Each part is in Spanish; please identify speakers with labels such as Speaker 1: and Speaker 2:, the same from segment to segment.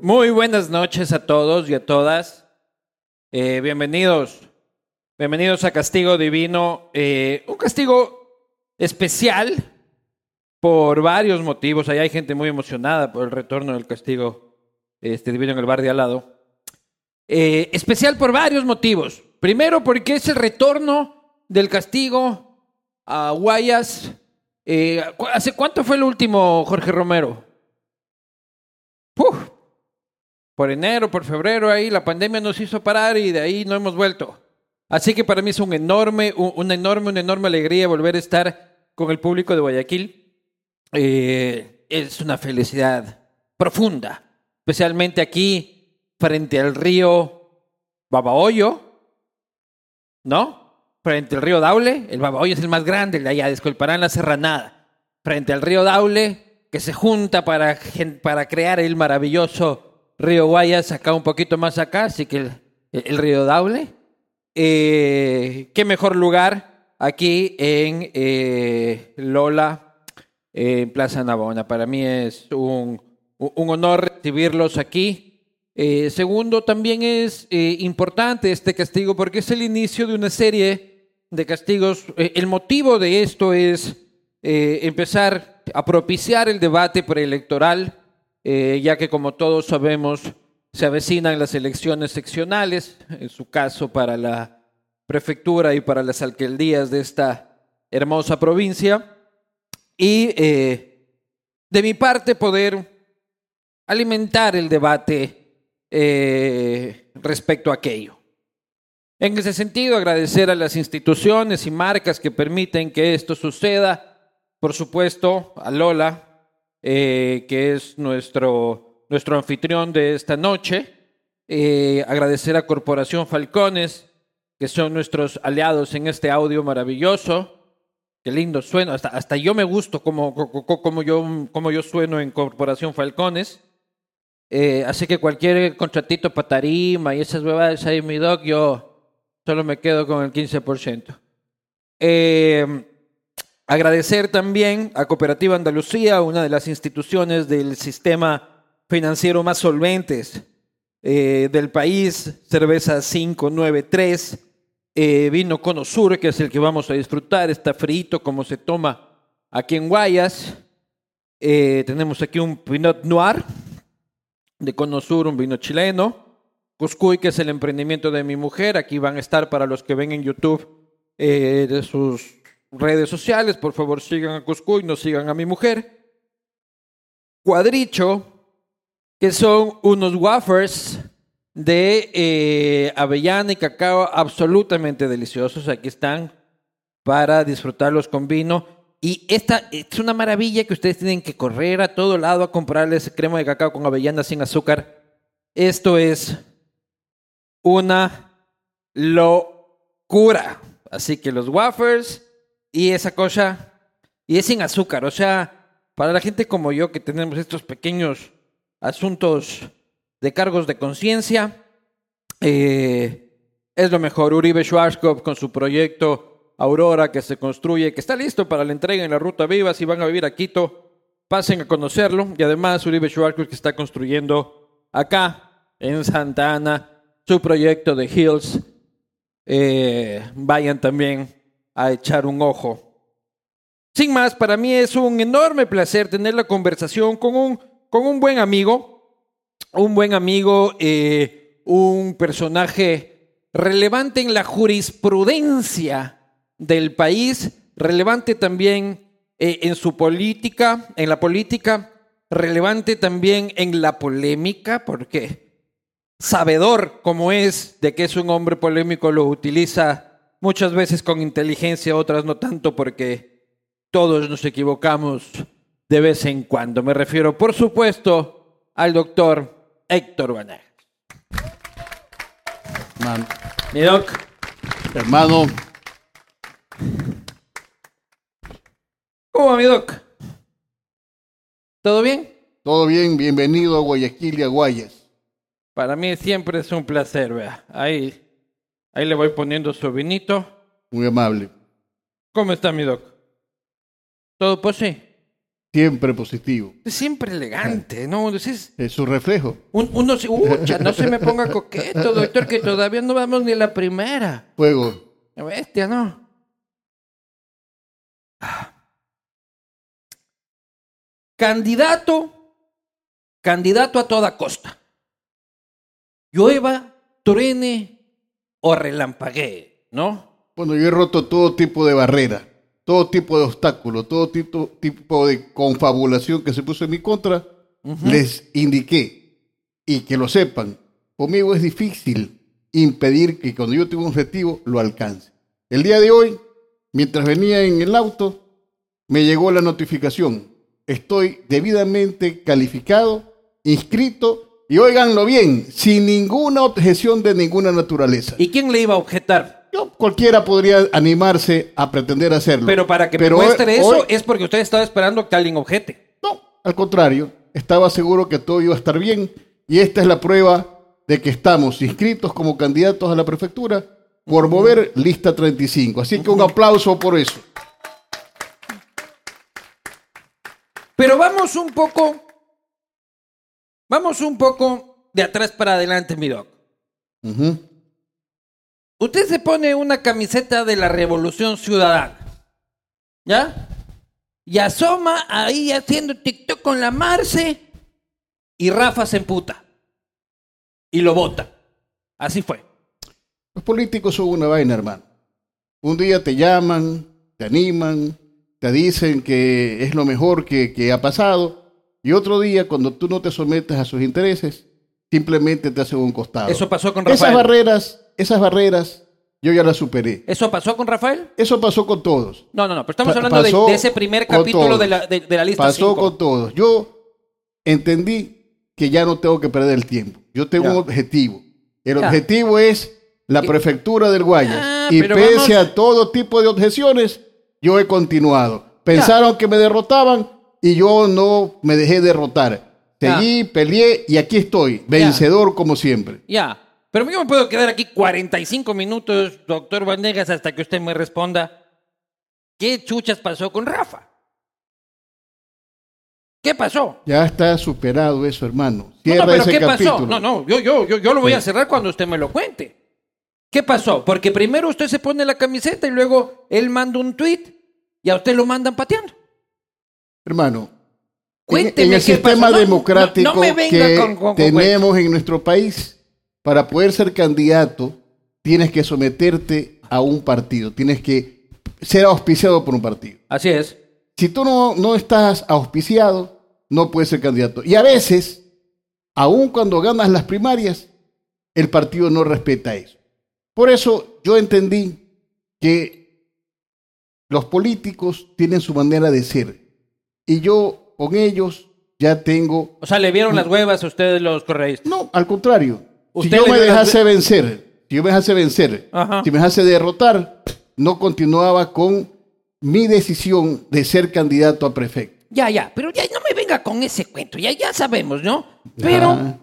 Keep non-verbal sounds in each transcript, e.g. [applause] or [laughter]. Speaker 1: Muy buenas noches a todos y a todas. Eh, bienvenidos. Bienvenidos a Castigo Divino. Eh, un castigo especial por varios motivos. Ahí hay gente muy emocionada por el retorno del castigo este, divino en el bar de al lado. Eh, especial por varios motivos. Primero, porque es el retorno del castigo a Guayas. Eh, ¿cu- ¿Hace cuánto fue el último, Jorge Romero? Puf, por enero, por febrero, ahí la pandemia nos hizo parar y de ahí no hemos vuelto. Así que para mí es un enorme, un- una enorme, una enorme alegría volver a estar con el público de Guayaquil. Eh, es una felicidad profunda, especialmente aquí frente al río Babahoyo, ¿no? Frente al río Daule, el Babahoyo es el más grande, el de allá, disculparán la serranada. Frente al río Daule, que se junta para, gen- para crear el maravilloso río Guayas, acá un poquito más acá, así que el, el río Daule. Eh, ¿Qué mejor lugar aquí en eh, Lola, eh, en Plaza Navona? Para mí es un, un honor recibirlos aquí. Eh, segundo, también es eh, importante este castigo porque es el inicio de una serie de castigos. Eh, el motivo de esto es eh, empezar a propiciar el debate preelectoral, eh, ya que como todos sabemos, se avecinan las elecciones seccionales, en su caso para la prefectura y para las alcaldías de esta hermosa provincia. Y eh, de mi parte poder alimentar el debate eh, respecto a aquello. En ese sentido, agradecer a las instituciones y marcas que permiten que esto suceda. Por supuesto, a Lola, eh, que es nuestro, nuestro anfitrión de esta noche. Eh, agradecer a Corporación Falcones, que son nuestros aliados en este audio maravilloso. Qué lindo sueno. Hasta, hasta yo me gusto como, co- co- como, yo, como yo sueno en Corporación Falcones. Eh, así que cualquier contratito para tarima y esas huevadas ahí, mi doc, yo solo me quedo con el 15%. Eh, agradecer también a Cooperativa Andalucía, una de las instituciones del sistema financiero más solventes eh, del país, cerveza 593, eh, vino Cono Sur, que es el que vamos a disfrutar, está frito como se toma aquí en Guayas. Eh, tenemos aquí un Pinot Noir de Cono Sur, un vino chileno. Cuscuy, que es el emprendimiento de mi mujer. Aquí van a estar para los que ven en YouTube eh, de sus redes sociales. Por favor, sigan a Cuscuy, no sigan a mi mujer. Cuadricho, que son unos wafers de eh, avellana y cacao absolutamente deliciosos. Aquí están para disfrutarlos con vino. Y esta es una maravilla que ustedes tienen que correr a todo lado a comprarles crema de cacao con avellana sin azúcar. Esto es una locura. Así que los wafers y esa cosa, y es sin azúcar. O sea, para la gente como yo que tenemos estos pequeños asuntos de cargos de conciencia, eh, es lo mejor. Uribe Schwarzkopf con su proyecto Aurora que se construye, que está listo para la entrega en la Ruta Viva. Si van a vivir a Quito, pasen a conocerlo. Y además Uribe Schwarzkopf que está construyendo acá en Santa Ana su proyecto de Hills. Eh, vayan también a echar un ojo. Sin más, para mí es un enorme placer tener la conversación con un, con un buen amigo, un buen amigo, eh, un personaje relevante en la jurisprudencia del país, relevante también eh, en su política, en la política, relevante también en la polémica, porque sabedor como es de que es un hombre polémico, lo utiliza muchas veces con inteligencia, otras no tanto porque todos nos equivocamos de vez en cuando. Me refiero, por supuesto, al doctor Héctor Banag.
Speaker 2: Man,
Speaker 1: Mi doc,
Speaker 2: hermano,
Speaker 1: ¿cómo va mi doc? ¿Todo bien?
Speaker 2: todo bien, bienvenido a Guayaquil y a Guayas.
Speaker 1: Para mí siempre es un placer, vea. Ahí, Ahí le voy poniendo su vinito.
Speaker 2: Muy amable.
Speaker 1: ¿Cómo está mi doc? ¿Todo pose?
Speaker 2: Siempre positivo.
Speaker 1: Es siempre elegante, ¿no? Es,
Speaker 2: Es su reflejo.
Speaker 1: un- uno [laughs] se... Ucha, no se me ponga coqueto, doctor, que todavía no vamos ni la primera.
Speaker 2: Fuego.
Speaker 1: La bestia, ¿no? Ah. Candidato, candidato a toda costa. Llueva, truene o relampaguee, ¿no?
Speaker 2: Bueno, yo he roto todo tipo de barrera, todo tipo de obstáculo, todo tipo, tipo de confabulación que se puso en mi contra. Les indiqué y que lo sepan. Conmigo es difícil impedir que cuando yo tengo un objetivo lo alcance. El día de hoy, mientras venía en el auto, me llegó la notificación. Estoy debidamente calificado, inscrito y óiganlo bien, sin ninguna objeción de ninguna naturaleza.
Speaker 1: ¿Y quién le iba a objetar?
Speaker 2: Yo, cualquiera podría animarse a pretender hacerlo.
Speaker 1: Pero para que
Speaker 2: Pero
Speaker 1: me
Speaker 2: hoy-
Speaker 1: muestre eso
Speaker 2: hoy-
Speaker 1: es porque usted estaba esperando que alguien objete.
Speaker 2: no, al contrario, estaba seguro que todo iba a estar bien y esta es la prueba de que estamos inscritos como candidatos a la prefectura por mover lista 35. Así que un aplauso por eso.
Speaker 1: Pero vamos un poco, vamos un poco de atrás para adelante, mi doc.
Speaker 2: Ujú.
Speaker 1: Usted se pone una camiseta de la Revolución Ciudadana. ¿Ya? Y asoma ahí haciendo TikTok con la Marce. Y Rafa se emputa. Y lo vota. Así fue.
Speaker 2: Los políticos son una vaina, hermano. Un día te llaman, te animan, te dicen que es lo mejor que, que ha pasado. Y otro día, cuando tú no te sometes a sus intereses, simplemente te hacen un costado.
Speaker 1: Eso pasó con
Speaker 2: Esas
Speaker 1: Rafael.
Speaker 2: barreras, esas barreras, yo ya las superé.
Speaker 1: ¿Eso pasó con Rafael?
Speaker 2: Eso pasó con todos.
Speaker 1: No, no, no. Pero estamos
Speaker 2: Pa-
Speaker 1: hablando de,
Speaker 2: pasó
Speaker 1: de ese primer
Speaker 2: con
Speaker 1: capítulo
Speaker 2: todos.
Speaker 1: de la, de, de la lista.
Speaker 2: Pasó
Speaker 1: cinco.
Speaker 2: con todos. Yo entendí que ya no tengo que perder el tiempo. Yo tengo
Speaker 1: Ya.
Speaker 2: un objetivo. El
Speaker 1: Ya.
Speaker 2: objetivo es la
Speaker 1: Y-
Speaker 2: prefectura del Guayas.
Speaker 1: Ah,
Speaker 2: y
Speaker 1: pero
Speaker 2: pese
Speaker 1: vamos-
Speaker 2: a todo tipo de objeciones, yo he continuado. Pensaron que me derrotaban y yo no me dejé derrotar.
Speaker 1: Ya.
Speaker 2: Seguí, peleé y aquí estoy, vencedor como siempre.
Speaker 1: Ya. Pero yo me puedo quedar aquí 45 minutos, doctor Vanegas, hasta que usted me responda. ¿Qué chuchas pasó con Rafa? ¿Qué pasó?
Speaker 2: Ya está superado eso, hermano.
Speaker 1: No,
Speaker 2: Cierra
Speaker 1: no, pero
Speaker 2: ese
Speaker 1: ¿qué
Speaker 2: capítulo.
Speaker 1: pasó? No, no, yo, yo, yo, yo lo voy a cerrar cuando usted me lo cuente. ¿Qué pasó? Porque primero usted se pone la camiseta y luego él manda un tweet y a usted lo mandan pateando.
Speaker 2: Hermano,
Speaker 1: Cuénteme
Speaker 2: en el
Speaker 1: qué
Speaker 2: sistema
Speaker 1: pasó. No,
Speaker 2: democrático
Speaker 1: no, no me venga
Speaker 2: que
Speaker 1: con- con- con
Speaker 2: tenemos en nuestro país, para poder ser candidato, tienes que someterte a un partido, tienes que ser auspiciado por un partido.
Speaker 1: Así es.
Speaker 2: Si tú no, no estás auspiciado, no puedes ser candidato. Y a veces, aun cuando ganas las primarias, el partido no respeta eso. Por eso yo entendí que los políticos tienen su manera de ser. Y yo con ellos ya tengo...
Speaker 1: O sea, le vieron las huevas a ustedes los correístas.
Speaker 2: No, al contrario. Si
Speaker 1: Usted
Speaker 2: yo
Speaker 1: le
Speaker 2: me
Speaker 1: dio las-
Speaker 2: dejase vencer, si yo me dejase vencer,
Speaker 1: Ajá.
Speaker 2: si me dejase derrotar, no continuaba con mi decisión de ser candidato a prefecto.
Speaker 1: Ya, ya, pero ya no me venga con ese cuento, ya, ya sabemos, ¿no? Pero
Speaker 2: Ajá.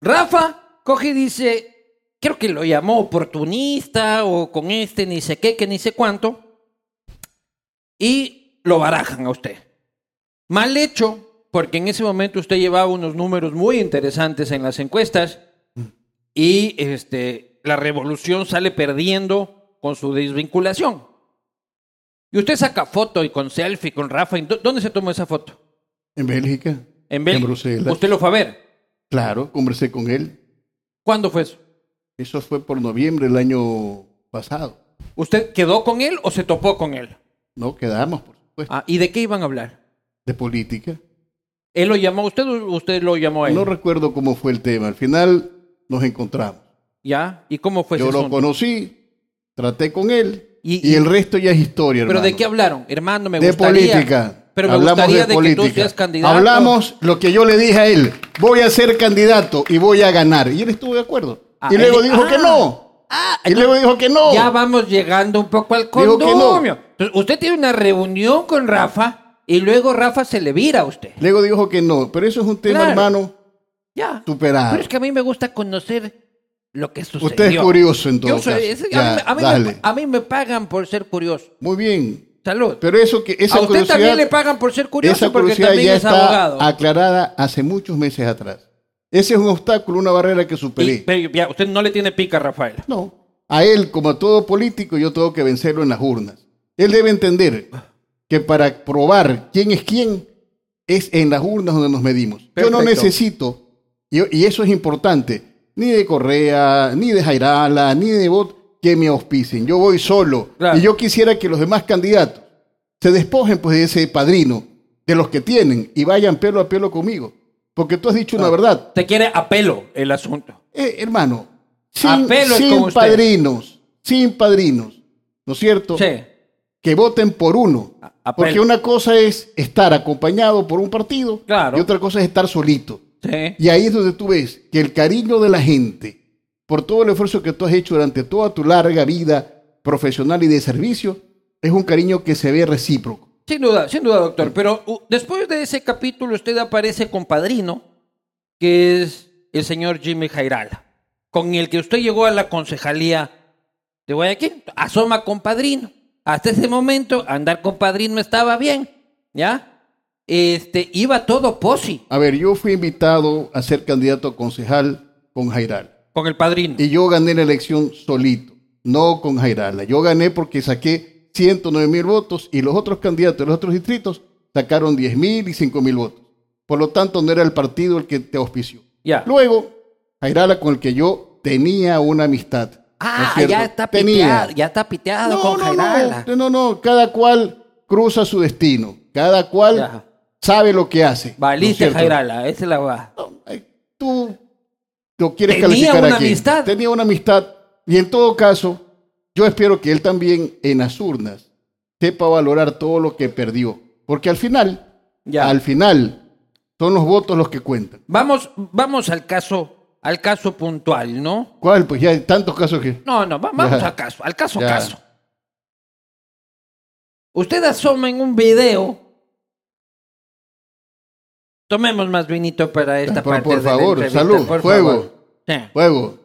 Speaker 1: Rafa coge y dice, creo que lo llamó oportunista o con este ni sé qué, que ni sé cuánto, y lo barajan a usted. Mal hecho, porque en ese momento usted llevaba unos números muy interesantes en las encuestas y este, la revolución sale perdiendo con su desvinculación. Y usted saca foto y con selfie con Rafa. ¿y dó- ¿Dónde se tomó esa foto?
Speaker 2: En Bélgica.
Speaker 1: En Bélgica.
Speaker 2: Bruselas.
Speaker 1: Usted lo fue a ver.
Speaker 2: Claro, conversé con él.
Speaker 1: ¿Cuándo fue eso?
Speaker 2: Eso fue por noviembre del año pasado.
Speaker 1: ¿Usted quedó con él o se topó con él?
Speaker 2: No quedamos, por supuesto,
Speaker 1: Ah, ¿Y de qué iban a hablar?
Speaker 2: de política.
Speaker 1: ¿Él lo llamó a usted o usted lo llamó a él?
Speaker 2: No recuerdo cómo fue el tema. Al final nos encontramos.
Speaker 1: ¿Ya? ¿Y cómo fue
Speaker 2: Yo
Speaker 1: ese
Speaker 2: lo
Speaker 1: asunto?
Speaker 2: conocí, traté con él
Speaker 1: Y-
Speaker 2: y,
Speaker 1: Pues y-
Speaker 2: el resto ya es historia.
Speaker 1: ¿Pero de
Speaker 2: hermano.
Speaker 1: qué hablaron? Hermano, me
Speaker 2: De
Speaker 1: gustaría...
Speaker 2: política.
Speaker 1: Pero me
Speaker 2: Hablamos
Speaker 1: gustaría de, que tú
Speaker 2: política.
Speaker 1: seas candidato.
Speaker 2: Hablamos lo que yo le dije a él. Voy a ser candidato y voy a ganar. Y él estuvo de acuerdo.
Speaker 1: Ah,
Speaker 2: y luego
Speaker 1: él-
Speaker 2: dijo
Speaker 1: ah,
Speaker 2: que no.
Speaker 1: Ah,
Speaker 2: Y luego dijo que no.
Speaker 1: Ya vamos llegando un poco al
Speaker 2: Digo que no.
Speaker 1: condomio. Entonces, usted tiene una reunión con Rafa y luego Rafa se le vira a usted.
Speaker 2: Luego dijo que no. Pero eso es un tema,
Speaker 1: Claro.
Speaker 2: hermano,
Speaker 1: Ya.
Speaker 2: superado.
Speaker 1: Pero es que a mí me gusta conocer lo que sucedió.
Speaker 2: Usted es curioso en todo
Speaker 1: Yo soy-
Speaker 2: caso.
Speaker 1: es- a mí-
Speaker 2: Ya,
Speaker 1: a, mí,
Speaker 2: dale.
Speaker 1: me, a mí me pagan por ser curioso.
Speaker 2: Muy bien.
Speaker 1: Salud.
Speaker 2: Pero eso que esa
Speaker 1: a usted
Speaker 2: curiosidad,
Speaker 1: también le pagan por ser curioso
Speaker 2: esa
Speaker 1: porque
Speaker 2: curiosidad
Speaker 1: también
Speaker 2: ya
Speaker 1: es
Speaker 2: está
Speaker 1: abogado.
Speaker 2: aclarada hace muchos meses atrás. Ese es un obstáculo, una barrera que
Speaker 1: Y-
Speaker 2: superé.
Speaker 1: pero ya, usted no le tiene pica, Rafael.
Speaker 2: No. A él, como a todo político, yo tengo que vencerlo en las urnas. Él debe entender que para probar quién es quién es en las urnas donde nos medimos. Yo no
Speaker 1: Perfecto.
Speaker 2: necesito, y, y eso es importante, ni de Correa, ni de Jairala, ni de Bot, que me auspicien. Yo voy solo.
Speaker 1: Claro.
Speaker 2: Y yo quisiera que los demás candidatos se despojen pues, de ese padrino, de los que tienen, y vayan pelo a pelo conmigo. Porque tú has dicho una verdad.
Speaker 1: Te quiere a pelo el asunto.
Speaker 2: Eh, hermano, sin,
Speaker 1: Apelo es
Speaker 2: sin
Speaker 1: como usted.
Speaker 2: padrinos, sin padrinos, ¿no es cierto?
Speaker 1: Sí.
Speaker 2: Que voten por uno.
Speaker 1: A- apelo.
Speaker 2: Porque una cosa es estar acompañado por un partido
Speaker 1: Claro.
Speaker 2: y otra cosa es estar solito.
Speaker 1: Sí.
Speaker 2: Y ahí es donde tú ves que el cariño de la gente, por todo el esfuerzo que tú has hecho durante toda tu larga vida profesional y de servicio, es un cariño que se ve recíproco.
Speaker 1: Sin duda, sin duda, doctor. Pero u- después de ese capítulo, usted aparece con padrino, que es el señor Jimmy Jairala, con el que usted llegó a la concejalía de Guayaquil. Asoma con padrino. Hasta ese momento, andar con padrino estaba bien, ¿ya? Este, iba todo posi
Speaker 2: A ver, yo fui invitado a ser candidato a concejal con Jairal.
Speaker 1: con el padrino.
Speaker 2: Y yo gané la elección solito, no con Jairala. Yo gané porque saqué 109 mil votos y los otros candidatos de los otros distritos sacaron 10 mil y 5 mil votos. Por lo tanto, no era el partido el que te auspició.
Speaker 1: Ya.
Speaker 2: Luego, Jairala con el que yo tenía una amistad. ¿no es
Speaker 1: Ah,
Speaker 2: cierto?
Speaker 1: ya está
Speaker 2: Tenía.
Speaker 1: piteado, ya está piteado
Speaker 2: No,
Speaker 1: con
Speaker 2: no, no,
Speaker 1: Jairala.
Speaker 2: No, no, no, cada cual cruza su destino. Cada cual
Speaker 1: Ya.
Speaker 2: sabe lo que hace. ¿no es
Speaker 1: Valiste
Speaker 2: cierto?
Speaker 1: Jairala, esa es la va.
Speaker 2: No, ay, tú lo quieres
Speaker 1: Tenía
Speaker 2: calificar
Speaker 1: una
Speaker 2: aquí.
Speaker 1: amistad.
Speaker 2: Tenía una amistad. Y en todo caso, yo espero que él también en las urnas sepa valorar todo lo que perdió. Porque al final,
Speaker 1: Ya.
Speaker 2: al final, son los votos los que cuentan.
Speaker 1: Vamos, vamos al caso, al caso puntual, ¿no?
Speaker 2: ¿Cuál? Pues ya hay tantos casos que...
Speaker 1: No, no, va- vamos
Speaker 2: Ya.
Speaker 1: al caso, al caso,
Speaker 2: Ya.
Speaker 1: caso. Usted asoma en un video. Tomemos más vinito para esta
Speaker 2: Por-
Speaker 1: parte.
Speaker 2: por
Speaker 1: de la
Speaker 2: favor,
Speaker 1: entrevista,
Speaker 2: salud,
Speaker 1: por
Speaker 2: fuego.
Speaker 1: favor. Sí.
Speaker 2: Luego,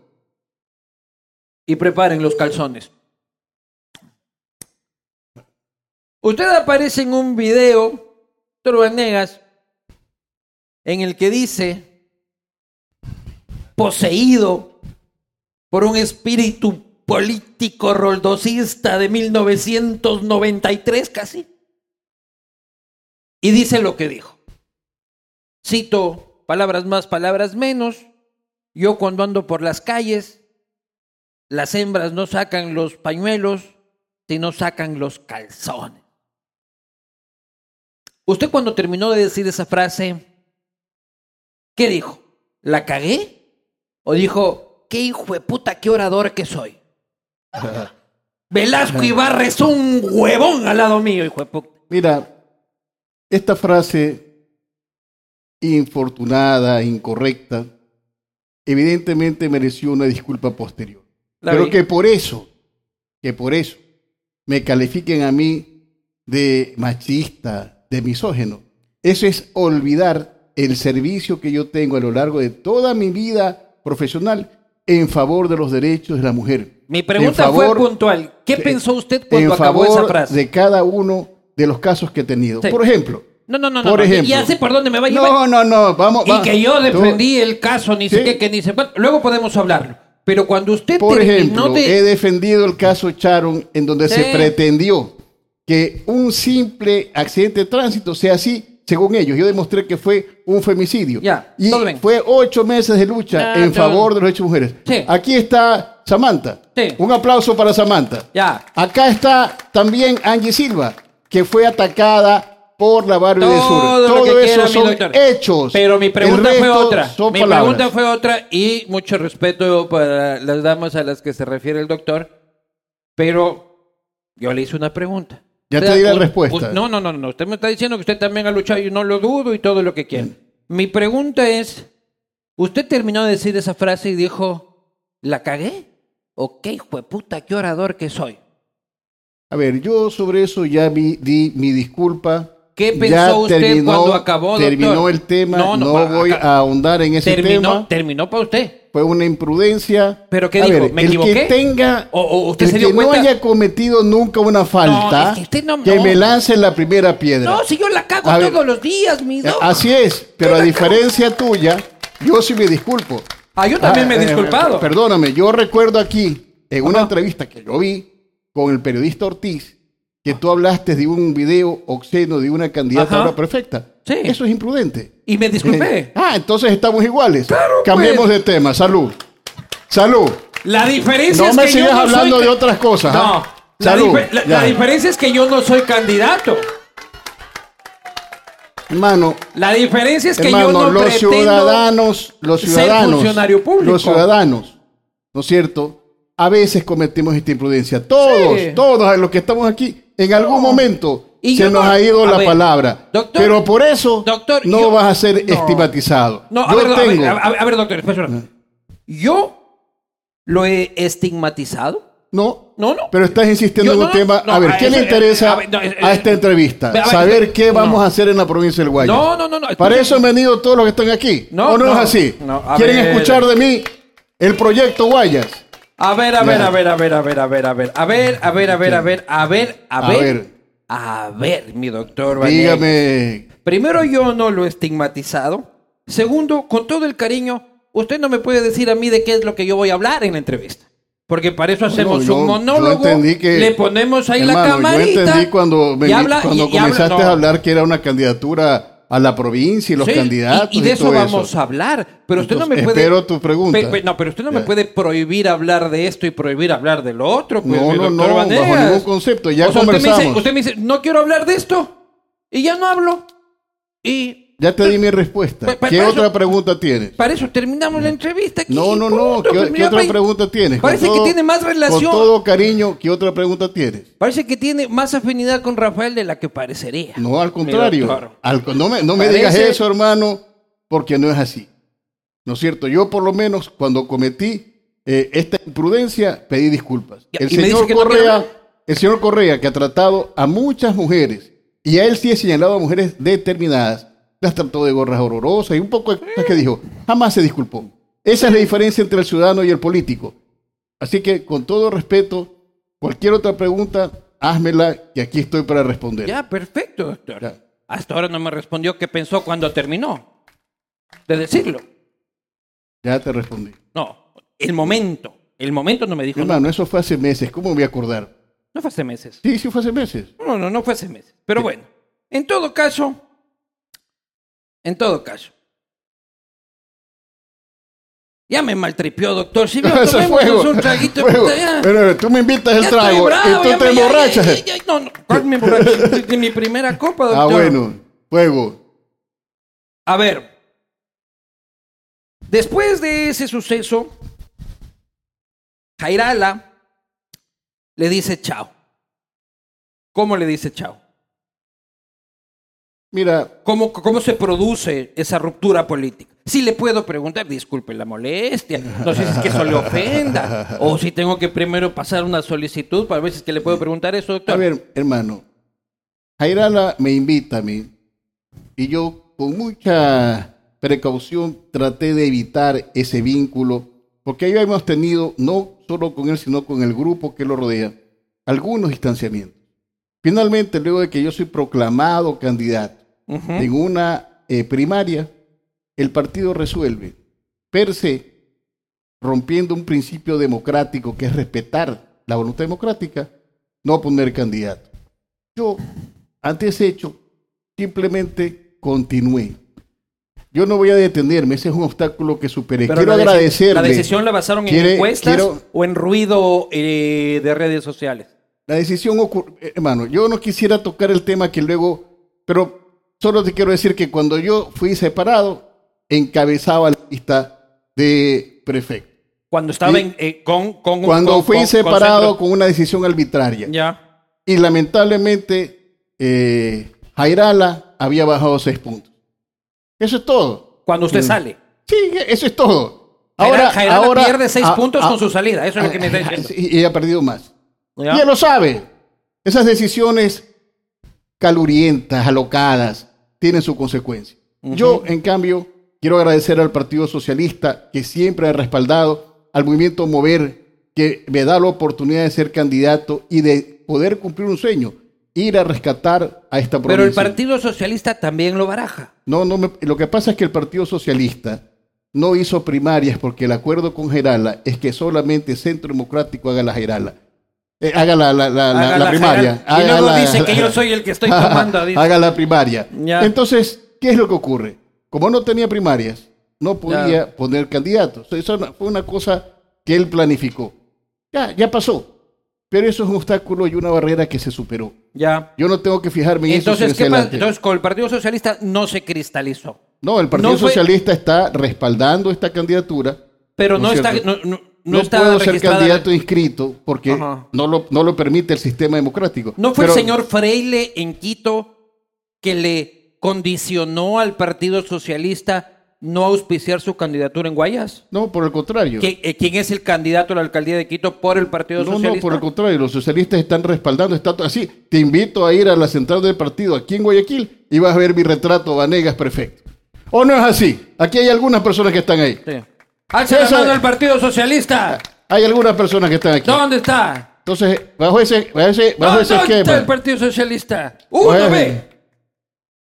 Speaker 1: y preparen los calzones. Usted aparece en un video, Toro Vanegas, en el que dice, poseído por un espíritu político roldosista de 1993 casi, y dice lo que dijo. Cito palabras más, palabras menos. Yo cuando ando por las calles las hembras no sacan los pañuelos, sino sacan los calzones. Usted cuando terminó de decir esa frase, ¿qué dijo? ¿La cagué? ¿O dijo, qué hijo de puta, qué orador que soy?
Speaker 2: [laughs]
Speaker 1: Velasco Ibarra es un huevón al lado mío, hijo de puta.
Speaker 2: mira, esta frase infortunada, incorrecta, evidentemente mereció una disculpa posterior.
Speaker 1: La
Speaker 2: Pero
Speaker 1: vi.
Speaker 2: que por eso, que por eso, me califiquen a mí de machista, de misógeno. Eso es olvidar el servicio que yo tengo a lo largo de toda mi vida profesional en favor de los derechos de la mujer.
Speaker 1: Mi
Speaker 2: En
Speaker 1: pregunta
Speaker 2: favor-
Speaker 1: fue puntual. ¿Qué
Speaker 2: Sí.
Speaker 1: pensó usted cuando
Speaker 2: en
Speaker 1: acabó
Speaker 2: favor
Speaker 1: esa frase?
Speaker 2: de cada uno de los casos que he tenido.
Speaker 1: Sí.
Speaker 2: Por ejemplo.
Speaker 1: No, no, no, no.
Speaker 2: por
Speaker 1: no.
Speaker 2: ejemplo.
Speaker 1: Ya sé por dónde me va a llevar.
Speaker 2: No, no, no, vamos.
Speaker 1: Y
Speaker 2: Oh, va-
Speaker 1: que yo
Speaker 2: tú-
Speaker 1: defendí el caso, ni
Speaker 2: Sí.
Speaker 1: sé qué, que ni sé cuánto. Luego podemos hablarlo. Pero cuando usted
Speaker 2: Por
Speaker 1: terminó
Speaker 2: ejemplo,
Speaker 1: de...
Speaker 2: he defendido el caso Charon en donde
Speaker 1: Sí.
Speaker 2: se pretendió que un simple accidente de tránsito sea así, según ellos. Yo demostré que fue un femicidio.
Speaker 1: Ya,
Speaker 2: y
Speaker 1: todo bien.
Speaker 2: fue ocho meses de lucha
Speaker 1: Ah,
Speaker 2: en
Speaker 1: todo
Speaker 2: favor de los derechos de mujeres.
Speaker 1: Sí.
Speaker 2: Aquí está Samantha.
Speaker 1: Sí.
Speaker 2: Un aplauso para Samantha.
Speaker 1: Ya.
Speaker 2: Acá está también Angie Silva, que fue atacada por la barrio del sur.
Speaker 1: Todo, lo que quiera,
Speaker 2: eso
Speaker 1: mi
Speaker 2: son
Speaker 1: doctor.
Speaker 2: hechos.
Speaker 1: Pero mi
Speaker 2: El
Speaker 1: pregunta fue
Speaker 2: resto
Speaker 1: otra.
Speaker 2: son
Speaker 1: Mi
Speaker 2: palabras.
Speaker 1: pregunta fue otra y mucho respeto para las damas a las que se refiere el doctor. Pero yo le hice una pregunta.
Speaker 2: Ya
Speaker 1: Usted-
Speaker 2: te di la
Speaker 1: u-
Speaker 2: respuesta.
Speaker 1: u- No, no, no, no. Usted me está diciendo que usted también ha luchado y no lo dudo y todo lo que quiera.
Speaker 2: Mm.
Speaker 1: Mi pregunta es, ¿usted terminó de decir esa frase y dijo, ¿la cagué? ¿O qué hijo de puta, qué orador que soy?
Speaker 2: A ver, yo sobre eso ya vi- di mi disculpa
Speaker 1: ¿Qué pensó
Speaker 2: Ya
Speaker 1: usted
Speaker 2: terminó-
Speaker 1: cuando acabó, doctor?
Speaker 2: terminó el tema, no
Speaker 1: pa-
Speaker 2: voy
Speaker 1: acá-
Speaker 2: a ahondar en ese
Speaker 1: terminó,
Speaker 2: tema.
Speaker 1: Terminó para usted.
Speaker 2: Fue una imprudencia.
Speaker 1: ¿Pero qué
Speaker 2: A
Speaker 1: dijo?
Speaker 2: ver,
Speaker 1: ¿Me
Speaker 2: el
Speaker 1: equivoqué?
Speaker 2: que tenga,
Speaker 1: ¿O- o usted
Speaker 2: el
Speaker 1: se dio
Speaker 2: que
Speaker 1: cuenta?
Speaker 2: no haya cometido nunca una falta,
Speaker 1: es que usted no- no.
Speaker 2: me lance la primera piedra.
Speaker 1: No, si yo la cago
Speaker 2: A ver. eh,
Speaker 1: todos los días, mi doc.
Speaker 2: Así es, pero a diferencia tuya, yo sí me disculpo.
Speaker 1: Ah, yo también me he
Speaker 2: Ah, eh,
Speaker 1: disculpado.
Speaker 2: perdóname, yo recuerdo aquí, en una entrevista que yo vi con el periodista Ortiz, que tú hablaste de un video obsceno de una candidata
Speaker 1: Ajá.
Speaker 2: a obra perfecta.
Speaker 1: Sí.
Speaker 2: Eso es imprudente.
Speaker 1: y me disculpé.
Speaker 2: Eh, ah, entonces estamos iguales.
Speaker 1: Claro,
Speaker 2: Cambiemos
Speaker 1: pues.
Speaker 2: de tema. Salud. Salud.
Speaker 1: La diferencia
Speaker 2: No
Speaker 1: es
Speaker 2: me
Speaker 1: que yo
Speaker 2: sigas
Speaker 1: no
Speaker 2: hablando
Speaker 1: soy...
Speaker 2: de otras cosas.
Speaker 1: No.
Speaker 2: ¿ah?
Speaker 1: La,
Speaker 2: Salud.
Speaker 1: dife- la-
Speaker 2: Ya.
Speaker 1: la diferencia es que yo no soy candidato.
Speaker 2: Hermano,
Speaker 1: La diferencia es que yo
Speaker 2: Hermano,
Speaker 1: no
Speaker 2: los
Speaker 1: pretendo...
Speaker 2: ciudadanos, los
Speaker 1: ser
Speaker 2: ciudadanos,
Speaker 1: funcionario público.
Speaker 2: los ciudadanos, ¿no es cierto? A veces cometemos esta imprudencia. Todos,
Speaker 1: Sí.
Speaker 2: todos los que estamos aquí, en algún momento
Speaker 1: Y
Speaker 2: se
Speaker 1: yo
Speaker 2: nos
Speaker 1: no-
Speaker 2: ha ido
Speaker 1: a
Speaker 2: la
Speaker 1: ver,
Speaker 2: palabra.
Speaker 1: doctor,
Speaker 2: Pero por eso
Speaker 1: doctor,
Speaker 2: no
Speaker 1: yo-
Speaker 2: vas a ser
Speaker 1: no.
Speaker 2: estigmatizado.
Speaker 1: No, a
Speaker 2: Yo
Speaker 1: ver, a ver,
Speaker 2: tengo-
Speaker 1: a, ver, a ver, doctor, espera, espera. Yo lo he estigmatizado.
Speaker 2: no,
Speaker 1: No, no.
Speaker 2: Pero estás insistiendo
Speaker 1: Yo
Speaker 2: en un
Speaker 1: no,
Speaker 2: tema.
Speaker 1: no,
Speaker 2: a ver,
Speaker 1: a
Speaker 2: ¿qué
Speaker 1: eso-
Speaker 2: le interesa
Speaker 1: a
Speaker 2: a,
Speaker 1: ver, no, es-
Speaker 2: esta entrevista?
Speaker 1: a ver,
Speaker 2: Saber
Speaker 1: yo-
Speaker 2: qué vamos
Speaker 1: no.
Speaker 2: a hacer en la provincia del Guayas.
Speaker 1: No, no, no, no,
Speaker 2: Para
Speaker 1: escuche-
Speaker 2: eso han venido todos los que están aquí.
Speaker 1: No,
Speaker 2: ¿O no,
Speaker 1: no,
Speaker 2: es así?
Speaker 1: no, a
Speaker 2: ¿Quieren
Speaker 1: ver.
Speaker 2: escuchar de mí el proyecto Guayas?
Speaker 1: A ver, a ver,
Speaker 2: Ya.
Speaker 1: a ver, a ver, a ver, a ver, a ver, a ver, a ver, a ver, a ver, a ver, a
Speaker 2: A
Speaker 1: ver,
Speaker 2: ver.
Speaker 1: a ver, mi doctor. Vanegas.
Speaker 2: Dígame.
Speaker 1: Primero, yo no lo he estigmatizado. Segundo, con todo el cariño, usted no me puede decir a mí de qué es lo que yo voy a hablar en la entrevista. Porque para eso hacemos
Speaker 2: yo-
Speaker 1: un
Speaker 2: yo
Speaker 1: monólogo,
Speaker 2: entendí que-
Speaker 1: le ponemos ahí la
Speaker 2: hermano,
Speaker 1: camarita.
Speaker 2: Yo entendí cuando, me-
Speaker 1: y habla-
Speaker 2: cuando
Speaker 1: y- y habla-
Speaker 2: comenzaste
Speaker 1: no.
Speaker 2: a hablar que era una candidatura a la provincia y los
Speaker 1: Sí,
Speaker 2: candidatos.
Speaker 1: Y, y de eso
Speaker 2: todo
Speaker 1: vamos a hablar. Pero usted no me
Speaker 2: Entonces,
Speaker 1: puede.
Speaker 2: espero tu pregunta.
Speaker 1: Pe- pe- no, pero usted no me
Speaker 2: Ya.
Speaker 1: puede prohibir hablar de esto y prohibir hablar del otro. pues,
Speaker 2: No,
Speaker 1: mi
Speaker 2: no,
Speaker 1: doctor
Speaker 2: no,
Speaker 1: Vanegas.
Speaker 2: bajo ningún concepto, ya
Speaker 1: O sea, Usted me,
Speaker 2: conversamos.
Speaker 1: dice, usted me dice, no quiero hablar de esto. Y ya no hablo. Y
Speaker 2: Ya te di mi respuesta.
Speaker 1: Pe- pe-
Speaker 2: ¿Qué
Speaker 1: para
Speaker 2: otra
Speaker 1: eso-
Speaker 2: pregunta tienes?
Speaker 1: para eso terminamos la entrevista. aquí.
Speaker 2: No, no, no.
Speaker 1: Punto,
Speaker 2: ¿Qué,
Speaker 1: pues,
Speaker 2: qué
Speaker 1: mira,
Speaker 2: otra
Speaker 1: pare-
Speaker 2: pregunta tienes? Con
Speaker 1: Parece que
Speaker 2: todo-
Speaker 1: tiene más relación.
Speaker 2: Con todo cariño, ¿qué otra pregunta tienes?
Speaker 1: Parece que tiene más afinidad con Rafael de la que parecería.
Speaker 2: No, al
Speaker 1: mi
Speaker 2: contrario.
Speaker 1: doctor.
Speaker 2: Al con- no me, no me
Speaker 1: Parece-
Speaker 2: digas eso, hermano, porque no es así. ¿No es cierto? Yo, por lo menos, cuando cometí eh, esta imprudencia, pedí disculpas.
Speaker 1: Ya,
Speaker 2: El
Speaker 1: y me dice
Speaker 2: señor,
Speaker 1: que no quiere
Speaker 2: Correa,
Speaker 1: hablar.
Speaker 2: el señor Correa, que ha tratado a muchas mujeres, y a él sí he señalado a mujeres determinadas, las trató de gorras horrorosas y un poco de cosas que dijo, jamás se disculpó. Esa es la diferencia entre el ciudadano y el político. Así que, con todo respeto, cualquier otra pregunta, házmela, que aquí estoy para responder.
Speaker 1: Ya, perfecto, doctor.
Speaker 2: Ya.
Speaker 1: Hasta ahora no me respondió qué pensó cuando terminó. De decirlo.
Speaker 2: Ya te respondí.
Speaker 1: No, el momento. El momento no me dijo. No,
Speaker 2: Hermano, eso fue hace meses. ¿Cómo me voy a acordar?
Speaker 1: no fue hace meses.
Speaker 2: Sí, sí fue hace meses.
Speaker 1: No, no, no fue hace meses. Pero bueno, en todo caso, en todo caso. Ya me maltripió, doctor. Si no,
Speaker 2: [laughs] Eso es
Speaker 1: tomémonos
Speaker 2: fuego.
Speaker 1: un traguito.
Speaker 2: Fuego.
Speaker 1: puta, ya.
Speaker 2: Pero tú me invitas el
Speaker 1: Ya
Speaker 2: trago
Speaker 1: estoy bravo,
Speaker 2: y
Speaker 1: ya
Speaker 2: tú te
Speaker 1: me- ya, ya,
Speaker 2: emborrachas.
Speaker 1: ya, ya, No, no, ¿cuál me
Speaker 2: [laughs]
Speaker 1: emborracho? Ni mi primera copa, doctor.
Speaker 2: ah, bueno. Fuego.
Speaker 1: A ver. Después de ese suceso, Jairala le dice chao. ¿Cómo le dice chao?
Speaker 2: Mira,
Speaker 1: ¿Cómo, ¿Cómo se produce esa ruptura política? Si le puedo preguntar, disculpe la molestia, no sé si es que eso le ofenda, o si tengo que primero pasar una solicitud para ver si es que le puedo preguntar eso, doctor.
Speaker 2: a ver, hermano. Jairala me invita a mí y yo con mucha precaución traté de evitar ese vínculo porque ahí hemos tenido, no solo con él, sino con el grupo que lo rodea, algunos distanciamientos. Finalmente, luego de que yo soy proclamado candidato,
Speaker 1: Ujú.
Speaker 2: en una eh, primaria, el partido resuelve, per se, rompiendo un principio democrático que es respetar la voluntad democrática, no poner candidato. Yo, ante ese hecho, simplemente continué. Yo no voy a detenerme, ese es un obstáculo que superé.
Speaker 1: Pero
Speaker 2: Eh, Quiero
Speaker 1: la deci-
Speaker 2: agradecerle.
Speaker 1: ¿La decisión la basaron en
Speaker 2: Quiere-
Speaker 1: encuestas
Speaker 2: quiero-
Speaker 1: o en ruido eh, de redes sociales?
Speaker 2: La decisión ocurrió, hermano, yo no quisiera tocar el tema que luego, pero solo te quiero decir que cuando yo fui separado, encabezaba la lista de prefecto.
Speaker 1: Cuando estaba
Speaker 2: Sí.
Speaker 1: en- eh, con, con...
Speaker 2: Cuando
Speaker 1: con-
Speaker 2: fui
Speaker 1: con- con
Speaker 2: separado
Speaker 1: centro-
Speaker 2: con una decisión arbitraria.
Speaker 1: Ya.
Speaker 2: Y lamentablemente, eh, Jairala había bajado seis puntos. Eso es todo.
Speaker 1: Cuando usted sale.
Speaker 2: Sí, eso es todo.
Speaker 1: Ahora,
Speaker 2: Mm. ahora- ah,
Speaker 1: pierde seis
Speaker 2: a-
Speaker 1: puntos
Speaker 2: a-
Speaker 1: con su salida. Eso es lo que me está
Speaker 2: ah,
Speaker 1: diciendo.
Speaker 2: Y, y ha perdido más.
Speaker 1: Ya.
Speaker 2: Y él lo sabe. Esas decisiones calurientas, alocadas, tienen su consecuencia. Yo, en cambio, quiero agradecer al Partido Socialista que siempre ha respaldado al movimiento Mover, que me da la oportunidad de ser candidato y de poder cumplir un sueño, ir a rescatar a esta provincia.
Speaker 1: Pero el Partido Socialista también lo baraja.
Speaker 2: No, no, me- lo que pasa es que el Partido Socialista no hizo primarias porque el acuerdo con Gerala es que solamente Centro Democrático haga la Gerala. Eh, haga la, la- la- la-
Speaker 1: Haga
Speaker 2: la
Speaker 1: la
Speaker 2: primaria.
Speaker 1: Gerala. Y
Speaker 2: haga
Speaker 1: luego
Speaker 2: la- [laughs]
Speaker 1: dice que yo soy el que estoy tomando, dice.
Speaker 2: haga la primaria.
Speaker 1: Ya.
Speaker 2: Entonces, ¿qué es lo que ocurre? Como no tenía primarias, no podía
Speaker 1: Ya.
Speaker 2: poner candidatos. Eso no- fue una cosa que él planificó. Ya, ya pasó. Pero eso es un obstáculo y una barrera que se superó.
Speaker 1: Ya.
Speaker 2: Yo no tengo que fijarme en
Speaker 1: Entonces,
Speaker 2: eso. sino
Speaker 1: ¿qué
Speaker 2: hacia
Speaker 1: pasa?
Speaker 2: adelante.
Speaker 1: Entonces, con el Partido Socialista no se cristalizó.
Speaker 2: No, el Partido
Speaker 1: No fue-
Speaker 2: Socialista está respaldando esta candidatura.
Speaker 1: Pero no,
Speaker 2: es
Speaker 1: está,
Speaker 2: cierto?
Speaker 1: no, no- no
Speaker 2: No
Speaker 1: está
Speaker 2: puedo ser
Speaker 1: registrada-
Speaker 2: candidato inscrito porque
Speaker 1: Ajá.
Speaker 2: no lo, no lo permite el sistema democrático.
Speaker 1: ¿No fue
Speaker 2: Pero
Speaker 1: el señor Freile en Quito que le condicionó al Partido Socialista no auspiciar su candidatura en Guayas?
Speaker 2: No, por el contrario.
Speaker 1: ¿Qui- eh, ¿Quién es el candidato a la alcaldía de Quito por el Partido
Speaker 2: No,
Speaker 1: Socialista?
Speaker 2: no, por el contrario, los socialistas están respaldando, está to- así. Te invito a ir a la central del partido aquí en Guayaquil y vas a ver mi retrato, Vanegas, perfecto. ¿O no es así? Aquí hay algunas personas que están ahí.
Speaker 1: Sí. ¡Alza la
Speaker 2: César-
Speaker 1: mano al Partido Socialista!
Speaker 2: Hay algunas personas que están aquí.
Speaker 1: ¿Dónde está?
Speaker 2: Entonces, bajo ese, bajo ese, bajo
Speaker 1: ¿Dónde
Speaker 2: ese
Speaker 1: está el
Speaker 2: esquema,
Speaker 1: Partido Socialista? ¡Uno
Speaker 2: Oye.
Speaker 1: ve!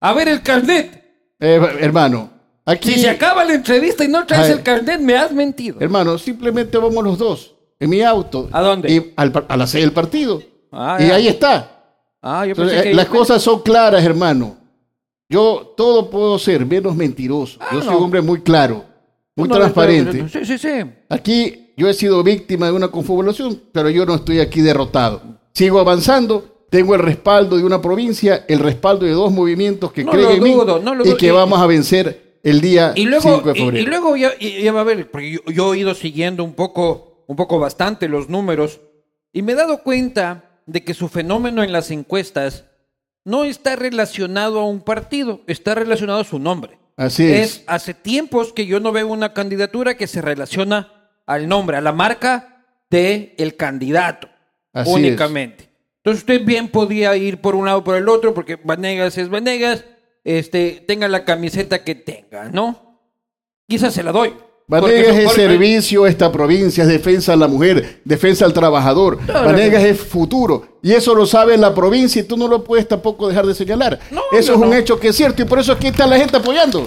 Speaker 1: A ver el carnet.
Speaker 2: eh, hermano, aquí...
Speaker 1: Si se acaba la entrevista y no traes
Speaker 2: Ay.
Speaker 1: el carnet, me has mentido.
Speaker 2: Hermano, simplemente vamos los dos en mi auto.
Speaker 1: Pues. ¿A dónde?
Speaker 2: Y al par- a la sede del partido.
Speaker 1: Ah,
Speaker 2: y
Speaker 1: ya.
Speaker 2: ahí está.
Speaker 1: Ah, yo
Speaker 2: Entonces,
Speaker 1: pensé
Speaker 2: eh,
Speaker 1: que...
Speaker 2: las cosas son claras, hermano. Yo todo puedo ser, menos mentiroso. yo soy
Speaker 1: Ah, no.
Speaker 2: un hombre muy claro, muy
Speaker 1: No, no,
Speaker 2: transparente.
Speaker 1: no, no, Sí, sí, sí.
Speaker 2: Aquí yo he sido víctima de una confabulación, pero yo no estoy aquí derrotado. Sigo avanzando. Tengo el respaldo de una provincia, el respaldo de dos movimientos que
Speaker 1: No
Speaker 2: creen
Speaker 1: lo
Speaker 2: en mí
Speaker 1: dudo, no lo
Speaker 2: y
Speaker 1: dudo.
Speaker 2: que
Speaker 1: Y-
Speaker 2: vamos a vencer el día
Speaker 1: y luego,
Speaker 2: 5 de
Speaker 1: y-
Speaker 2: febrero.
Speaker 1: Y, luego ya, y- ya va a ver, porque yo, yo he ido siguiendo un poco, un poco bastante los números y me he dado cuenta de que su fenómeno en las encuestas no está relacionado a un partido, está relacionado a su nombre.
Speaker 2: Así es.
Speaker 1: hace tiempos que yo no veo una candidatura que se relaciona al nombre, a la marca del el candidato
Speaker 2: Así es.
Speaker 1: únicamente. Entonces usted bien podía ir por un lado o por el otro, porque Vanegas es Vanegas, este, tenga la camiseta que tenga, ¿no? Quizás se la doy.
Speaker 2: Vanegas
Speaker 1: Porque-
Speaker 2: es
Speaker 1: porque-
Speaker 2: servicio a esta provincia, es defensa a la mujer, defensa al trabajador.
Speaker 1: Claro.
Speaker 2: Vanegas es futuro. Y eso lo sabe la provincia y tú no lo puedes tampoco dejar de señalar.
Speaker 1: No,
Speaker 2: eso
Speaker 1: no,
Speaker 2: es un
Speaker 1: no.
Speaker 2: hecho que es cierto y por eso aquí está la gente apoyando.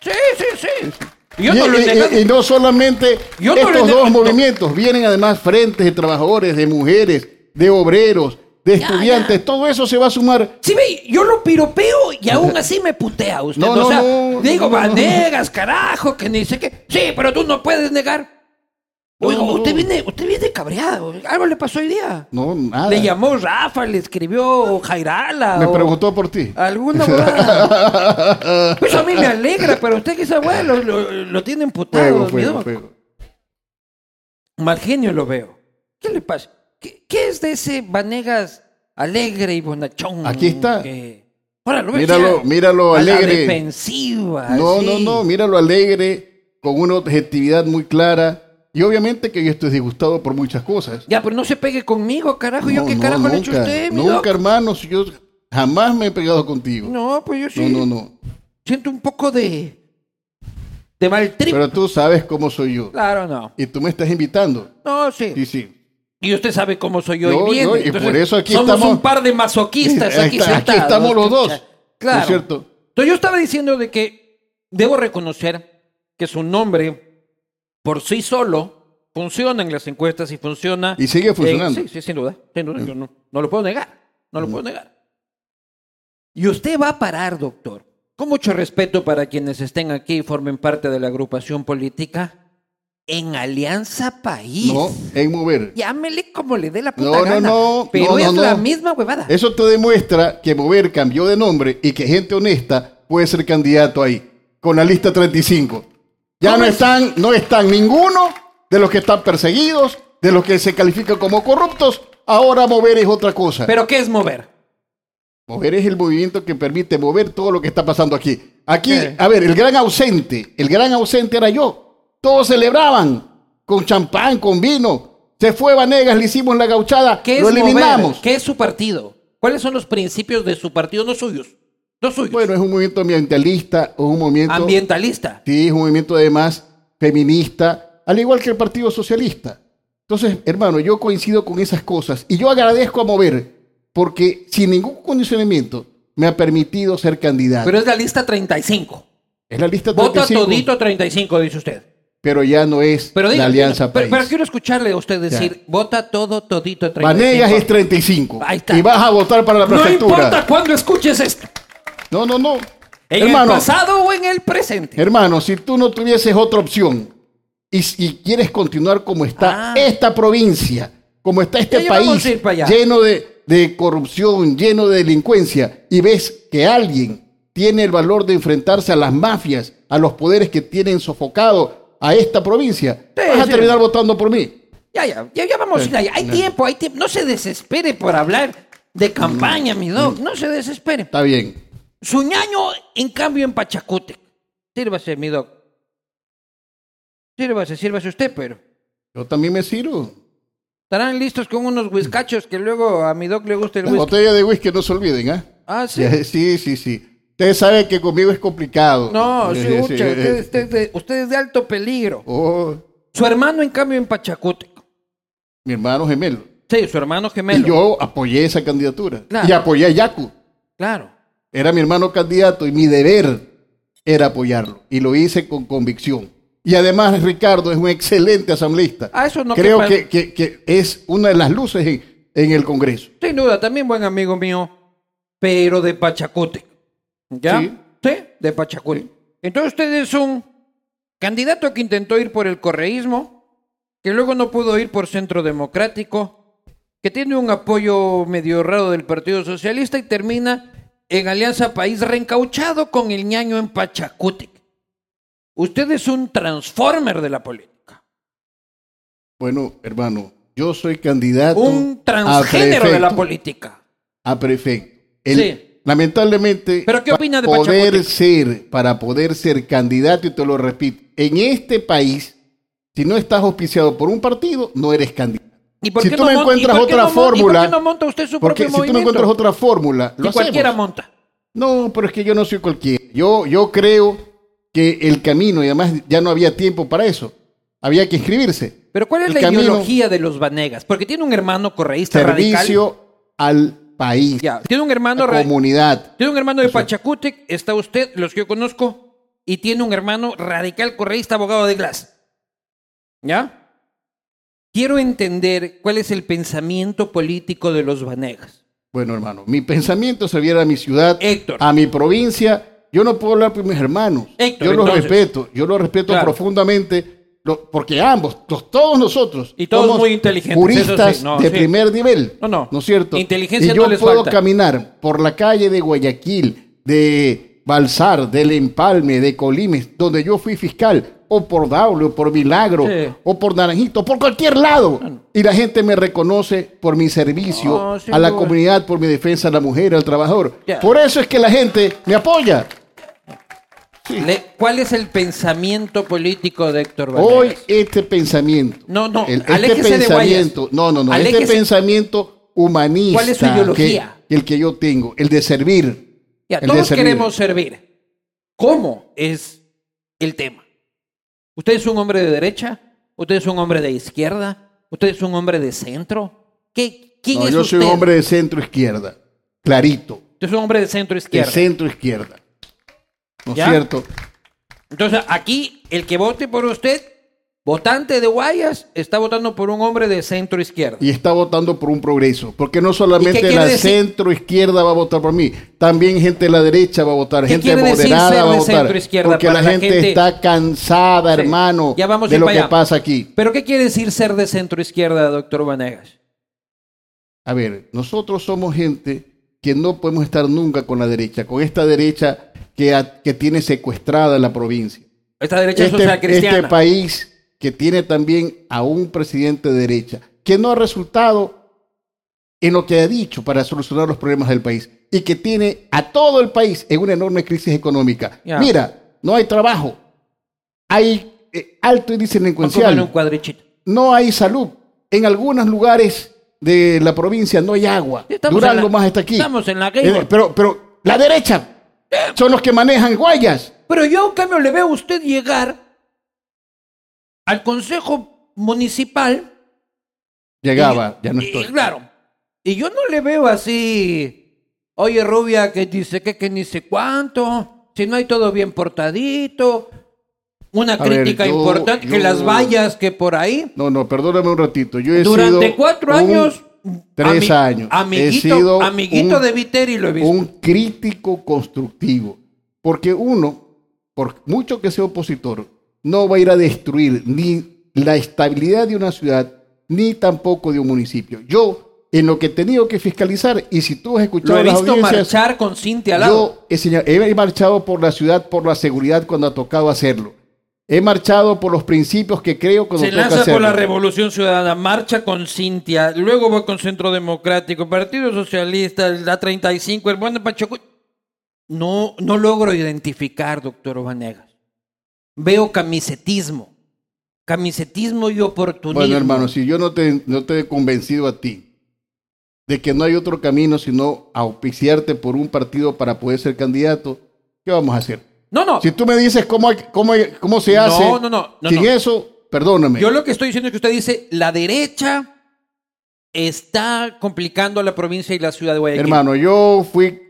Speaker 1: Sí, sí, sí. Y Yo
Speaker 2: y,
Speaker 1: no lo he
Speaker 2: y-
Speaker 1: negado.
Speaker 2: y no solamente
Speaker 1: Yo no lo he
Speaker 2: estos
Speaker 1: negado.
Speaker 2: dos movimientos, vienen además frentes de trabajadores, de mujeres, de obreros, de estudiantes. Todo eso se va a sumar.
Speaker 1: Sí, ve, yo lo piropeo y aún así me putea usted.
Speaker 2: No,
Speaker 1: o sea,
Speaker 2: no, no,
Speaker 1: digo,
Speaker 2: no, no.
Speaker 1: Vanegas, carajo, que ni sé qué. Sí, pero tú no puedes negar. Oiga,
Speaker 2: no,
Speaker 1: usted
Speaker 2: no.
Speaker 1: viene, usted viene cabreado. Algo le pasó hoy día.
Speaker 2: No, nada.
Speaker 1: Le llamó Rafa, le escribió Jairala.
Speaker 2: Me
Speaker 1: o
Speaker 2: preguntó por ti. [laughs]
Speaker 1: Alguna huevada. Eso a mí me alegra, pero usted que es abuelo lo, lo tiene
Speaker 2: Fuego,
Speaker 1: emputado.
Speaker 2: fuego,
Speaker 1: miedo.
Speaker 2: fuego.
Speaker 1: Mal genio lo veo. ¿Qué le pasa? ¿Qué, qué es de ese Vanegas alegre y bonachón?
Speaker 2: Aquí está.
Speaker 1: que- Ahora lo ves,
Speaker 2: Míralo,
Speaker 1: ya,
Speaker 2: míralo
Speaker 1: a la
Speaker 2: alegre.
Speaker 1: defensiva.
Speaker 2: No,
Speaker 1: así.
Speaker 2: no, no, míralo alegre, con una objetividad muy clara. Y obviamente que yo estoy disgustado por muchas cosas.
Speaker 1: Ya, pero no se pegue conmigo, carajo. ¿Yo
Speaker 2: No,
Speaker 1: qué
Speaker 2: no,
Speaker 1: carajo le he hecho a
Speaker 2: nunca,
Speaker 1: usted, mi
Speaker 2: Nunca,
Speaker 1: doc?
Speaker 2: hermano, si yo jamás me he pegado contigo. No,
Speaker 1: No, pues yo sí.
Speaker 2: no, no.
Speaker 1: Siento un poco de. de mal trip.
Speaker 2: Pero tú sabes cómo soy yo.
Speaker 1: Claro, no.
Speaker 2: Y tú me estás invitando.
Speaker 1: No, sí.
Speaker 2: Sí, sí.
Speaker 1: Y usted sabe cómo soy yo,
Speaker 2: Yo-
Speaker 1: y bien.
Speaker 2: yo, y por eso aquí
Speaker 1: somos
Speaker 2: estamos-
Speaker 1: un par de masoquistas
Speaker 2: Ahí
Speaker 1: aquí
Speaker 2: está,
Speaker 1: sentados.
Speaker 2: aquí estamos los dos.
Speaker 1: chucha.
Speaker 2: ¿No
Speaker 1: Claro.
Speaker 2: es cierto?
Speaker 1: Entonces yo estaba diciendo de que debo reconocer que su nombre por sí solo funciona en las encuestas y funciona.
Speaker 2: Y sigue
Speaker 1: en-
Speaker 2: funcionando. Mm.
Speaker 1: sí, sí, sin duda. Sin duda. Yo no, no lo puedo negar. No lo puedo negar. Y usted va a parar, doctor. Con mucho respeto para quienes estén aquí y formen parte de la agrupación política, en Alianza País.
Speaker 2: No, en mover.
Speaker 1: Llámele como le dé la puta
Speaker 2: No, no,
Speaker 1: gana.
Speaker 2: no,
Speaker 1: Pero
Speaker 2: no, no,
Speaker 1: es la
Speaker 2: no.
Speaker 1: misma huevada.
Speaker 2: Eso te demuestra que Mover cambió de nombre y que gente honesta puede ser candidato ahí, con la lista 35. Ya no están, no están ninguno de los que están perseguidos, de los que se califican como corruptos. Ahora Mover es otra cosa.
Speaker 1: ¿Pero qué es mover?
Speaker 2: Mover es el movimiento que permite mover todo lo que está pasando aquí. Aquí,
Speaker 1: Sí.
Speaker 2: a ver, el gran ausente, el gran ausente era yo. Todos celebraban con champán, con vino. Se fue Vanegas, le hicimos la gauchada,
Speaker 1: ¿Qué es
Speaker 2: lo
Speaker 1: mover?
Speaker 2: eliminamos.
Speaker 1: ¿Qué es su partido? ¿Cuáles son los principios de su partido? No suyos. No suyos.
Speaker 2: Bueno, es un movimiento ambientalista, es un movimiento.
Speaker 1: Ambientalista.
Speaker 2: Sí, es un movimiento además feminista, al igual que el Partido Socialista. Entonces, hermano, yo coincido con esas cosas y yo agradezco a Mover porque sin ningún condicionamiento me ha permitido ser candidato.
Speaker 1: Pero es la lista 35.
Speaker 2: es la lista
Speaker 1: Vota
Speaker 2: 35,
Speaker 1: todito 35, dice usted.
Speaker 2: pero ya no es
Speaker 1: Pero diga,
Speaker 2: la Alianza
Speaker 1: pero,
Speaker 2: País.
Speaker 1: pero quiero escucharle a usted decir, vota todo todito 35.
Speaker 2: Vanegas es 35
Speaker 1: Ahí está.
Speaker 2: y vas a votar para la
Speaker 1: No importa
Speaker 2: prefectura.
Speaker 1: cuándo escuches esto.
Speaker 2: No, no, no.
Speaker 1: En
Speaker 2: hermano,
Speaker 1: el pasado o en el presente.
Speaker 2: hermano, si tú no tuvieses otra opción y, si quieres continuar como está
Speaker 1: Ah.
Speaker 2: esta provincia, como está este
Speaker 1: Ya
Speaker 2: país
Speaker 1: llevamos a ir para allá.
Speaker 2: lleno de, de corrupción, lleno de delincuencia y ves que alguien tiene el valor de enfrentarse a las mafias, a los poderes que tienen sofocado a esta provincia,
Speaker 1: Sí,
Speaker 2: vas a
Speaker 1: sí.
Speaker 2: terminar votando por mí.
Speaker 1: Ya, ya, ya, ya vamos a ir allá. Hay tiempo, hay tiempo. No se desespere por hablar de campaña, mi doc. No se desespere.
Speaker 2: Está bien.
Speaker 1: Suñaño, en cambio, en Pachacute. Sírvase, mi doc. Sírvase, sírvase usted, pero.
Speaker 2: Yo también me sirvo.
Speaker 1: Estarán listos con unos whiskachos que luego a mi doc le gusta el
Speaker 2: La
Speaker 1: whisky.
Speaker 2: botella de whisky no se olviden, ¿ah?
Speaker 1: Ah, sí.
Speaker 2: Ya, Sí, sí, sí. Ustedes saben que conmigo es complicado.
Speaker 1: No, sí,
Speaker 2: Eh,
Speaker 1: ucha,
Speaker 2: eh,
Speaker 1: usted, usted es de, usted es de alto peligro.
Speaker 2: Oh,
Speaker 1: Su hermano, en cambio, en Pachacute.
Speaker 2: mi hermano gemelo.
Speaker 1: Sí, su hermano gemelo.
Speaker 2: Y yo apoyé esa candidatura.
Speaker 1: Claro.
Speaker 2: Y apoyé a Yacu.
Speaker 1: Claro.
Speaker 2: Era mi hermano candidato y mi deber era apoyarlo. Y lo hice con convicción. Y además Ricardo es un excelente asambleísta.
Speaker 1: Ah, eso no
Speaker 2: Creo
Speaker 1: quepa-
Speaker 2: que, que- que es una de las luces en, en el Congreso.
Speaker 1: Sin duda, también buen amigo mío, pero de Pachacute. ¿Ya?
Speaker 2: Sí.
Speaker 1: Sí, de Pachacute. Entonces usted es un candidato que intentó ir por el correísmo, que luego no pudo ir por Centro Democrático, que tiene un apoyo medio raro del Partido Socialista y termina en Alianza País reencauchado con el ñaño en Pachacute. Usted es un transformer de la política.
Speaker 2: Bueno, hermano, yo soy candidato
Speaker 1: Un
Speaker 2: a
Speaker 1: transgénero de la
Speaker 2: prefecto.
Speaker 1: política.
Speaker 2: a prefecto. Ah, El-
Speaker 1: Sí.
Speaker 2: Lamentablemente,
Speaker 1: ¿Pero qué
Speaker 2: pa-
Speaker 1: opina de
Speaker 2: poder
Speaker 1: Pachacuti?
Speaker 2: ser, para poder ser candidato, y te lo repito, en este país, si no estás auspiciado por un partido, no eres candidato.
Speaker 1: ¿Y por
Speaker 2: Si
Speaker 1: qué
Speaker 2: tú
Speaker 1: no
Speaker 2: no
Speaker 1: mon-
Speaker 2: encuentras
Speaker 1: y por qué no
Speaker 2: otra
Speaker 1: mon- ¿Y
Speaker 2: fórmula,
Speaker 1: por qué no monta usted su
Speaker 2: Porque
Speaker 1: propio
Speaker 2: si tú no
Speaker 1: movimiento?
Speaker 2: encuentras otra fórmula, lo
Speaker 1: y cualquiera
Speaker 2: hacemos.
Speaker 1: monta.
Speaker 2: No, pero es que yo no soy cualquiera. Yo, yo creo que el camino, y además ya no había tiempo para eso, había que inscribirse.
Speaker 1: Pero ¿cuál es
Speaker 2: El
Speaker 1: la
Speaker 2: camino-
Speaker 1: ideología de los Vanegas? Porque tiene un hermano correísta radical.
Speaker 2: Servicio al país,
Speaker 1: Ya, tiene un hermano
Speaker 2: a la
Speaker 1: ra-
Speaker 2: comunidad.
Speaker 1: tiene un hermano de Pachacútec, está usted, los que yo conozco, y tiene un hermano radical correísta abogado de Glass. ¿Ya? Quiero entender cuál es el pensamiento político de los Vanegas.
Speaker 2: Bueno, hermano, mi pensamiento se viera a mi ciudad,
Speaker 1: Héctor.
Speaker 2: a mi provincia. Yo no puedo hablar por mis hermanos.
Speaker 1: Héctor,
Speaker 2: yo los
Speaker 1: entonces.
Speaker 2: respeto, yo los respeto
Speaker 1: Claro.
Speaker 2: profundamente, lo- porque ambos, los- todos nosotros,
Speaker 1: Y todos muy inteligentes, eso
Speaker 2: juristas
Speaker 1: sí, no,
Speaker 2: de
Speaker 1: sí.
Speaker 2: primer nivel.
Speaker 1: No, no.
Speaker 2: ¿No es cierto?
Speaker 1: Inteligencia
Speaker 2: y yo
Speaker 1: no les
Speaker 2: puedo
Speaker 1: falta.
Speaker 2: caminar por la calle de Guayaquil, de Balsar, del Empalme, de Colimes, donde yo fui fiscal, o por Daulio, por Milagro,
Speaker 1: Sí.
Speaker 2: o por Naranjito, por cualquier lado. Y la gente me reconoce por mi servicio
Speaker 1: No,
Speaker 2: a
Speaker 1: sin
Speaker 2: la
Speaker 1: duda.
Speaker 2: comunidad, por mi defensa a la mujer, al trabajador.
Speaker 1: Ya.
Speaker 2: Por eso es que la gente me apoya.
Speaker 1: Le- ¿Cuál es el pensamiento político de Héctor Vanegas?
Speaker 2: Hoy este pensamiento.
Speaker 1: No, no,
Speaker 2: el- este
Speaker 1: aléjese de
Speaker 2: pensamiento,
Speaker 1: guayas.
Speaker 2: no, no, no, este
Speaker 1: Aléjese.
Speaker 2: pensamiento humanista.
Speaker 1: ¿Cuál es su ideología?
Speaker 2: que- el que yo tengo, el de servir.
Speaker 1: Ya,
Speaker 2: el de
Speaker 1: todos
Speaker 2: servir.
Speaker 1: queremos servir. ¿Cómo es el tema? ¿Usted es un hombre de derecha? ¿Usted es un hombre de izquierda? ¿Usted es un hombre de centro? ¿Qué, ¿Quién
Speaker 2: No,
Speaker 1: es
Speaker 2: yo
Speaker 1: usted?
Speaker 2: soy un hombre de centro izquierda, clarito,
Speaker 1: Usted es un hombre de centro
Speaker 2: de
Speaker 1: izquierda.
Speaker 2: centro izquierda. ¿No es
Speaker 1: ¿Ya?
Speaker 2: cierto?
Speaker 1: Entonces, aquí el que vote por usted, votante de Guayas, está votando por un hombre de centro izquierda.
Speaker 2: y está votando por un progreso. Porque no
Speaker 1: ¿Y qué
Speaker 2: solamente
Speaker 1: quiere
Speaker 2: la
Speaker 1: decir?
Speaker 2: centro izquierda va a votar por mí, también gente de la derecha va a votar,
Speaker 1: ¿Qué
Speaker 2: gente
Speaker 1: quiere decir ser
Speaker 2: moderada va a
Speaker 1: de
Speaker 2: votar.
Speaker 1: centroizquierda
Speaker 2: Porque la
Speaker 1: para la
Speaker 2: gente,
Speaker 1: gente?
Speaker 2: está cansada,
Speaker 1: Sí.
Speaker 2: hermano,
Speaker 1: Ya vamos a
Speaker 2: de
Speaker 1: ir
Speaker 2: lo
Speaker 1: para
Speaker 2: que
Speaker 1: allá.
Speaker 2: pasa aquí.
Speaker 1: ¿Pero qué quiere decir ser de centro izquierda, doctor Vanegas?
Speaker 2: A ver, nosotros somos gente que no podemos estar nunca con la derecha, con esta derecha que, a- que tiene secuestrada la provincia.
Speaker 1: Esta derecha
Speaker 2: Este,
Speaker 1: social cristiana.
Speaker 2: este país que tiene también a un presidente de derecha, que no ha resultado en lo que ha dicho para solucionar los problemas del país y que tiene a todo el país en una enorme crisis económica.
Speaker 1: Ya.
Speaker 2: Mira, no hay trabajo, hay eh, alto índice
Speaker 1: Vamos a comer un
Speaker 2: delincuencial,
Speaker 1: cuadrichito.
Speaker 2: no hay salud. En algunos lugares de la provincia no hay agua.
Speaker 1: Estamos
Speaker 2: Durango
Speaker 1: en la-
Speaker 2: más está aquí.
Speaker 1: Estamos en la
Speaker 2: Eh,
Speaker 1: Gaylord.
Speaker 2: pero, pero la derecha son los que manejan Guayas.
Speaker 1: Pero yo, en cambio, le veo a usted llegar al Consejo Municipal.
Speaker 2: Llegaba,
Speaker 1: y-
Speaker 2: ya no
Speaker 1: y-
Speaker 2: estoy.
Speaker 1: claro. Y yo no le veo así. Oye, rubia, que dice que, que ni sé cuánto. Si no hay todo bien portadito. Una
Speaker 2: A ver,
Speaker 1: crítica
Speaker 2: yo-
Speaker 1: importante, que
Speaker 2: yo-
Speaker 1: las vallas que por ahí.
Speaker 2: No, no, perdóname un ratito. Yo he
Speaker 1: Durante
Speaker 2: sido
Speaker 1: cuatro
Speaker 2: un-
Speaker 1: años. ami-
Speaker 2: tres años. He
Speaker 1: Amiguito,
Speaker 2: sido
Speaker 1: amiguito
Speaker 2: un-
Speaker 1: de Viteri lo he visto.
Speaker 2: un crítico constructivo. Porque uno, por mucho que sea opositor, no va a ir a destruir ni la estabilidad de una ciudad, ni tampoco de un municipio. Yo, en lo que he tenido que fiscalizar, y si tú has
Speaker 1: lo
Speaker 2: escuchado
Speaker 1: he
Speaker 2: las
Speaker 1: visto
Speaker 2: audiencias,
Speaker 1: marchar con Cintia al lado.
Speaker 2: yo he, señal- he marchado por la ciudad, por la seguridad cuando ha tocado hacerlo. He marchado por los principios que creo cuando
Speaker 1: Se
Speaker 2: toca
Speaker 1: lanza
Speaker 2: hacerlo.
Speaker 1: por la Revolución Ciudadana, marcha con Cintia, luego va con Centro Democrático, Partido Socialista, la 35, el buen de Pachacu- No, no logro identificar, doctor Obanegas. Veo camisetismo. Camisetismo y oportunismo.
Speaker 2: Bueno, hermano, si yo no te, no te he convencido a ti de que no hay otro camino sino auspiciarte por un partido para poder ser candidato, ¿qué vamos a hacer?
Speaker 1: No, no.
Speaker 2: Si tú me dices cómo, hay- cómo, hay- cómo se
Speaker 1: No,
Speaker 2: hace
Speaker 1: no, no, no,
Speaker 2: sin
Speaker 1: no.
Speaker 2: eso, perdóname.
Speaker 1: Yo lo que estoy diciendo es que usted dice, la derecha está complicando a la provincia y la ciudad de Guayaquil.
Speaker 2: hermano, yo fui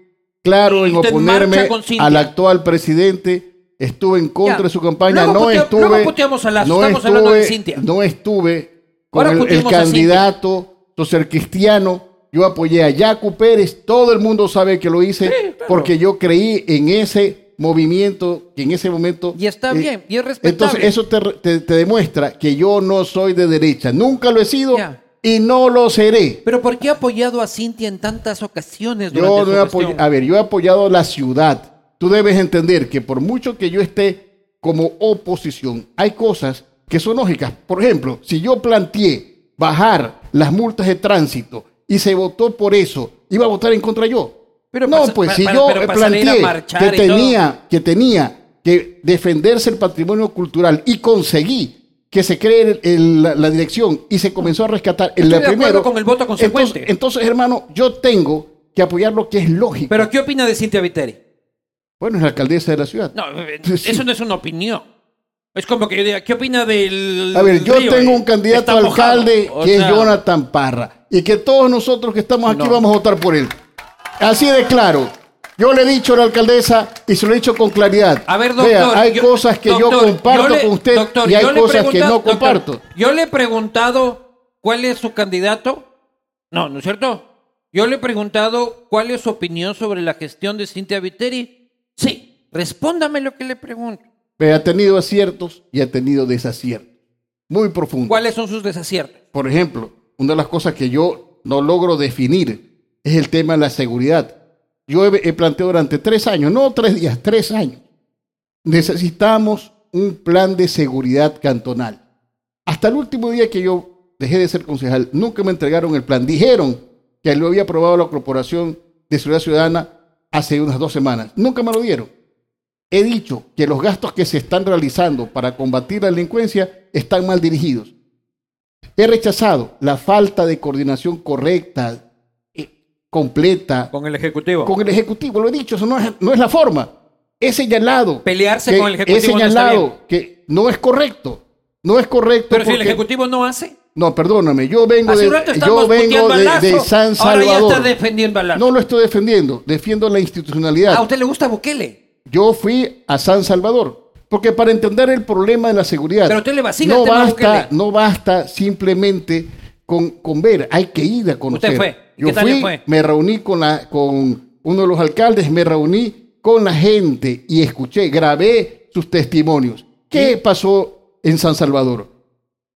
Speaker 2: claro
Speaker 1: Y
Speaker 2: en
Speaker 1: usted marcha
Speaker 2: oponerme
Speaker 1: con Cintia.
Speaker 2: al actual presidente, estuve en contra
Speaker 1: Ya.
Speaker 2: de su campaña,
Speaker 1: Luego
Speaker 2: no
Speaker 1: putea-
Speaker 2: estuve...
Speaker 1: luego puteamos a Lazo, estamos hablando de Cintia.
Speaker 2: No estuve con
Speaker 1: Ahora
Speaker 2: el- el,
Speaker 1: puteamos a Cintia.
Speaker 2: candidato social cristiano. Yo apoyé a Yacu Pérez. Todo el mundo sabe que lo hice
Speaker 1: claro.
Speaker 2: porque yo creí en ese movimiento, que en ese momento...
Speaker 1: Y está
Speaker 2: eh,
Speaker 1: bien, y es respetable.
Speaker 2: Entonces, eso te, te- te demuestra que yo no soy de derecha. Nunca lo he sido
Speaker 1: Ya.
Speaker 2: y no lo seré.
Speaker 1: Pero ¿por qué ha apoyado a Cintia en tantas ocasiones durante
Speaker 2: Yo no
Speaker 1: su
Speaker 2: he
Speaker 1: gestión?
Speaker 2: apoyado, a ver, yo he apoyado la ciudad. Tú debes entender que por mucho que yo esté como oposición, hay cosas que son lógicas. Por ejemplo, si yo planteé bajar las multas de tránsito y se votó por eso, iba a votar en contra yo.
Speaker 1: Pero
Speaker 2: no,
Speaker 1: pasa-
Speaker 2: pues
Speaker 1: pa-
Speaker 2: si
Speaker 1: pa-
Speaker 2: yo
Speaker 1: pero para salir a
Speaker 2: planteé
Speaker 1: marchar
Speaker 2: que
Speaker 1: y todo.
Speaker 2: tenía, que tenía que defenderse el patrimonio cultural y conseguí que se cree el- el- la, la dirección y se comenzó a rescatar el
Speaker 1: Estoy de acuerdo
Speaker 2: primero.
Speaker 1: con el voto consecuente.
Speaker 2: Entonces, entonces, hermano, yo tengo que apoyar lo que es lógico.
Speaker 1: ¿Pero qué opina de Cintia Viteri?
Speaker 2: bueno, es la alcaldesa de la ciudad.
Speaker 1: No, eh,
Speaker 2: [laughs] Sí, sí.
Speaker 1: eso no es una opinión. Es como que yo diga, ¿qué opina del
Speaker 2: a ver, yo
Speaker 1: río,
Speaker 2: tengo
Speaker 1: eh?
Speaker 2: un candidato
Speaker 1: Está mojado.
Speaker 2: alcalde
Speaker 1: O
Speaker 2: que
Speaker 1: sea,
Speaker 2: es Jonathan Parra y que todos nosotros que estamos aquí
Speaker 1: No.
Speaker 2: vamos a votar por él. Así de claro. Yo le he dicho a la alcaldesa y se lo he dicho con claridad.
Speaker 1: A ver, doctor.
Speaker 2: Vea, hay
Speaker 1: yo-
Speaker 2: cosas que yo
Speaker 1: doctor,
Speaker 2: comparto
Speaker 1: yo le-
Speaker 2: con usted
Speaker 1: doctor,
Speaker 2: y hay
Speaker 1: yo le he
Speaker 2: cosas que
Speaker 1: preguntado-
Speaker 2: no
Speaker 1: doctor,
Speaker 2: comparto.
Speaker 1: yo le he preguntado cuál es su candidato. No, ¿no es cierto? Yo le he preguntado cuál es su opinión sobre la gestión de Cintia Viteri. Sí, respóndame lo que le pregunto.
Speaker 2: Pero ha tenido aciertos y ha tenido desaciertos. Muy profundos.
Speaker 1: ¿Cuáles son sus desaciertos?
Speaker 2: Por ejemplo, una de las cosas que yo no logro definir es el tema de la seguridad. Yo he, he planteado durante tres años, no tres días, tres años. Necesitamos un plan de seguridad cantonal. Hasta el último día que yo dejé de ser concejal, nunca me entregaron el plan. Dijeron que lo había aprobado la Corporación de Seguridad Ciudadana hace unas dos semanas. Nunca me lo dieron. He dicho que los gastos que se están realizando para combatir la delincuencia están mal dirigidos. He rechazado la falta de coordinación correcta, eh, completa,
Speaker 1: Con el Ejecutivo.
Speaker 2: con el Ejecutivo. Lo he dicho, eso no es, no es la forma. He señalado.
Speaker 1: Pelearse
Speaker 2: que-
Speaker 1: con el
Speaker 2: He
Speaker 1: Ejecutivo no está
Speaker 2: señalado que no es correcto. No es correcto.
Speaker 1: Pero si el
Speaker 2: porque-
Speaker 1: Ejecutivo no hace.
Speaker 2: No, perdóname, yo vengo
Speaker 1: Hace
Speaker 2: de,
Speaker 1: un rato
Speaker 2: yo
Speaker 1: estamos
Speaker 2: vengo
Speaker 1: puteando a
Speaker 2: de,
Speaker 1: Lazo,
Speaker 2: de San
Speaker 1: Ahora ya
Speaker 2: Salvador.
Speaker 1: está defendiendo a Lazo.
Speaker 2: no lo estoy defendiendo, defiendo la institucionalidad.
Speaker 1: ¿A usted le gusta Bukele?
Speaker 2: Yo fui a San Salvador. Porque para entender el problema de la seguridad,
Speaker 1: Pero usted le vacila este
Speaker 2: no,
Speaker 1: el tema a Bukele.
Speaker 2: basta, no basta simplemente con, con ver, hay que ir a conocer.
Speaker 1: Usted fue. ¿Y
Speaker 2: Yo
Speaker 1: qué tal le
Speaker 2: fui,
Speaker 1: fue?
Speaker 2: me reuní con, la, con uno de los alcaldes, me reuní con la gente y escuché, grabé sus testimonios. ¿Qué pasó en San Salvador?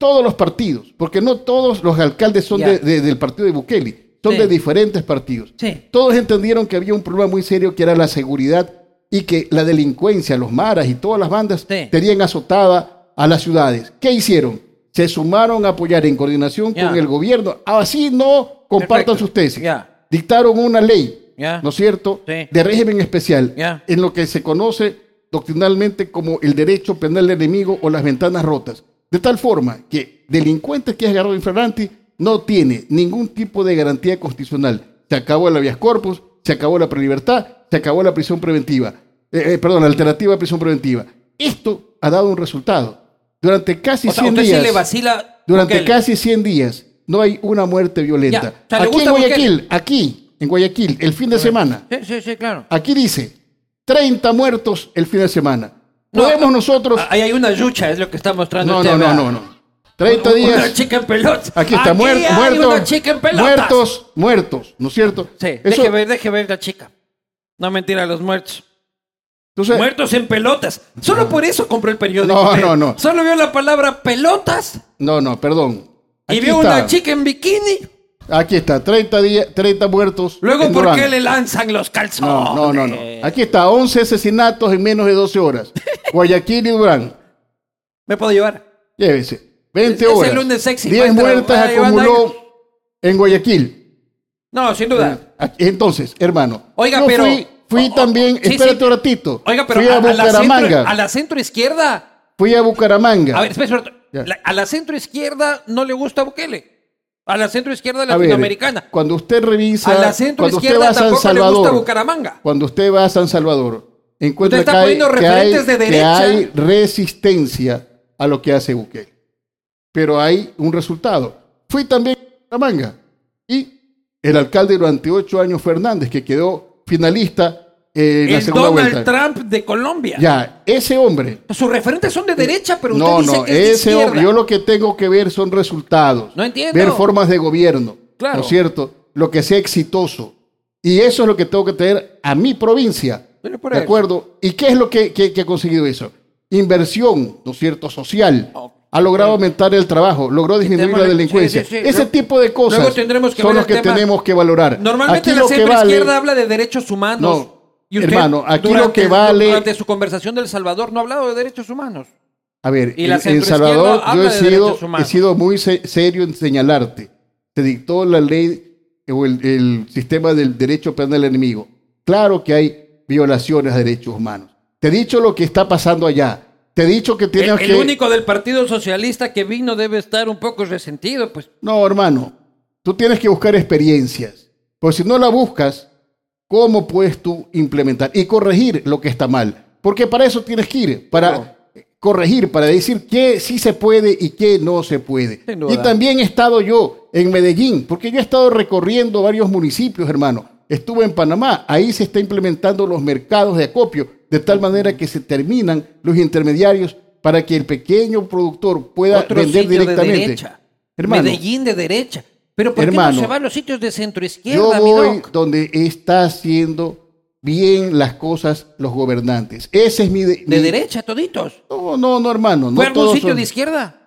Speaker 2: Todos los partidos, porque no todos los alcaldes son
Speaker 1: Ya.
Speaker 2: de- de- del partido de Bukele, son
Speaker 1: Sí.
Speaker 2: de diferentes partidos.
Speaker 1: Sí.
Speaker 2: Todos entendieron que había un problema muy serio que era la seguridad y que la delincuencia, los maras y todas las bandas
Speaker 1: Sí.
Speaker 2: tenían azotada a las ciudades. ¿Qué hicieron? Se sumaron a apoyar en coordinación
Speaker 1: Ya.
Speaker 2: con el gobierno. Así no compartan
Speaker 1: Perfecto.
Speaker 2: sus tesis.
Speaker 1: Ya.
Speaker 2: Dictaron una ley,
Speaker 1: Ya.
Speaker 2: ¿no es cierto?,
Speaker 1: Sí.
Speaker 2: de régimen especial,
Speaker 1: Ya.
Speaker 2: en lo que se conoce doctrinalmente como el derecho penal del enemigo o las ventanas rotas. De tal forma que delincuentes que es agarrado en Ferranti no tiene ningún tipo de garantía constitucional. Se acabó el habeas corpus, se acabó la prelibertad, se acabó la prisión preventiva. Eh, eh, perdón, la alternativa a prisión preventiva. Esto ha dado un resultado. Durante casi
Speaker 1: O sea,
Speaker 2: 100
Speaker 1: usted
Speaker 2: días.
Speaker 1: sí le vacila.
Speaker 2: Durante
Speaker 1: Bukele.
Speaker 2: casi 100 días no hay una muerte violenta.
Speaker 1: Ya, o sea, le
Speaker 2: aquí en
Speaker 1: gusta
Speaker 2: Guayaquil, aquí, en Guayaquil, el fin de semana.
Speaker 1: Sí, sí, sí, claro.
Speaker 2: Aquí dice 30 muertos el fin de semana.
Speaker 1: No,
Speaker 2: Podemos
Speaker 1: ah,
Speaker 2: nosotros.
Speaker 1: Ah, Ahí hay una yucha, es lo que está mostrando
Speaker 2: no,
Speaker 1: usted,
Speaker 2: no, no,
Speaker 1: ¿verdad?
Speaker 2: no, no. 30
Speaker 1: Una
Speaker 2: días.
Speaker 1: chica en pelotas.
Speaker 2: Aquí está muer-
Speaker 1: hay
Speaker 2: muerto-
Speaker 1: una chica en pelotas.
Speaker 2: muertos, muertos, ¿no es cierto?
Speaker 1: Sí,
Speaker 2: Eso-
Speaker 1: deje ver, deje ver la chica. No mentira, los muertos.
Speaker 2: entonces,
Speaker 1: Muertos en pelotas. Solo por eso compró el periódico.
Speaker 2: No,
Speaker 1: usted.
Speaker 2: no, no.
Speaker 1: Solo vio la palabra pelotas
Speaker 2: no, no, perdón.
Speaker 1: y
Speaker 2: Aquí
Speaker 1: vio
Speaker 2: está.
Speaker 1: una chica en bikini.
Speaker 2: Aquí está, 30 días, 30 muertos.
Speaker 1: Luego,
Speaker 2: en
Speaker 1: ¿por
Speaker 2: Durán.
Speaker 1: qué le Oh, lanzan los calzones?
Speaker 2: No, no, no, no. Aquí está, 11 asesinatos en menos de
Speaker 1: [laughs]
Speaker 2: 12 horas. Guayaquil y Durán.
Speaker 1: ¿Me puedo llevar?
Speaker 2: Llévese. 20
Speaker 1: Es- es el
Speaker 2: horas.
Speaker 1: lunes sexy,
Speaker 2: 10
Speaker 1: maestro.
Speaker 2: muertes
Speaker 1: Ahí van,
Speaker 2: acumuló en Guayaquil.
Speaker 1: No, sin duda.
Speaker 2: Eh, Aquí- Entonces, hermano.
Speaker 1: Oiga,
Speaker 2: yo
Speaker 1: pero-
Speaker 2: Fui, fui
Speaker 1: o- o-
Speaker 2: también.
Speaker 1: sí, sí.
Speaker 2: espérate un ratito.
Speaker 1: Oiga, pero
Speaker 2: fui a,
Speaker 1: a, a la
Speaker 2: Bucaramanga.
Speaker 1: centro, a la centro izquierda.
Speaker 2: Fui a Bucaramanga.
Speaker 1: A ver, espera, espera.
Speaker 2: Ya.
Speaker 1: La- a la centro izquierda no le gusta Bukele. A la centro izquierda
Speaker 2: A ver,
Speaker 1: latinoamericana.
Speaker 2: cuando usted revisa.
Speaker 1: a la centro
Speaker 2: cuando usted
Speaker 1: izquierda
Speaker 2: va a San
Speaker 1: tampoco le gusta
Speaker 2: Salvador.
Speaker 1: Bucaramanga.
Speaker 2: Cuando usted va a San Salvador. Encuentra
Speaker 1: Usted está
Speaker 2: que, hay,
Speaker 1: poniendo
Speaker 2: que hay-
Speaker 1: referentes de
Speaker 2: que
Speaker 1: derecha.
Speaker 2: hay resistencia a lo que hace Bukele. Pero hay un resultado. Fui también a Bucaramanga. Y el alcalde durante ocho años, Fernández, que quedó finalista eh, en la
Speaker 1: El
Speaker 2: segunda
Speaker 1: Donald
Speaker 2: vuelta.
Speaker 1: Trump de Colombia.
Speaker 2: Ya, ese hombre.
Speaker 1: Sus referentes son de derecha, pero usted
Speaker 2: No,
Speaker 1: dice
Speaker 2: no,
Speaker 1: que es de
Speaker 2: ese
Speaker 1: izquierda.
Speaker 2: hombre, yo lo que tengo que ver son resultados.
Speaker 1: No entiendo.
Speaker 2: Ver formas de gobierno.
Speaker 1: Claro.
Speaker 2: ¿No es cierto? Lo que sea exitoso. Y eso es lo que tengo que tener a mi provincia.
Speaker 1: Pero por
Speaker 2: ¿De
Speaker 1: eso.
Speaker 2: acuerdo? ¿Y qué es lo que, que- que ha conseguido eso? Inversión, ¿no es cierto? Social.
Speaker 1: Ok.
Speaker 2: Ha logrado aumentar el trabajo, logró disminuir la
Speaker 1: Quitémosle-
Speaker 2: delincuencia.
Speaker 1: sí, sí, sí.
Speaker 2: Ese
Speaker 1: Luego-
Speaker 2: tipo de cosas
Speaker 1: luego tendremos que
Speaker 2: son
Speaker 1: ver
Speaker 2: los
Speaker 1: el
Speaker 2: que
Speaker 1: tema.
Speaker 2: tenemos que valorar.
Speaker 1: Normalmente
Speaker 2: Aquí
Speaker 1: la
Speaker 2: lo que
Speaker 1: centro
Speaker 2: vale,
Speaker 1: izquierda habla de derechos humanos.
Speaker 2: No, hermano, aquí lo que vale-
Speaker 1: Durante su conversación del Salvador no ha hablado de derechos humanos.
Speaker 2: A ver,
Speaker 1: Y la
Speaker 2: en- en
Speaker 1: centroizquierda
Speaker 2: Salvador yo
Speaker 1: habla
Speaker 2: he
Speaker 1: de
Speaker 2: sido,
Speaker 1: derechos humanos.
Speaker 2: he sido muy se- serio en señalarte. Se dictó la ley eh, o el, el sistema del derecho penal enemigo. Claro que hay violaciones a derechos humanos. Te he dicho lo que está pasando allá. Te he dicho que
Speaker 1: El,
Speaker 2: tienes
Speaker 1: el
Speaker 2: que...
Speaker 1: único del Partido Socialista que vino debe estar un poco resentido, pues.
Speaker 2: No, hermano, tú tienes que buscar experiencias. Porque si no la buscas, ¿cómo puedes tú implementar y corregir lo que está mal? Porque para eso tienes que ir, para
Speaker 1: Claro.
Speaker 2: corregir, para decir qué sí se puede y qué no se puede.
Speaker 1: Sin duda.
Speaker 2: Y también he estado yo en Medellín, porque yo he estado recorriendo varios municipios, hermano. Estuve en Panamá, ahí se está implementando los mercados de acopio, de tal manera que se terminan los intermediarios para que el pequeño productor pueda
Speaker 1: Otro
Speaker 2: vender
Speaker 1: sitio de
Speaker 2: directamente.
Speaker 1: derecha.
Speaker 2: Hermano.
Speaker 1: Medellín de derecha. Pero ¿por qué
Speaker 2: Hermano.
Speaker 1: no se va a los sitios de centro izquierda,
Speaker 2: Yo
Speaker 1: mi
Speaker 2: voy
Speaker 1: doc?
Speaker 2: donde está haciendo bien las cosas los gobernantes. Ese es mi... de-
Speaker 1: De
Speaker 2: mi-
Speaker 1: derecha, toditos.
Speaker 2: No, no, no, hermano. No
Speaker 1: ¿Fue algún
Speaker 2: todos
Speaker 1: sitio
Speaker 2: son-
Speaker 1: de izquierda?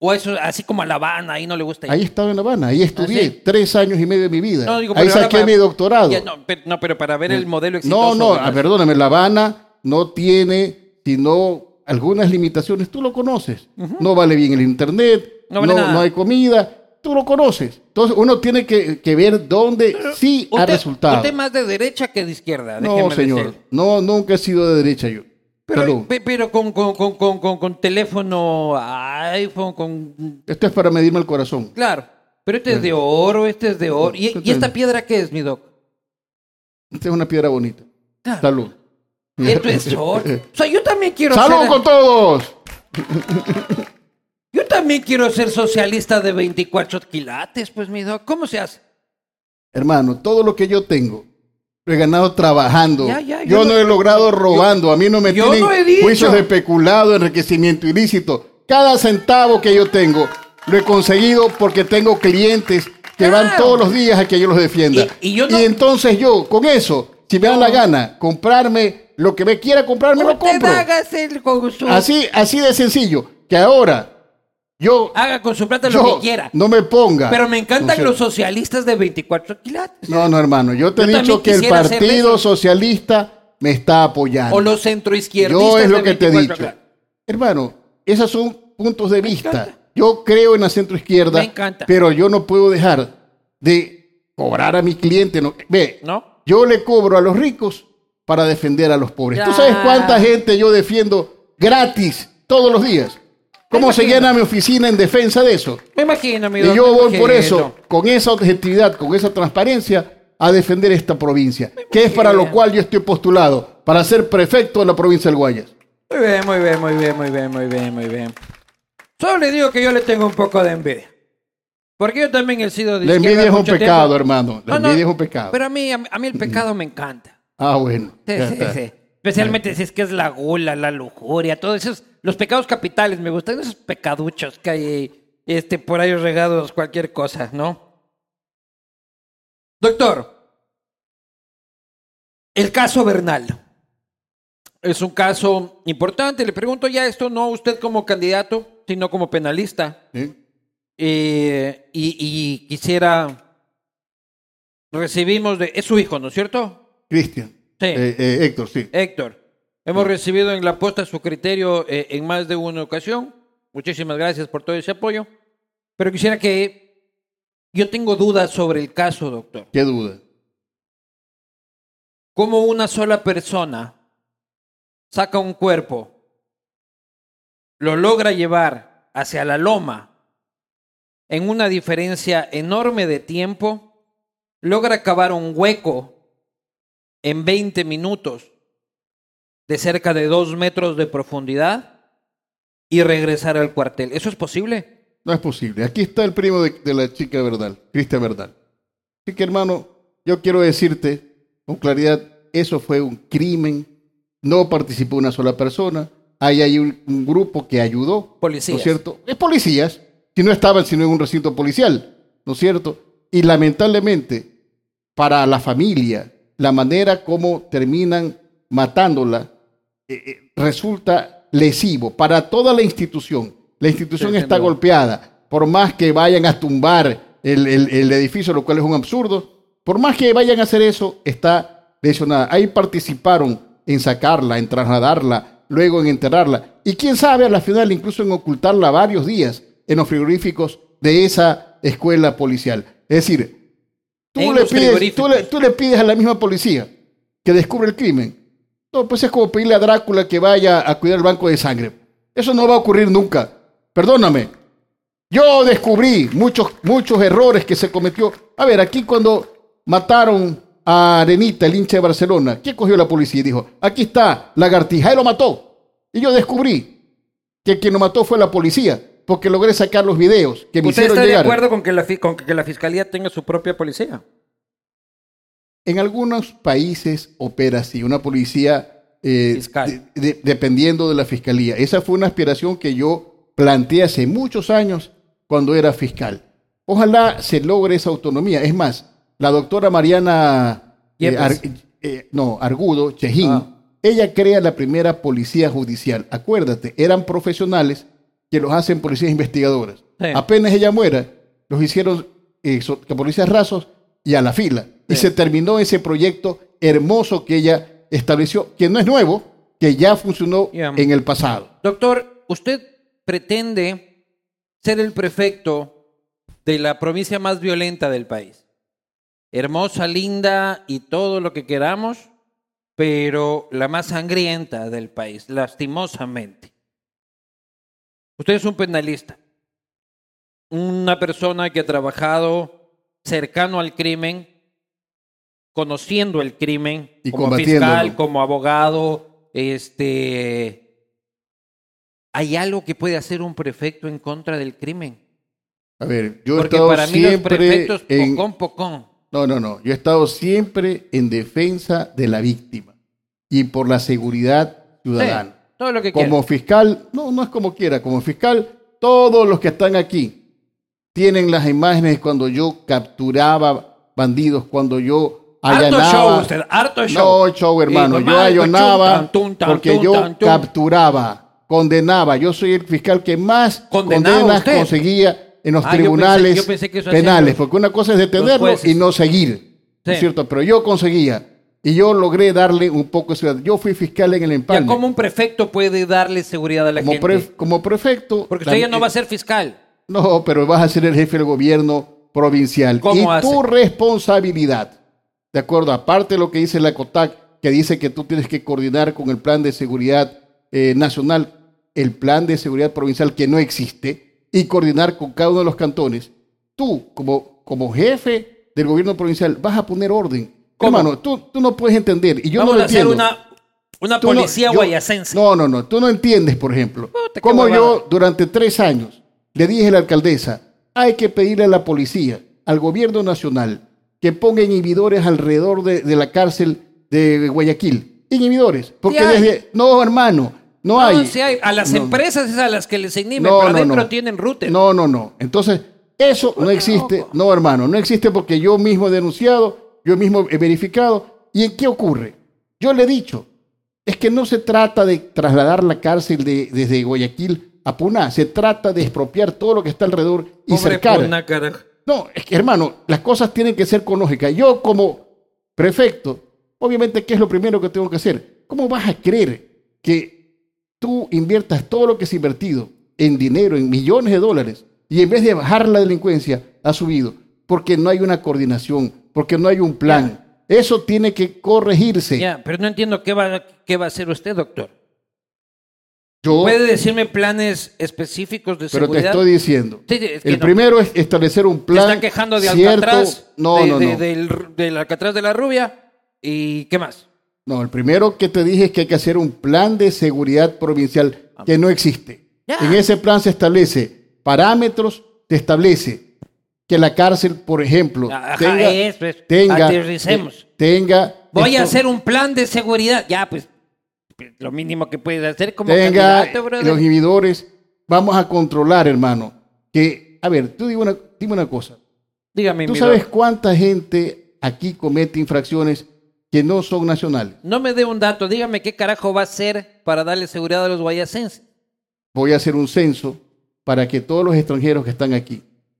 Speaker 1: O eso, así como a La Habana, ahí no le gusta ir.
Speaker 2: Ahí estaba en La Habana, ahí estudié
Speaker 1: Ah, sí.
Speaker 2: tres años y medio de mi vida.
Speaker 1: No, digo,
Speaker 2: ahí
Speaker 1: pero ahora
Speaker 2: saqué
Speaker 1: para-
Speaker 2: mi doctorado. Mm.
Speaker 1: Ya, no, pero, no, pero para ver el modelo exitoso.
Speaker 2: no, no,
Speaker 1: ¿verdad?
Speaker 2: ah, perdóname, La Habana no tiene sino algunas limitaciones. Tú lo conoces. No vale bien el internet,
Speaker 1: No vale nada.
Speaker 2: no hay comida. Tú lo conoces. Entonces uno tiene que, que ver dónde sí ha
Speaker 1: Usted-
Speaker 2: resultado.
Speaker 1: Usted más de derecha que de izquierda,
Speaker 2: No,
Speaker 1: Ah, déjeme
Speaker 2: señor.
Speaker 1: decir.
Speaker 2: No, nunca he sido de derecha yo. Salud.
Speaker 1: Pero, pe- pero con, con, con, con, con, con teléfono iPhone, con...
Speaker 2: Esto es para medirme el corazón.
Speaker 1: Claro, pero este es de oro, este es de oro. ¿Y, y esta piedra qué es, mi doc?
Speaker 2: Esta es una piedra bonita.
Speaker 1: Claro.
Speaker 2: Salud.
Speaker 1: Esto
Speaker 2: [laughs]
Speaker 1: es oro. O sea, yo también quiero
Speaker 2: ¡Salud
Speaker 1: ser...
Speaker 2: con todos!
Speaker 1: Yo también quiero ser socialista de 24 quilates, pues, mi doc. ¿Cómo se hace?
Speaker 2: Hermano, todo lo que yo tengo lo he ganado trabajando.
Speaker 1: Ya, ya,
Speaker 2: yo
Speaker 1: yo
Speaker 2: no
Speaker 1: no-
Speaker 2: he logrado robando. a mí no me
Speaker 1: yo
Speaker 2: tienen
Speaker 1: no he dicho.
Speaker 2: juicios de peculado, enriquecimiento ilícito. Cada centavo que yo tengo lo he conseguido porque tengo clientes que van
Speaker 1: Claro.
Speaker 2: todos los días a que yo los defienda.
Speaker 1: Y- y yo no-
Speaker 2: entonces yo, con eso, si me dan la gana, comprarme lo que me quiera comprarme, lo
Speaker 1: Usted
Speaker 2: compro.
Speaker 1: hágase el- con su...
Speaker 2: Así, así de sencillo. Que ahora yo,
Speaker 1: Haga con su plata lo
Speaker 2: yo
Speaker 1: que quiera.
Speaker 2: no me ponga.
Speaker 1: Pero me encantan
Speaker 2: No sé.
Speaker 1: los socialistas de 24 quilates.
Speaker 2: No, no, hermano. Yo
Speaker 1: Yo
Speaker 2: te he dicho
Speaker 1: también
Speaker 2: que el
Speaker 1: quisiera ser de
Speaker 2: Partido
Speaker 1: esos.
Speaker 2: Socialista me está apoyando.
Speaker 1: O los centroizquierdistas.
Speaker 2: yo es
Speaker 1: de
Speaker 2: lo que te he
Speaker 1: 24
Speaker 2: dicho.
Speaker 1: quilates.
Speaker 2: Hermano, esos son puntos de vista.
Speaker 1: encanta.
Speaker 2: Yo creo en la centroizquierda.
Speaker 1: Me encanta.
Speaker 2: Pero yo no puedo dejar de cobrar a mi cliente. No, ve,
Speaker 1: ¿No?
Speaker 2: yo le cobro a los ricos para defender a los pobres. ¿Tú
Speaker 1: Ya.
Speaker 2: sabes cuánta gente yo defiendo gratis todos los días? ¿Cómo se
Speaker 1: imagino.
Speaker 2: llena mi oficina en defensa de eso?
Speaker 1: Me imagino, mi
Speaker 2: Y
Speaker 1: don,
Speaker 2: yo
Speaker 1: me
Speaker 2: voy por
Speaker 1: imagino.
Speaker 2: eso, con esa objetividad, con esa transparencia, a defender esta provincia, que es para lo cual yo estoy postulado, para ser prefecto de la provincia del Guayas.
Speaker 1: Muy bien, muy bien, muy bien, muy bien, muy bien, muy bien. Solo le digo que yo le tengo un poco de envidia. Porque yo también he sido de izquierda
Speaker 2: La envidia es un
Speaker 1: mucho tiempo.
Speaker 2: pecado, hermano. La
Speaker 1: No, no,
Speaker 2: envidia es un pecado.
Speaker 1: Pero a mí, a mí- a mí el pecado me encanta.
Speaker 2: Ah, bueno.
Speaker 1: Sí,
Speaker 2: ya
Speaker 1: sí,
Speaker 2: está.
Speaker 1: sí. Especialmente si es que es la gula, la lujuria, todos esos, los pecados capitales me gustan, esos pecaduchos que hay este, por ahí regados, cualquier cosa, ¿no? Doctor, el caso Bernal es un caso importante. Le pregunto ya esto, no usted como candidato, sino como penalista.
Speaker 2: ¿Sí?
Speaker 1: Eh, y, y quisiera. Recibimos de. Es su hijo, ¿no es cierto?
Speaker 2: Cristian.
Speaker 1: Sí.
Speaker 2: Eh, eh, Héctor, sí.
Speaker 1: Héctor, hemos recibido en la posta su criterio eh, en más de una ocasión. Muchísimas gracias por todo ese apoyo. Pero quisiera que. Yo tengo dudas sobre el caso, doctor.
Speaker 2: Qué duda.
Speaker 1: ¿Cómo una sola persona saca un cuerpo, lo logra llevar hacia la loma en una diferencia enorme de tiempo, logra cavar un hueco en 20 minutos de cerca de dos metros de profundidad y regresar al cuartel? ¿Eso es posible?
Speaker 2: No es posible. Aquí está el primo de, de la chica Verdal, Cristian Verdal. Así que, hermano, yo quiero decirte con claridad, eso fue un crimen. No participó una sola persona. Ahí hay un, un grupo que ayudó. ¿No
Speaker 1: Policías.
Speaker 2: es cierto? Es policías. Si no estaban, sino en un recinto policial. ¿No es cierto? Y lamentablemente, para la familia, la manera como terminan matándola eh, eh, resulta lesivo para toda la institución. La institución
Speaker 1: Sí, sin
Speaker 2: está
Speaker 1: duda.
Speaker 2: golpeada, por más que vayan a tumbar el, el- el edificio, lo cual es un absurdo, por más que vayan a hacer eso, está lesionada. Ahí participaron en sacarla, en trasladarla, luego en enterrarla, y quién sabe a la final incluso en ocultarla varios días en los frigoríficos de esa escuela policial. Es decir, Tú
Speaker 1: En
Speaker 2: le,
Speaker 1: los
Speaker 2: pides, tú,
Speaker 1: frigoríficos.
Speaker 2: le, tú le pides a la misma policía que descubre el crimen. No, pues es como pedirle a Drácula que vaya a cuidar el banco de sangre. Eso no va a ocurrir nunca. Perdóname. Yo descubrí muchos, muchos errores que se cometió. A ver, aquí cuando mataron a Arenita, el hincha de Barcelona, ¿quién cogió la policía y dijo, aquí está, lagartija, y lo mató? Y yo descubrí que quien lo mató fue la policía, porque logré sacar los videos que me
Speaker 1: ¿Usted
Speaker 2: hicieron
Speaker 1: está de
Speaker 2: llegar.
Speaker 1: acuerdo con que, la fi- con que la fiscalía tenga su propia policía?
Speaker 2: En algunos países opera así, una policía eh,
Speaker 1: Fiscal.
Speaker 2: de- de- dependiendo de la fiscalía. Esa fue una aspiración que yo planteé hace muchos años cuando era fiscal. Ojalá se logre esa autonomía. Es más, la doctora Mariana eh,
Speaker 1: Yepes.
Speaker 2: Ar- eh, no, Argudo, Chejín,
Speaker 1: Ah.
Speaker 2: ella crea la primera policía judicial. Acuérdate, eran profesionales que los hacen policías investigadoras.
Speaker 1: Sí.
Speaker 2: Apenas ella muera, los hicieron eh, so- que policías rasos y a la fila. Y
Speaker 1: Sí.
Speaker 2: se terminó ese proyecto hermoso que ella estableció, que no es nuevo, que ya funcionó
Speaker 1: Ya.
Speaker 2: en el pasado.
Speaker 1: Doctor, usted pretende ser el prefecto de la provincia más violenta del país. Hermosa, linda y todo lo que queramos, pero la más sangrienta del país, lastimosamente. Usted es un penalista, una persona que ha trabajado cercano al crimen, conociendo el crimen,
Speaker 2: Y
Speaker 1: como
Speaker 2: combatiéndolo.
Speaker 1: fiscal, como abogado, este, ¿Hay algo que puede hacer un prefecto en contra del crimen?
Speaker 2: A ver, yo he
Speaker 1: Porque
Speaker 2: estado
Speaker 1: para mí los
Speaker 2: siempre
Speaker 1: prefectos,
Speaker 2: en,
Speaker 1: pocón, pocón.
Speaker 2: No, no, no. Yo he estado siempre en defensa de la víctima y por la seguridad
Speaker 1: Sí,
Speaker 2: ciudadana.
Speaker 1: todo lo que
Speaker 2: Como
Speaker 1: quieras.
Speaker 2: fiscal, no, no es como quiera, como fiscal, todos los que están aquí tienen las imágenes cuando yo capturaba bandidos, cuando yo allanaba.
Speaker 1: Harto show usted, harto show.
Speaker 2: No, show, hermano.
Speaker 1: Sí,
Speaker 2: yo
Speaker 1: mamá,
Speaker 2: allanaba
Speaker 1: chun, tan, tun, tan,
Speaker 2: porque
Speaker 1: tun,
Speaker 2: yo
Speaker 1: tan, tun.
Speaker 2: capturaba, condenaba. Yo soy el fiscal que más
Speaker 1: Condenaba
Speaker 2: condenas
Speaker 1: usted.
Speaker 2: conseguía en los
Speaker 1: Ah, yo pensé-
Speaker 2: tribunales
Speaker 1: yo pensé que eso hacían
Speaker 2: penales.
Speaker 1: los-
Speaker 2: porque una cosa es detenerlo
Speaker 1: jueces.
Speaker 2: y no seguir. ¿no es
Speaker 1: Sí.
Speaker 2: cierto? Pero yo conseguía. Y yo logré darle un poco de ciudad. Yo fui fiscal en el
Speaker 1: Ya,
Speaker 2: empalme.
Speaker 1: ¿Cómo un prefecto puede darle seguridad a la
Speaker 2: como,
Speaker 1: gente?
Speaker 2: pref- como prefecto.
Speaker 1: Porque
Speaker 2: la-
Speaker 1: usted ya no va a ser fiscal.
Speaker 2: no, pero vas a ser el jefe del gobierno provincial.
Speaker 1: ¿Cómo
Speaker 2: y
Speaker 1: hace?
Speaker 2: tu responsabilidad, de acuerdo, aparte de lo que dice la COTAC, que dice que tú tienes que coordinar con el plan de seguridad eh, nacional, el plan de seguridad provincial que no existe y coordinar con cada uno de los cantones. Tú, como, como jefe del gobierno provincial, vas a poner orden.
Speaker 1: ¿Cómo?
Speaker 2: Hermano, tú, tú no puedes entender. Y yo
Speaker 1: Vamos
Speaker 2: no lo
Speaker 1: a hacer
Speaker 2: entiendo.
Speaker 1: una, una
Speaker 2: Tú no-
Speaker 1: policía
Speaker 2: yo-
Speaker 1: guayasense.
Speaker 2: No, no, no. Tú no entiendes, por ejemplo,
Speaker 1: Puta, qué
Speaker 2: cómo
Speaker 1: huevada.
Speaker 2: yo durante tres años le dije a la alcaldesa, hay que pedirle a la policía, al gobierno nacional, que ponga inhibidores alrededor de, de la cárcel de Guayaquil. Inhibidores. Porque
Speaker 1: Sí hay.
Speaker 2: desde... No, hermano, no,
Speaker 1: No,
Speaker 2: hay.
Speaker 1: sí hay- A las
Speaker 2: No,
Speaker 1: empresas es a las que les inhiben, pero adentro tienen router.
Speaker 2: No, no, no. Entonces, eso no existe. No, hermano, no existe porque yo mismo he denunciado, yo mismo he verificado. ¿Y en qué ocurre? Yo le he dicho, es que no se trata de trasladar la cárcel de- desde Guayaquil a Puná, se trata de expropiar todo lo que está alrededor y
Speaker 1: Pobre
Speaker 2: cercar.
Speaker 1: puna, carajo.
Speaker 2: No, es que hermano, las cosas tienen que ser con lógica. Yo como prefecto, obviamente, ¿qué es lo primero que tengo que hacer? ¿Cómo vas a creer que tú inviertas todo lo que has invertido en dinero, en millones de dólares, y en vez de bajar la delincuencia, ha subido? Porque no hay una coordinación, porque no hay un plan. Eso tiene que corregirse.
Speaker 1: Ya, pero no entiendo qué va, qué va a hacer usted, doctor.
Speaker 2: Yo,
Speaker 1: ¿Puede decirme planes específicos de
Speaker 2: pero te
Speaker 1: seguridad?
Speaker 2: estoy diciendo.
Speaker 1: Sí, sí, es que
Speaker 2: el
Speaker 1: no.
Speaker 2: primero es establecer un
Speaker 1: Se
Speaker 2: plan.
Speaker 1: está quejando de
Speaker 2: cierto-
Speaker 1: Alcatraz,
Speaker 2: No,
Speaker 1: de-
Speaker 2: no,
Speaker 1: de-
Speaker 2: no.
Speaker 1: Del, del Alcatraz de la Rubia, y ¿qué más?
Speaker 2: No, el primero que te dije es que hay que hacer un plan de seguridad provincial que no existe.
Speaker 1: Ya.
Speaker 2: En ese plan se establece parámetros, se establece que la cárcel, por ejemplo,
Speaker 1: Ajá,
Speaker 2: tenga,
Speaker 1: eso es.
Speaker 2: tenga,
Speaker 1: Aterricemos.
Speaker 2: te- tenga,
Speaker 1: Voy a
Speaker 2: esto-
Speaker 1: hacer un plan de seguridad. Ya, pues, lo mínimo que puedes hacer como
Speaker 2: tenga
Speaker 1: candidato, brother.
Speaker 2: los inhibidores. Vamos a controlar, hermano. Que, a ver, tú digo una, dime una cosa.
Speaker 1: Dígame,
Speaker 2: ¿Tú
Speaker 1: mi
Speaker 2: sabes
Speaker 1: doc.
Speaker 2: cuánta gente aquí comete infracciones que no son nacionales?
Speaker 1: No me dé un dato, dígame qué carajo va a hacer para darle seguridad a los guayasenses.
Speaker 2: voy a hacer un censo para que todos los extranjeros que están aquí,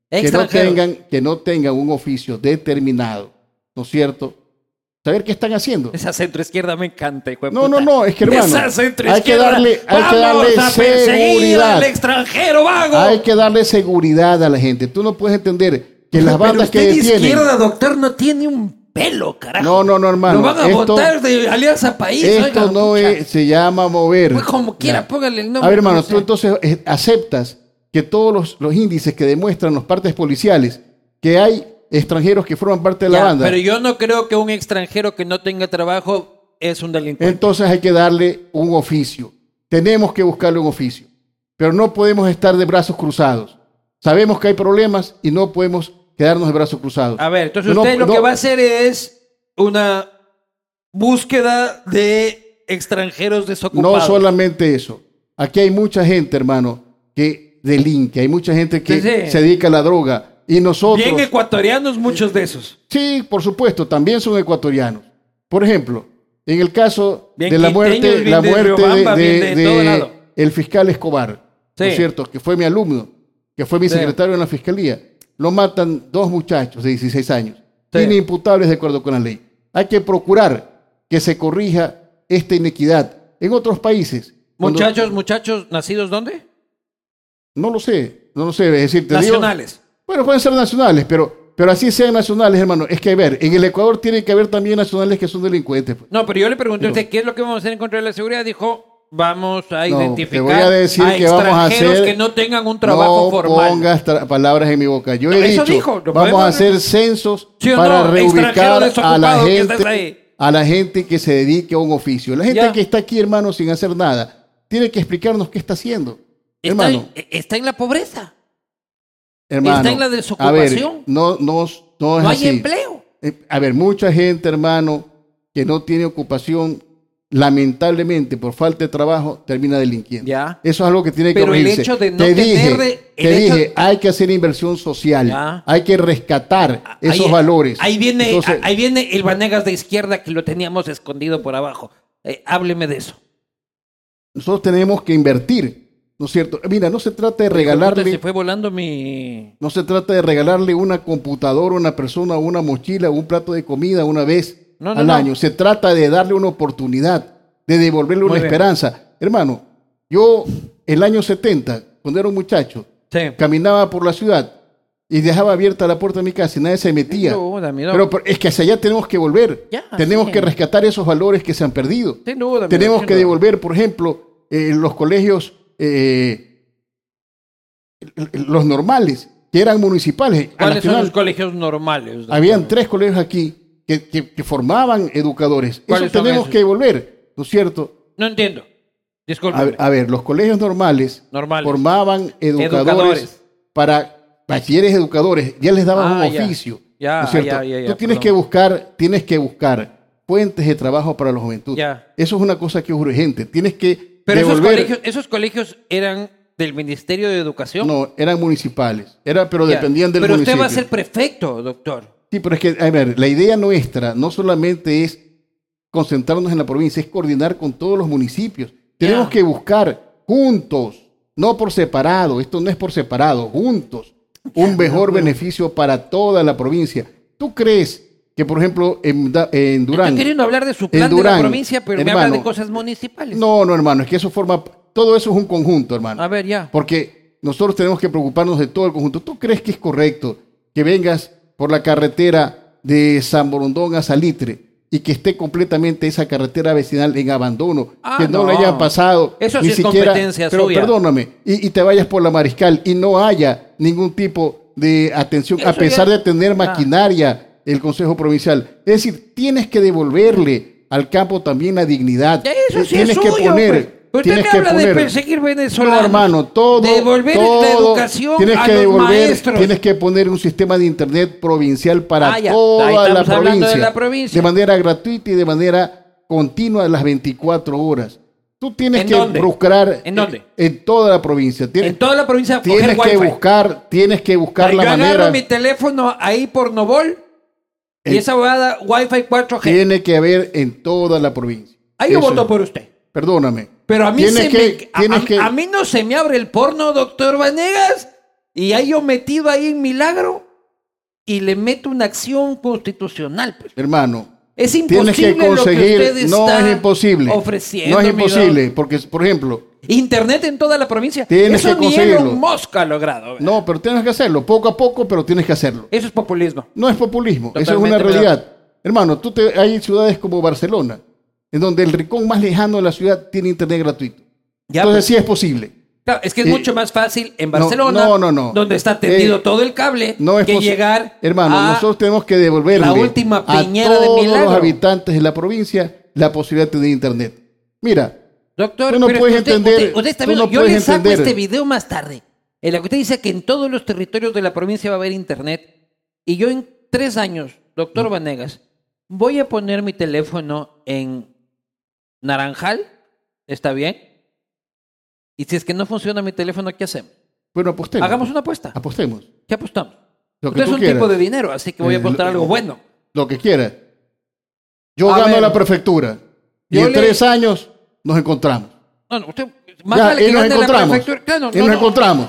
Speaker 2: que no,
Speaker 1: Extranjeros.
Speaker 2: tengan, que no tengan un oficio determinado, ¿no es cierto? Saber qué están haciendo.
Speaker 1: Esa centro izquierda me encanta, hijo de
Speaker 2: No,
Speaker 1: puta.
Speaker 2: no, no, es que, hermano,
Speaker 1: Esa centro
Speaker 2: hay que darle- hay que darle seguridad.
Speaker 1: al extranjero, vago.
Speaker 2: Hay que darle seguridad a la gente. Tú no puedes entender que las
Speaker 1: Pero
Speaker 2: bandas
Speaker 1: usted
Speaker 2: que
Speaker 1: de
Speaker 2: detienen...
Speaker 1: izquierda, doctor, no tiene un pelo, carajo.
Speaker 2: No, no, no, hermano.
Speaker 1: Lo van a
Speaker 2: Esto-
Speaker 1: votar de Alianza País. oiga,
Speaker 2: Esto no
Speaker 1: pucha.
Speaker 2: es, se llama mover.
Speaker 1: Pues como quiera,
Speaker 2: Ya.
Speaker 1: póngale el nombre.
Speaker 2: A ver, hermano,
Speaker 1: como sea.
Speaker 2: tú entonces eh, aceptas que todos los, los índices que demuestran los partes policiales, que hay extranjeros que forman parte de la
Speaker 1: Ya,
Speaker 2: banda.
Speaker 1: Pero yo no creo que un extranjero que no tenga trabajo es un delincuente.
Speaker 2: Entonces hay que darle un oficio. Tenemos que buscarle un oficio. Pero no podemos estar de brazos cruzados. Sabemos que hay problemas y no podemos quedarnos de brazos cruzados.
Speaker 1: A ver, entonces
Speaker 2: Eh, No,
Speaker 1: usted lo
Speaker 2: no,
Speaker 1: que va a hacer es una búsqueda de extranjeros desocupados.
Speaker 2: No solamente eso. Aquí hay mucha gente, hermano, que delinque. Hay mucha gente que
Speaker 1: Sí, sí.
Speaker 2: se dedica a la droga. Y nosotros...
Speaker 1: Bien ecuatorianos, muchos de esos.
Speaker 2: Sí, por supuesto, también son ecuatorianos. Por ejemplo, en el caso
Speaker 1: Bien
Speaker 2: de la
Speaker 1: quiteños,
Speaker 2: muerte,
Speaker 1: bien
Speaker 2: la
Speaker 1: de
Speaker 2: muerte
Speaker 1: Riobamba,
Speaker 2: de-
Speaker 1: bien
Speaker 2: de-
Speaker 1: de todo
Speaker 2: de
Speaker 1: lado.
Speaker 2: el fiscal Escobar,
Speaker 1: Sí.
Speaker 2: ¿no es cierto? Que fue mi alumno, que fue mi
Speaker 1: Sí.
Speaker 2: secretario en la fiscalía. Lo matan dos muchachos de 16 años,
Speaker 1: Sí.
Speaker 2: inimputables de acuerdo con la ley. Hay que procurar que se corrija esta inequidad. En otros países, cuando-
Speaker 1: Muchachos, muchachos, ¿nacidos dónde?
Speaker 2: no lo sé, no lo sé, es decir, te digo-
Speaker 1: Nacionales.
Speaker 2: bueno, pueden ser nacionales, pero, pero así sean nacionales, hermano. Es que, a ver, en el Ecuador tiene que haber también nacionales que son delincuentes. pues.
Speaker 1: No, pero yo le pregunté a usted qué es lo que vamos a hacer en contra de la seguridad. Dijo, vamos a
Speaker 2: No,
Speaker 1: identificar
Speaker 2: te voy a decir que vamos a
Speaker 1: extranjeros
Speaker 2: hacer-
Speaker 1: que no tengan un trabajo
Speaker 2: no
Speaker 1: formal.
Speaker 2: pongas tra- palabras en mi boca. Yo he
Speaker 1: eso
Speaker 2: dicho,
Speaker 1: dijo, lo
Speaker 2: vamos
Speaker 1: podemos-
Speaker 2: a hacer censos
Speaker 1: Sí o
Speaker 2: para
Speaker 1: no, extranjero
Speaker 2: reubicar a la
Speaker 1: desocupado que estás ahí.
Speaker 2: gente, a la gente que se dedique a un oficio. La gente
Speaker 1: Ya.
Speaker 2: que está aquí, hermano, sin hacer nada, tiene que explicarnos qué está haciendo.
Speaker 1: Está,
Speaker 2: hermano,
Speaker 1: está en la pobreza.
Speaker 2: hermano,
Speaker 1: en la
Speaker 2: a ver,
Speaker 1: desocupación.
Speaker 2: no, no, no es
Speaker 1: No hay
Speaker 2: así.
Speaker 1: empleo.
Speaker 2: Eh, A ver, mucha gente, hermano, que no tiene ocupación, lamentablemente por falta de trabajo, termina delinquiendo.
Speaker 1: Ya.
Speaker 2: Eso es algo que tiene que
Speaker 1: Pero el
Speaker 2: corregirse.
Speaker 1: hecho de no
Speaker 2: te
Speaker 1: tener
Speaker 2: dije,
Speaker 1: de-
Speaker 2: te
Speaker 1: el hecho-
Speaker 2: dije, hay que hacer inversión social,
Speaker 1: Ya.
Speaker 2: hay que rescatar esos
Speaker 1: Ahí-
Speaker 2: valores.
Speaker 1: Ahí viene,
Speaker 2: Entonces,
Speaker 1: ahí viene el Vanegas de izquierda que lo teníamos escondido por abajo. Eh, hábleme de eso.
Speaker 2: nosotros tenemos que invertir, ¿no es cierto? Mira, no se trata de
Speaker 1: Puta, Se
Speaker 2: regalarle,
Speaker 1: fue volando mi.
Speaker 2: no se trata de regalarle una computadora, una persona, una mochila, un plato de comida una vez
Speaker 1: No, no,
Speaker 2: al
Speaker 1: no.
Speaker 2: año. Se trata de darle una oportunidad, de devolverle
Speaker 1: Muy
Speaker 2: una
Speaker 1: bien.
Speaker 2: esperanza. Hermano, yo el año 70, cuando era un muchacho,
Speaker 1: Sí.
Speaker 2: caminaba por la ciudad y dejaba abierta la puerta de mi casa y nadie se metía.
Speaker 1: Sin duda, mi doc.
Speaker 2: Pero, pero es que hacia allá tenemos que volver.
Speaker 1: Ya,
Speaker 2: tenemos
Speaker 1: sí.
Speaker 2: que rescatar esos valores que se han perdido.
Speaker 1: Sin duda, mi doc,
Speaker 2: tenemos
Speaker 1: sin
Speaker 2: que
Speaker 1: duda.
Speaker 2: devolver, por ejemplo, eh, los colegios eh, los normales, que eran municipales.
Speaker 1: ¿Cuáles
Speaker 2: A
Speaker 1: son
Speaker 2: nacional,
Speaker 1: los colegios normales? doctor?
Speaker 2: habían tres colegios aquí que, que- que formaban educadores. Eso
Speaker 1: ¿Cuáles son
Speaker 2: tenemos
Speaker 1: esos?
Speaker 2: que volver, ¿no es cierto?
Speaker 1: No entiendo.
Speaker 2: A ver,
Speaker 1: Disculpe.
Speaker 2: a ver, los colegios normales,
Speaker 1: Normales.
Speaker 2: formaban educadores,
Speaker 1: Educadores.
Speaker 2: para bachilleres educadores, ya les daban
Speaker 1: Ah,
Speaker 2: un
Speaker 1: ya.
Speaker 2: oficio.
Speaker 1: Ya,
Speaker 2: ¿no es cierto?
Speaker 1: ya, ya, ya,
Speaker 2: Tú tienes
Speaker 1: perdón.
Speaker 2: que buscar, tienes que buscar fuentes de trabajo para la juventud.
Speaker 1: Ya.
Speaker 2: Eso es una cosa que es urgente. Tienes que
Speaker 1: Pero esos
Speaker 2: devolver.
Speaker 1: colegios, esos colegios eran del Ministerio de Educación.
Speaker 2: no, eran municipales. Era, pero
Speaker 1: Ya.
Speaker 2: dependían del
Speaker 1: Pero
Speaker 2: municipio.
Speaker 1: usted va a ser prefecto, doctor.
Speaker 2: Sí, pero es que, a ver, la idea nuestra no solamente es concentrarnos en la provincia, es coordinar con todos los municipios. Tenemos
Speaker 1: Ya.
Speaker 2: que buscar juntos, no por separado, esto no es por separado, juntos,
Speaker 1: [laughs]
Speaker 2: un mejor beneficio para toda la provincia. ¿Tú crees que, por ejemplo, en, Da- en Durán...
Speaker 1: Estoy queriendo hablar de su
Speaker 2: En
Speaker 1: plan de
Speaker 2: Durán,
Speaker 1: la provincia, pero me
Speaker 2: hermano.
Speaker 1: habla de cosas municipales.
Speaker 2: No, no, hermano, es que eso forma... Todo eso es un conjunto, hermano.
Speaker 1: A ver, ya.
Speaker 2: Porque nosotros tenemos que preocuparnos de todo el conjunto. ¿Tú crees que es correcto que vengas por la carretera de San Borondón a Salitre y que esté completamente esa carretera vecinal en abandono,
Speaker 1: Ah,
Speaker 2: que no,
Speaker 1: no.
Speaker 2: la hayan pasado
Speaker 1: Eso sí
Speaker 2: ni
Speaker 1: es
Speaker 2: siquiera,
Speaker 1: competencia
Speaker 2: pero
Speaker 1: suya.
Speaker 2: perdóname, y, y te vayas por la Mariscal y no haya ningún tipo de atención, a
Speaker 1: Eso
Speaker 2: pesar
Speaker 1: ya-
Speaker 2: de tener maquinaria el Consejo Provincial. Es decir, tienes que devolverle al campo también la dignidad. Eh,
Speaker 1: Ya, eso sí
Speaker 2: tienes
Speaker 1: es
Speaker 2: que
Speaker 1: suyo, pues.
Speaker 2: poner,
Speaker 1: Pero
Speaker 2: tienes
Speaker 1: usted
Speaker 2: que
Speaker 1: me habla de
Speaker 2: poner-
Speaker 1: perseguir venezolanos.
Speaker 2: no, hermano, todo.
Speaker 1: Devolver
Speaker 2: todo,
Speaker 1: la educación
Speaker 2: tienes
Speaker 1: a
Speaker 2: que
Speaker 1: los
Speaker 2: devolver,
Speaker 1: maestros.
Speaker 2: Tienes que poner un sistema de internet provincial para
Speaker 1: Ah, ya. Ahí
Speaker 2: toda la
Speaker 1: estamos hablando de
Speaker 2: provincia,
Speaker 1: la provincia.
Speaker 2: de manera gratuita y de manera continua las 24 horas. Tú tienes
Speaker 1: ¿En
Speaker 2: que
Speaker 1: dónde?
Speaker 2: buscar
Speaker 1: ¿En dónde?
Speaker 2: en toda la provincia. Tienes,
Speaker 1: En toda la provincia
Speaker 2: tienes
Speaker 1: coger
Speaker 2: que
Speaker 1: wifi.
Speaker 2: buscar, tienes que buscar
Speaker 1: Yo
Speaker 2: la manera.
Speaker 1: agarro mi teléfono ahí por Novol y
Speaker 2: El-
Speaker 1: esa huevada Wi-Fi 4G.
Speaker 2: Tiene que haber en toda la provincia.
Speaker 1: ahí yo
Speaker 2: Eso
Speaker 1: voto
Speaker 2: es.
Speaker 1: por usted.
Speaker 2: Perdóname.
Speaker 1: Pero a mí,
Speaker 2: Tienes
Speaker 1: se
Speaker 2: que-
Speaker 1: me, a-
Speaker 2: tienes
Speaker 1: a-
Speaker 2: que-
Speaker 1: a mí no se me abre el porno, doctor Vanegas. Y ahí yo metido ahí en Milagro y le meto una acción constitucional. pues.
Speaker 2: hermano,
Speaker 1: Es imposible
Speaker 2: Tienes que conseguir.
Speaker 1: lo que usted
Speaker 2: no
Speaker 1: está
Speaker 2: es imposible.
Speaker 1: ofreciendo.
Speaker 2: No es
Speaker 1: mi
Speaker 2: imposible, porque, por ejemplo,
Speaker 1: doc. Internet en toda la provincia.
Speaker 2: Tienes
Speaker 1: Eso
Speaker 2: que
Speaker 1: ni
Speaker 2: conseguirlo.
Speaker 1: Elon Musk ha logrado. ¿verdad?
Speaker 2: no, pero tienes que hacerlo, poco a poco, pero tienes que hacerlo.
Speaker 1: Eso es populismo.
Speaker 2: No es populismo, eso es
Speaker 1: Totalmente,
Speaker 2: una realidad. Hermano, tú te, hay ciudades como Barcelona, en donde el rincón más lejano de la ciudad tiene internet gratuito.
Speaker 1: Ya,
Speaker 2: Entonces
Speaker 1: pues.
Speaker 2: sí es posible.
Speaker 1: Claro, es que es
Speaker 2: Eh,
Speaker 1: mucho más fácil en Barcelona,
Speaker 2: no, no, no.
Speaker 1: donde está tendido
Speaker 2: Eh,
Speaker 1: todo el cable,
Speaker 2: No es
Speaker 1: que
Speaker 2: posi-
Speaker 1: llegar
Speaker 2: Hermano,
Speaker 1: a-
Speaker 2: nosotros tenemos que devolverle
Speaker 1: la última
Speaker 2: a
Speaker 1: piñera de
Speaker 2: todos los
Speaker 1: milagro.
Speaker 2: habitantes de la provincia la posibilidad de tener internet. Mira,
Speaker 1: Doctor,
Speaker 2: Tú no
Speaker 1: pero
Speaker 2: puedes
Speaker 1: usted-
Speaker 2: entender,
Speaker 1: usted- usted está
Speaker 2: tú
Speaker 1: viendo,
Speaker 2: no
Speaker 1: yo
Speaker 2: puedes
Speaker 1: le saco
Speaker 2: entender.
Speaker 1: este video más tarde. En la que usted dice que en todos los territorios de la provincia va a haber internet. Y yo en tres años,
Speaker 2: Mm.
Speaker 1: doctor Vanegas, voy a poner mi teléfono en Naranjal. ¿Está bien? Y si es que no funciona mi teléfono, ¿qué hacemos?
Speaker 2: bueno, apostemos.
Speaker 1: Hagamos una apuesta.
Speaker 2: Apostemos.
Speaker 1: ¿Qué apostamos?
Speaker 2: Lo que
Speaker 1: Usted es
Speaker 2: tú
Speaker 1: un
Speaker 2: quieras.
Speaker 1: tipo de dinero, así que voy a
Speaker 2: Eh,
Speaker 1: apostar
Speaker 2: lo-
Speaker 1: algo bueno.
Speaker 2: lo que quiera. Yo
Speaker 1: A
Speaker 2: gano
Speaker 1: ver.
Speaker 2: la prefectura. Y
Speaker 1: Yo
Speaker 2: en
Speaker 1: le-
Speaker 2: tres años nos encontramos.
Speaker 1: No, no, usted. Más
Speaker 2: Ya,
Speaker 1: vale
Speaker 2: y
Speaker 1: que
Speaker 2: nos
Speaker 1: gane la
Speaker 2: encontramos.
Speaker 1: prefectura. Claro,
Speaker 2: y
Speaker 1: no,
Speaker 2: nos
Speaker 1: no.
Speaker 2: encontramos.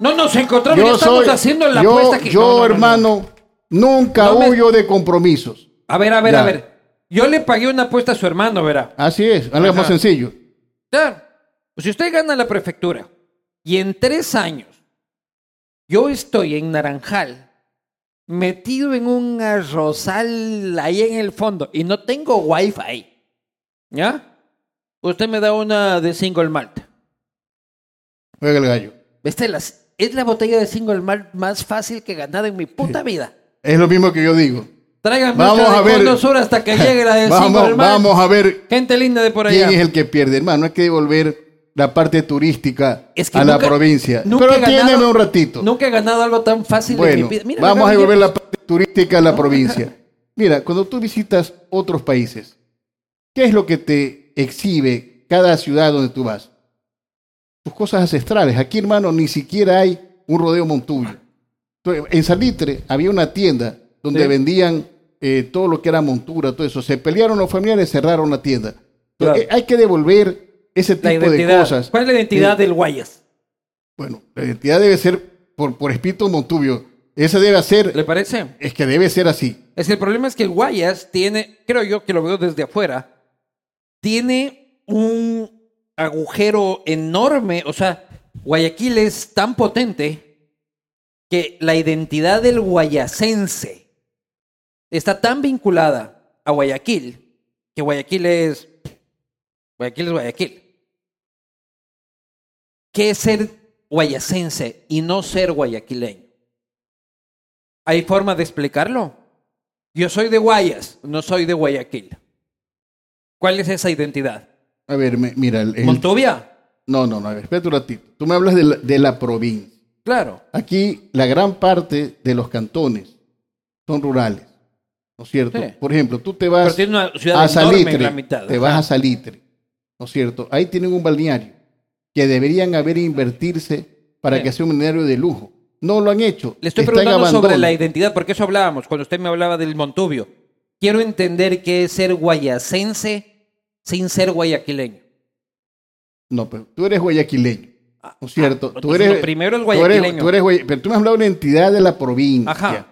Speaker 1: No nos encontramos, ya
Speaker 2: Yo
Speaker 1: estamos
Speaker 2: soy.
Speaker 1: haciendo la
Speaker 2: yo,
Speaker 1: apuesta que
Speaker 2: yo,
Speaker 1: No, no, no, no.
Speaker 2: hermano, nunca
Speaker 1: No me-
Speaker 2: huyo de compromisos.
Speaker 1: A ver, a ver,
Speaker 2: Ya.
Speaker 1: a ver. Yo le pagué una apuesta a su hermano, verá.
Speaker 2: Así es, algo más
Speaker 1: Ajá.
Speaker 2: sencillo.
Speaker 1: Claro. Pues si usted gana la prefectura y en tres años yo estoy en Naranjal, metido en un arrozal ahí en el fondo y no tengo wifi, ¿ya? Usted me da una de single malt.
Speaker 2: Juega el gallo.
Speaker 1: Esta es la, es la botella de single malt más fácil que he ganado en mi puta vida.
Speaker 2: Es lo mismo que yo digo.
Speaker 1: Tráiganme
Speaker 2: Vamos
Speaker 1: otra de
Speaker 2: a ver.
Speaker 1: Condor Sur hasta que llegue
Speaker 2: [laughs]
Speaker 1: la de
Speaker 2: Vamos,
Speaker 1: single malt.
Speaker 2: vamos a ver
Speaker 1: Gente linda de por allá.
Speaker 2: quién es el que pierde, hermano. Hay que devolver la parte turística
Speaker 1: Es que
Speaker 2: a la
Speaker 1: nunca-
Speaker 2: provincia.
Speaker 1: nunca
Speaker 2: Pero
Speaker 1: he ganado-
Speaker 2: atiéndeme un ratito.
Speaker 1: Nunca he ganado algo tan fácil en mi
Speaker 2: Bueno,
Speaker 1: vida. Mira,
Speaker 2: vamos
Speaker 1: acá
Speaker 2: a
Speaker 1: me
Speaker 2: devolver
Speaker 1: llevo-
Speaker 2: la parte turística a la provincia. Mira, cuando tú visitas otros países, ¿qué es lo que te exhibe cada ciudad donde tú vas? Tus cosas ancestrales. Aquí, hermano, ni siquiera hay un rodeo montuyo. Entonces, En Salitre había una tienda donde
Speaker 1: Sí.
Speaker 2: vendían eh, todo lo que era montura, todo eso. Se pelearon los familiares, cerraron la tienda. Entonces,
Speaker 1: Claro.
Speaker 2: eh, Hay que devolver ese
Speaker 1: la
Speaker 2: tipo de
Speaker 1: identidad.
Speaker 2: cosas.
Speaker 1: ¿Cuál es la identidad del Guayas?
Speaker 2: Bueno, la identidad debe ser por, por espíritu montubio. Esa debe ser
Speaker 1: ¿Le parece?
Speaker 2: es que debe ser así.
Speaker 1: Es que el problema es que el Guayas tiene, creo yo que lo veo desde afuera, tiene un agujero enorme. O sea, Guayaquil es tan potente que la identidad del guayasense está tan vinculada a Guayaquil que Guayaquil es. Guayaquil es Guayaquil. qué es ser guayacense y no ser guayaquileño? ¿Hay forma de explicarlo? Yo soy de Guayas, no soy de Guayaquil. ¿Cuál es esa identidad?
Speaker 2: A ver, me- mira. el- el-
Speaker 1: ¿Montuvia?
Speaker 2: no, no, no, espérate un ratito. Tú me hablas de la, de la provincia.
Speaker 1: Claro.
Speaker 2: Aquí la gran parte de los cantones son rurales, ¿no es cierto?
Speaker 1: Sí.
Speaker 2: Por ejemplo, tú te
Speaker 1: Pero
Speaker 2: vas
Speaker 1: tiene una ciudad
Speaker 2: a
Speaker 1: enorme en
Speaker 2: Salitre,
Speaker 1: la mitad.
Speaker 2: te vas a Salitre, ¿no es cierto? Ahí tienen un balneario que deberían haber invertirse para
Speaker 1: Sí.
Speaker 2: que sea un balneario de lujo. No lo han hecho.
Speaker 1: Le estoy
Speaker 2: Está en
Speaker 1: preguntando sobre
Speaker 2: abandono.
Speaker 1: la identidad, porque eso hablábamos cuando usted me hablaba del Montubio. Quiero entender qué es ser guayacense sin ser guayaquileño.
Speaker 2: No, pero tú eres guayaquileño, ¿no es cierto?
Speaker 1: ah,
Speaker 2: tú
Speaker 1: entonces
Speaker 2: eres,
Speaker 1: lo primero es
Speaker 2: tú eres-
Speaker 1: guayaquileño.
Speaker 2: tú eres guay- pero tú me has hablado de una entidad de la provincia.
Speaker 1: Ajá. Eso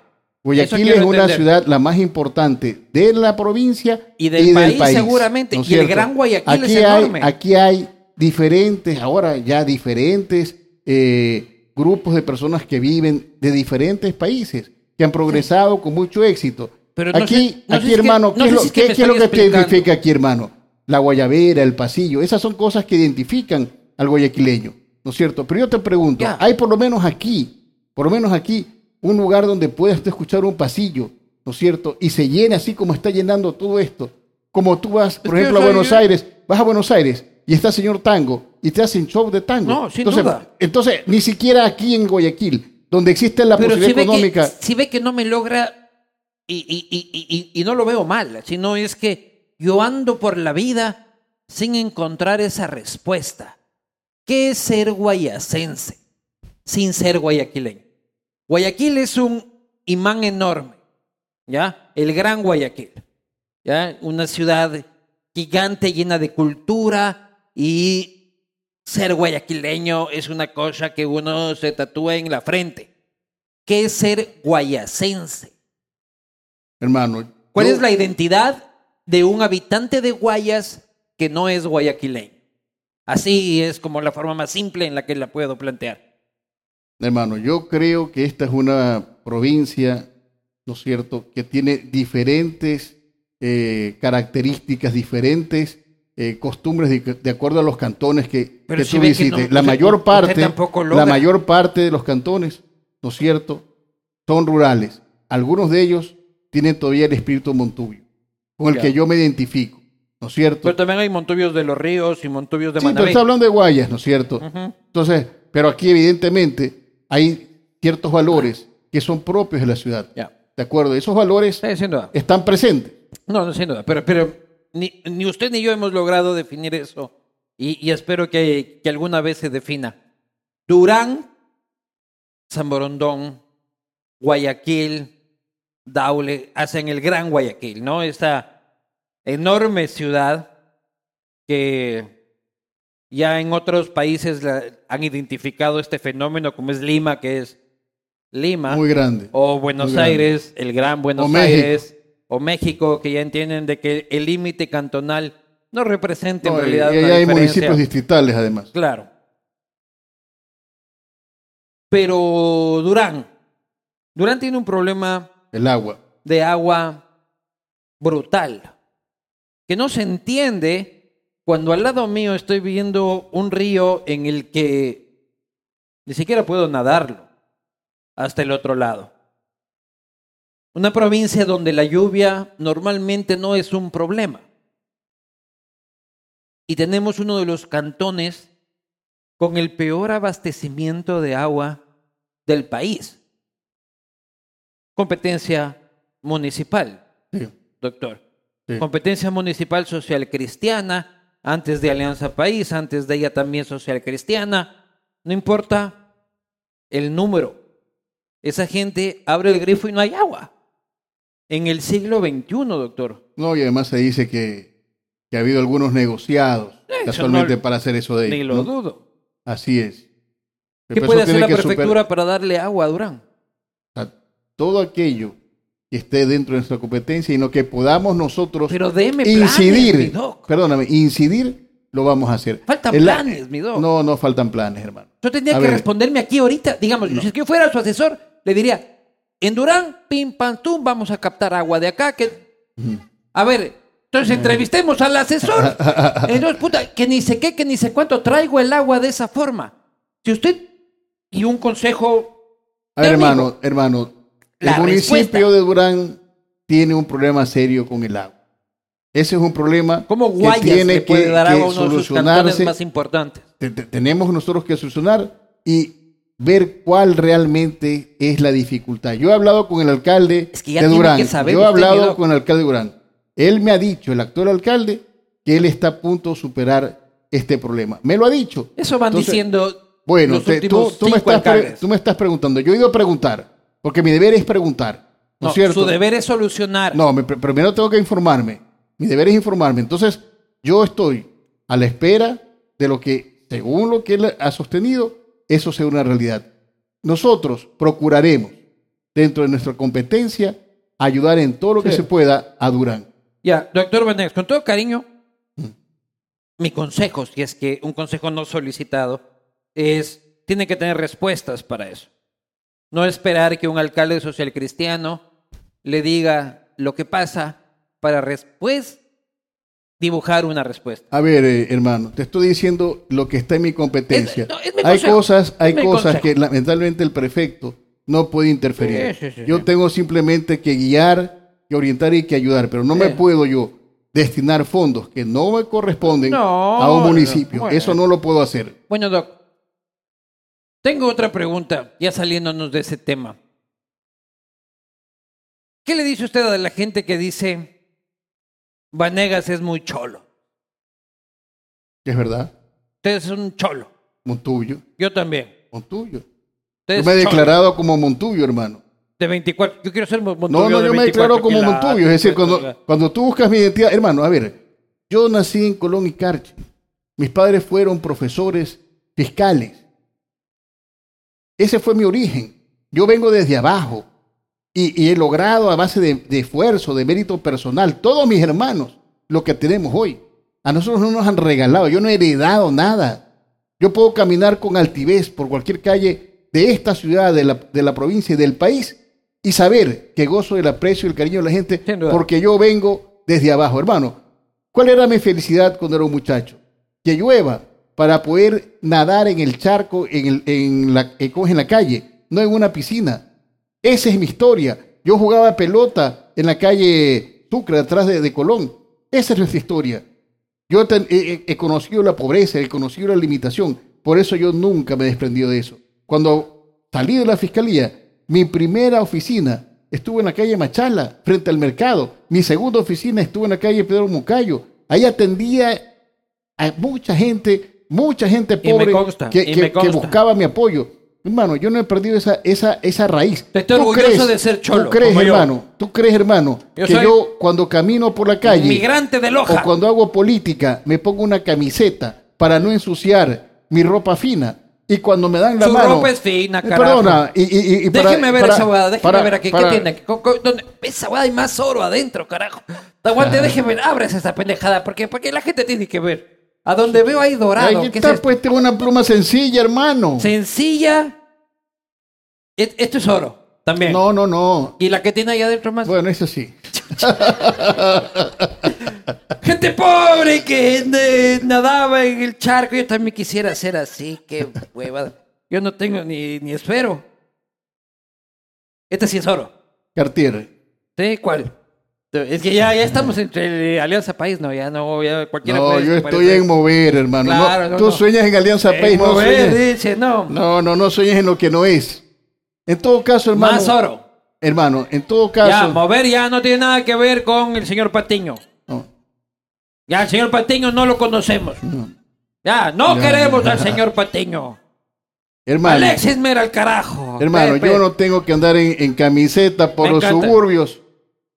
Speaker 2: Guayaquil
Speaker 1: quiero
Speaker 2: es una
Speaker 1: entender.
Speaker 2: ciudad la más importante de la provincia
Speaker 1: Y del país, seguramente.
Speaker 2: ¿no es
Speaker 1: Y el
Speaker 2: cierto?
Speaker 1: gran Guayaquil es
Speaker 2: aquí hay,
Speaker 1: enorme.
Speaker 2: Aquí hay diferentes, ahora ya diferentes eh, grupos de personas que viven de diferentes países, que han progresado con mucho éxito.
Speaker 1: Pero no
Speaker 2: aquí,
Speaker 1: sé- no sé si
Speaker 2: aquí
Speaker 1: es que-
Speaker 2: hermano,
Speaker 1: no
Speaker 2: ¿qué,
Speaker 1: sé
Speaker 2: es lo,
Speaker 1: si es que
Speaker 2: qué-
Speaker 1: me
Speaker 2: qué es lo
Speaker 1: estoy
Speaker 2: que te
Speaker 1: explicando.
Speaker 2: identifica aquí, hermano? La guayabera, el pasillo, esas son cosas que identifican al guayaquileño, ¿no es cierto? Pero yo te pregunto,
Speaker 1: Ya.
Speaker 2: hay por lo menos aquí, por lo menos aquí, un lugar donde puedas tú escuchar un pasillo, ¿no es cierto? Y se llena así como está llenando todo esto. Como tú vas, por
Speaker 1: que
Speaker 2: ejemplo, a
Speaker 1: soy-
Speaker 2: Buenos Aires, vas a Buenos Aires y está señor Tango y te hacen show de tango.
Speaker 1: No, sin
Speaker 2: entonces,
Speaker 1: duda.
Speaker 2: entonces, ni siquiera aquí en Guayaquil, donde existe la
Speaker 1: Pero si
Speaker 2: posibilidad
Speaker 1: ve,
Speaker 2: económica.
Speaker 1: que, si ve que no me logra, y, y- y- y- y- y no lo veo mal, sino es que yo ando por la vida sin encontrar esa respuesta. ¿Qué es ser guayacense sin ser guayaquileño? Guayaquil es un imán enorme, ¿ya? El gran Guayaquil, ¿ya? Una ciudad gigante, llena de cultura y ser guayaquileño es una cosa que uno se tatúa en la frente. ¿Qué es ser guayacense?
Speaker 2: Hermano,
Speaker 1: ¿Cuál
Speaker 2: yo-
Speaker 1: es la identidad de un habitante de Guayas que no es guayaquileño? Así es como la forma más simple en la que la puedo plantear.
Speaker 2: Hermano, yo creo que esta es una provincia, ¿no es cierto?, que tiene diferentes eh, características, diferentes eh, costumbres de, de acuerdo a los cantones que,
Speaker 1: Pero
Speaker 2: que
Speaker 1: si ve
Speaker 2: tú
Speaker 1: que no,
Speaker 2: visites.
Speaker 1: usted-
Speaker 2: la mayor
Speaker 1: usted
Speaker 2: parte,
Speaker 1: tampoco logra.
Speaker 2: la mayor parte de los cantones, ¿no es cierto?, son rurales. Algunos de ellos tienen todavía el espíritu montubio, con el
Speaker 1: Ya.
Speaker 2: que yo me identifico, ¿no es cierto?
Speaker 1: Pero también hay montubios de los ríos y montubios de
Speaker 2: sí, pero
Speaker 1: Manaví.
Speaker 2: está hablando de Guayas, ¿no es cierto?
Speaker 1: Ujú.
Speaker 2: Entonces, pero aquí evidentemente hay ciertos valores que son propios de la ciudad.
Speaker 1: Ya.
Speaker 2: ¿De acuerdo? Esos valores
Speaker 1: Sí, sin duda.
Speaker 2: están presentes.
Speaker 1: No, no, sin duda. Pero, pero ni, ni usted ni yo hemos logrado definir eso. Y, y espero que, que alguna vez se defina. Durán, San Borondón, Guayaquil, Daule, hacen el gran Guayaquil, ¿no? Esta enorme ciudad que ya en otros países la- han identificado este fenómeno como es Lima, que es Lima.
Speaker 2: Muy grande.
Speaker 1: O Buenos
Speaker 2: Muy grande.
Speaker 1: Aires, el gran Buenos
Speaker 2: O México.
Speaker 1: Aires, o México, que ya entienden de que el límite cantonal no representa en
Speaker 2: No, y-
Speaker 1: realidad
Speaker 2: y ahí
Speaker 1: una
Speaker 2: hay
Speaker 1: diferencia.
Speaker 2: municipios distritales además.
Speaker 1: Claro. Pero Durán, Durán tiene un problema
Speaker 2: El agua.
Speaker 1: de agua brutal, que no se entiende cuando al lado mío estoy viendo un río en el que ni siquiera puedo nadarlo hasta el otro lado. Una provincia donde la lluvia normalmente no es un problema. Y tenemos uno de los cantones con el peor abastecimiento de agua del país competencia municipal,
Speaker 2: Sí,
Speaker 1: doctor.
Speaker 2: sí.
Speaker 1: Competencia municipal social cristiana, antes de Alianza País, antes de ella también social cristiana. No importa el número. Esa gente abre el grifo y no hay agua. En el siglo XXI, doctor.
Speaker 2: No, y además se dice que, que ha habido algunos negociados
Speaker 1: Eso
Speaker 2: casualmente
Speaker 1: no-
Speaker 2: para hacer eso de
Speaker 1: Ni
Speaker 2: ellos.
Speaker 1: lo
Speaker 2: ¿no?
Speaker 1: dudo.
Speaker 2: Así es.
Speaker 1: ¿Qué
Speaker 2: Pero eso
Speaker 1: puede hacer
Speaker 2: tiene
Speaker 1: la
Speaker 2: que superar-
Speaker 1: prefectura para darle agua a Durán?
Speaker 2: o sea, todo aquello que esté dentro de nuestra competencia y lo que podamos nosotros
Speaker 1: Pero deme planes, mi
Speaker 2: incidir,
Speaker 1: doc.
Speaker 2: perdóname, incidir lo vamos a hacer.
Speaker 1: Faltan
Speaker 2: El-
Speaker 1: planes, mi doc.
Speaker 2: No, no faltan planes, hermano.
Speaker 1: Yo tendría
Speaker 2: A
Speaker 1: que
Speaker 2: ver.
Speaker 1: responderme aquí ahorita. Digamos, si es que yo fuera su asesor, le diría, en Durán, pim, pam, tum, vamos a captar agua de acá. Que... A ver, entonces
Speaker 2: [laughs]
Speaker 1: entrevistemos al asesor. Entonces, puta, que ni sé qué, que ni sé cuánto, traigo el agua de esa forma. Si usted y un consejo,
Speaker 2: A ver,
Speaker 1: Te digo,
Speaker 2: hermano, hermano, el
Speaker 1: la
Speaker 2: municipio
Speaker 1: respuesta.
Speaker 2: de Durán tiene un problema serio con el agua. Ese es un problema
Speaker 1: ¿cómo Guayas
Speaker 2: que tiene
Speaker 1: le puede
Speaker 2: que,
Speaker 1: dar a
Speaker 2: que
Speaker 1: uno de sus cantones
Speaker 2: solucionarse.
Speaker 1: más importantes?
Speaker 2: Te- te- tenemos nosotros que solucionar y ver cuál realmente es la dificultad. Yo he hablado con el alcalde
Speaker 1: Es que ya
Speaker 2: de
Speaker 1: tiene
Speaker 2: Durán.
Speaker 1: que saber
Speaker 2: Yo he
Speaker 1: usted,
Speaker 2: hablado
Speaker 1: mi doc.
Speaker 2: con el alcalde de Durán. Él me ha dicho, el actual alcalde, que él está a punto de superar este problema. Me lo ha dicho.
Speaker 1: Eso van
Speaker 2: Entonces,
Speaker 1: diciendo
Speaker 2: Bueno,
Speaker 1: los
Speaker 2: te- tú,
Speaker 1: últimos
Speaker 2: tú me
Speaker 1: cinco
Speaker 2: estás pre-
Speaker 1: alcaldes.
Speaker 2: tú me estás preguntando. Yo he ido a preguntar, porque mi deber es preguntar. ¿No,
Speaker 1: No,
Speaker 2: es cierto?
Speaker 1: Su deber es solucionar.
Speaker 2: No, me- pr- primero tengo que informarme. Mi deber es informarme. Entonces, yo estoy a la espera de lo que, según lo que él ha sostenido, eso sea una realidad. Nosotros procuraremos, dentro de nuestra competencia, ayudar en todo lo que
Speaker 1: Sí.
Speaker 2: se pueda a Durán.
Speaker 1: Ya, doctor Benex, con todo cariño, mi consejo, si es que un consejo no solicitado, es, tiene que tener respuestas para eso. No esperar que un alcalde social cristiano le diga lo que pasa para después dibujar una respuesta.
Speaker 2: A ver, eh, hermano, te estoy diciendo lo que está en mi competencia.
Speaker 1: Es- no, es mi
Speaker 2: hay
Speaker 1: consejo.
Speaker 2: cosas, hay
Speaker 1: Es mi
Speaker 2: cosas
Speaker 1: consejo.
Speaker 2: que lamentablemente el prefecto no puede interferir.
Speaker 1: Sí, sí, sí,
Speaker 2: yo
Speaker 1: sí.
Speaker 2: tengo simplemente que guiar, que orientar y que ayudar, pero no me
Speaker 1: Sí.
Speaker 2: puedo yo destinar fondos que no me corresponden
Speaker 1: No,
Speaker 2: a un municipio.
Speaker 1: bueno.
Speaker 2: Eso no lo puedo hacer.
Speaker 1: Bueno, Doc, tengo otra pregunta, ya saliéndonos de ese tema. ¿Qué le dice usted a la gente que dice, Vanegas es muy cholo?
Speaker 2: Que es verdad.
Speaker 1: Usted es un cholo.
Speaker 2: Montuyo,
Speaker 1: Yo también.
Speaker 2: Montuyo.
Speaker 1: Usted
Speaker 2: Yo
Speaker 1: es
Speaker 2: me he
Speaker 1: cholo
Speaker 2: declarado como Montuyo, hermano.
Speaker 1: De 24. Yo quiero ser Mon- Montubio
Speaker 2: No, no,
Speaker 1: de
Speaker 2: yo me
Speaker 1: 24
Speaker 2: declaro como
Speaker 1: quilates,
Speaker 2: Montubio. Es decir,
Speaker 1: etcétera.
Speaker 2: cuando, cuando tú buscas mi identidad, hermano, a ver, yo nací en Colón y Carche. Mis padres fueron profesores fiscales. Ese fue mi origen. Yo vengo desde abajo y, y he logrado a base de, de esfuerzo, de mérito personal, todos mis hermanos, lo que tenemos hoy. A nosotros no nos han regalado, yo no he heredado nada. Yo puedo caminar con altivez por cualquier calle de esta ciudad, de la, de la provincia y del país y saber que gozo del aprecio y el cariño de la gente
Speaker 1: Sin duda.
Speaker 2: porque yo vengo desde abajo. Hermano, ¿cuál era mi felicidad cuando era un muchacho? Que llueva para poder nadar en el charco, en, el- en, la, en cosas en la calle, no en una piscina. Esa es mi historia. Yo jugaba pelota en la calle Sucre, atrás de, de Colón. Esa es nuestra historia. Yo ten- he, he- he conocido la pobreza, he conocido la limitación. Por eso yo nunca me he desprendido de eso. Cuando salí de la fiscalía, mi primera oficina estuvo en la calle Machala, frente al mercado. Mi segunda oficina estuvo en la calle Pedro Moncayo. Ahí atendía a mucha gente, mucha gente
Speaker 1: Y me
Speaker 2: pobre
Speaker 1: consta,
Speaker 2: que,
Speaker 1: y
Speaker 2: que-
Speaker 1: me
Speaker 2: que
Speaker 1: consta.
Speaker 2: buscaba mi apoyo. Hermano, yo no he perdido esa, esa, esa raíz.
Speaker 1: Te estoy
Speaker 2: ¿Tú
Speaker 1: orgulloso
Speaker 2: crees-
Speaker 1: de ser cholo,
Speaker 2: ¿Tú crees,
Speaker 1: como yo.
Speaker 2: hermano? ¿Tú crees, hermano,
Speaker 1: Yo
Speaker 2: que
Speaker 1: soy
Speaker 2: yo cuando camino por la calle
Speaker 1: Migrante de
Speaker 2: o
Speaker 1: Loja.
Speaker 2: cuando hago política me pongo una camiseta para no ensuciar mi ropa fina y cuando me dan la
Speaker 1: Su
Speaker 2: mano
Speaker 1: ropa es fina,
Speaker 2: Eh,
Speaker 1: carajo.
Speaker 2: perdona y, y- y- y para-
Speaker 1: déjeme ver
Speaker 2: para-
Speaker 1: esa hueá, déjeme
Speaker 2: para-
Speaker 1: ver aquí.
Speaker 2: para-
Speaker 1: ¿Qué tiene? ¿Con- con- dónde? Esa hueá hay más oro adentro, carajo. Aguante, déjeme ver. Abres esa pendejada, porque, porque la gente tiene que ver. A donde veo hay dorado.
Speaker 2: ahí
Speaker 1: ¿Qué es
Speaker 2: está
Speaker 1: esto?
Speaker 2: pues tengo una pluma sencilla hermano
Speaker 1: Sencilla. Et- Esto es oro también.
Speaker 2: no no no
Speaker 1: Y la que tiene ahí adentro más.
Speaker 2: bueno eso sí
Speaker 1: Gente pobre que eh, nadaba en el charco. Yo también quisiera ser así. Qué huevada. Yo no tengo ni, ni espero. Este sí es oro.
Speaker 2: Cartier
Speaker 1: ¿Sí? ¿Cuál? Es que ya, ya estamos entre el Alianza País, ¿no? Ya no, ya cualquiera
Speaker 2: no
Speaker 1: puede-
Speaker 2: yo estoy
Speaker 1: parece-
Speaker 2: en mover hermano No,
Speaker 1: Claro, no,
Speaker 2: tú
Speaker 1: no.
Speaker 2: sueñas en Alianza
Speaker 1: en
Speaker 2: País no
Speaker 1: mover,
Speaker 2: sueñas-
Speaker 1: dice, no.
Speaker 2: no no no sueñas en lo que no es en todo caso hermano
Speaker 1: Más oro.
Speaker 2: hermano en todo
Speaker 1: Ya,
Speaker 2: caso
Speaker 1: mover ya no tiene nada que ver con el señor Patiño.
Speaker 2: No.
Speaker 1: Ya, el señor Patiño no lo conocemos. Ya, no
Speaker 2: Ya.
Speaker 1: queremos al señor Patiño.
Speaker 2: hermano
Speaker 1: Alexis Mera al carajo.
Speaker 2: Hermano,
Speaker 1: Pepe.
Speaker 2: yo no tengo que andar en, en camiseta por
Speaker 1: Me
Speaker 2: los
Speaker 1: encanta.
Speaker 2: suburbios,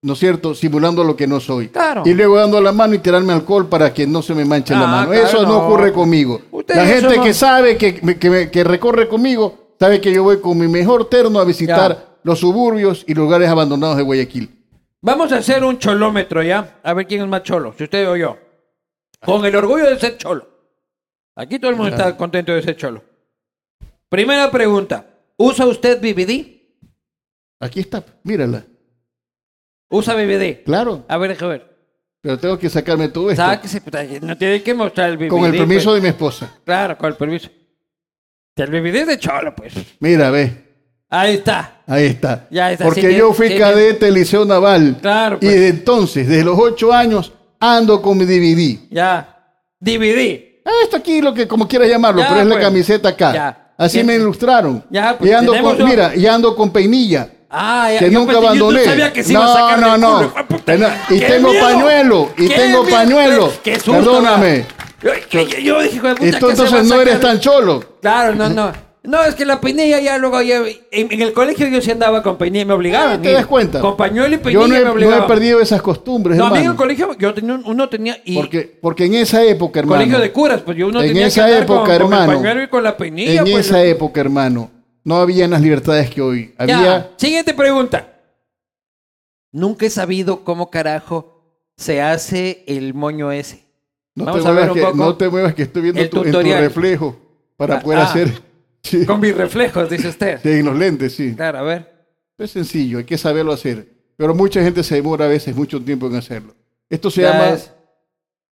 Speaker 2: ¿no es cierto? Simulando lo que no soy.
Speaker 1: Claro.
Speaker 2: Y luego dando la mano y tirarme alcohol para que no se me manche la
Speaker 1: Ah,
Speaker 2: mano.
Speaker 1: claro,
Speaker 2: Eso no
Speaker 1: no.
Speaker 2: ocurre conmigo.
Speaker 1: Ustedes
Speaker 2: la gente
Speaker 1: son-
Speaker 2: que sabe, que, me- que me- que recorre conmigo, sabe que yo voy con mi mejor terno a visitar
Speaker 1: Ya.
Speaker 2: los suburbios y lugares abandonados de Guayaquil.
Speaker 1: Vamos a hacer un cholómetro ya. A ver quién es más cholo, si usted o yo. Con el orgullo de ser cholo. Aquí todo el mundo está contento de ser cholo. Primera pregunta. ¿Usa usted BBD?
Speaker 2: Aquí está, mírala.
Speaker 1: ¿Usa BBD?
Speaker 2: Claro,
Speaker 1: A ver, a ver. pues,
Speaker 2: pero tengo que sacarme todo esto.
Speaker 1: Sáquese, puta, no tiene que mostrar el BBD.
Speaker 2: Con el permiso
Speaker 1: pues.
Speaker 2: de mi esposa.
Speaker 1: Claro, con el permiso. Te lo viví de cholo, pues.
Speaker 2: Mira, ve.
Speaker 1: Ahí está.
Speaker 2: Ahí está.
Speaker 1: Ya está,
Speaker 2: Porque
Speaker 1: sí,
Speaker 2: yo
Speaker 1: bien,
Speaker 2: fui
Speaker 1: sí,
Speaker 2: cadete del Liceo Naval.
Speaker 1: Claro, pues.
Speaker 2: Y desde entonces, desde los ocho años, ando con mi DVD.
Speaker 1: Ya. Dividí.
Speaker 2: Ah, Esto aquí, lo que como quieras llamarlo,
Speaker 1: Ya,
Speaker 2: pero es la
Speaker 1: pues.
Speaker 2: camiseta acá.
Speaker 1: Ya.
Speaker 2: Así
Speaker 1: Bien.
Speaker 2: me ilustraron.
Speaker 1: Ya, pues,
Speaker 2: y ando
Speaker 1: tenemos
Speaker 2: con,
Speaker 1: yo-
Speaker 2: mira, y ando con peinilla.
Speaker 1: Ah, ya.
Speaker 2: que
Speaker 1: yo
Speaker 2: nunca
Speaker 1: pensé- yo
Speaker 2: abandoné.
Speaker 1: sabía que se iba a sacar
Speaker 2: no,
Speaker 1: del
Speaker 2: no,
Speaker 1: culo,
Speaker 2: no.
Speaker 1: hijo de puta.
Speaker 2: Y
Speaker 1: ¡Qué
Speaker 2: tengo
Speaker 1: miedo!
Speaker 2: pañuelo, y
Speaker 1: ¡Qué
Speaker 2: tengo
Speaker 1: miedo!
Speaker 2: pañuelo.
Speaker 1: ¡Qué susto,
Speaker 2: Perdóname.
Speaker 1: Yo, yo- yo- yo dije, hijo de puta,
Speaker 2: Y tú
Speaker 1: ¿qué se va a
Speaker 2: entonces no eres
Speaker 1: sacar?
Speaker 2: tan cholo.
Speaker 1: Claro, no, no. No, es que la peinilla ya luego ya- en, en el colegio yo sí andaba con peinilla, me obligaban.
Speaker 2: Ah, ¿Te
Speaker 1: mira.
Speaker 2: das cuenta?
Speaker 1: Con pañuelo y peinilla
Speaker 2: Yo no he,
Speaker 1: me
Speaker 2: no he
Speaker 1: obligaban.
Speaker 2: perdido esas costumbres,
Speaker 1: No, a mí en
Speaker 2: hermano.
Speaker 1: el colegio yo tenía un- uno tenía y
Speaker 2: porque, porque en esa época, hermano.
Speaker 1: colegio de curas, pues yo uno
Speaker 2: En
Speaker 1: tenía
Speaker 2: esa
Speaker 1: que andar
Speaker 2: época,
Speaker 1: con, con
Speaker 2: hermano,
Speaker 1: el pañuelo y con la peinilla,
Speaker 2: En
Speaker 1: pues.
Speaker 2: esa época, hermano, no habían las libertades que hoy.
Speaker 1: Ya.
Speaker 2: Había.
Speaker 1: Siguiente pregunta. Nunca he sabido cómo carajo se hace el moño ese.
Speaker 2: No te,
Speaker 1: Vamos a ver
Speaker 2: muevas
Speaker 1: un
Speaker 2: que,
Speaker 1: poco.
Speaker 2: no te muevas que estoy viendo
Speaker 1: el
Speaker 2: tu, en tu
Speaker 1: tutorial.
Speaker 2: reflejo para
Speaker 1: Ah,
Speaker 2: poder
Speaker 1: ah.
Speaker 2: hacer. Sí,
Speaker 1: Con mis reflejos, dice usted.
Speaker 2: sí, en los lentes, sí.
Speaker 1: Claro, a ver.
Speaker 2: Es sencillo, hay que saberlo hacer. Pero mucha gente se demora a veces mucho tiempo en hacerlo. Esto se
Speaker 1: Ya
Speaker 2: llama
Speaker 1: es-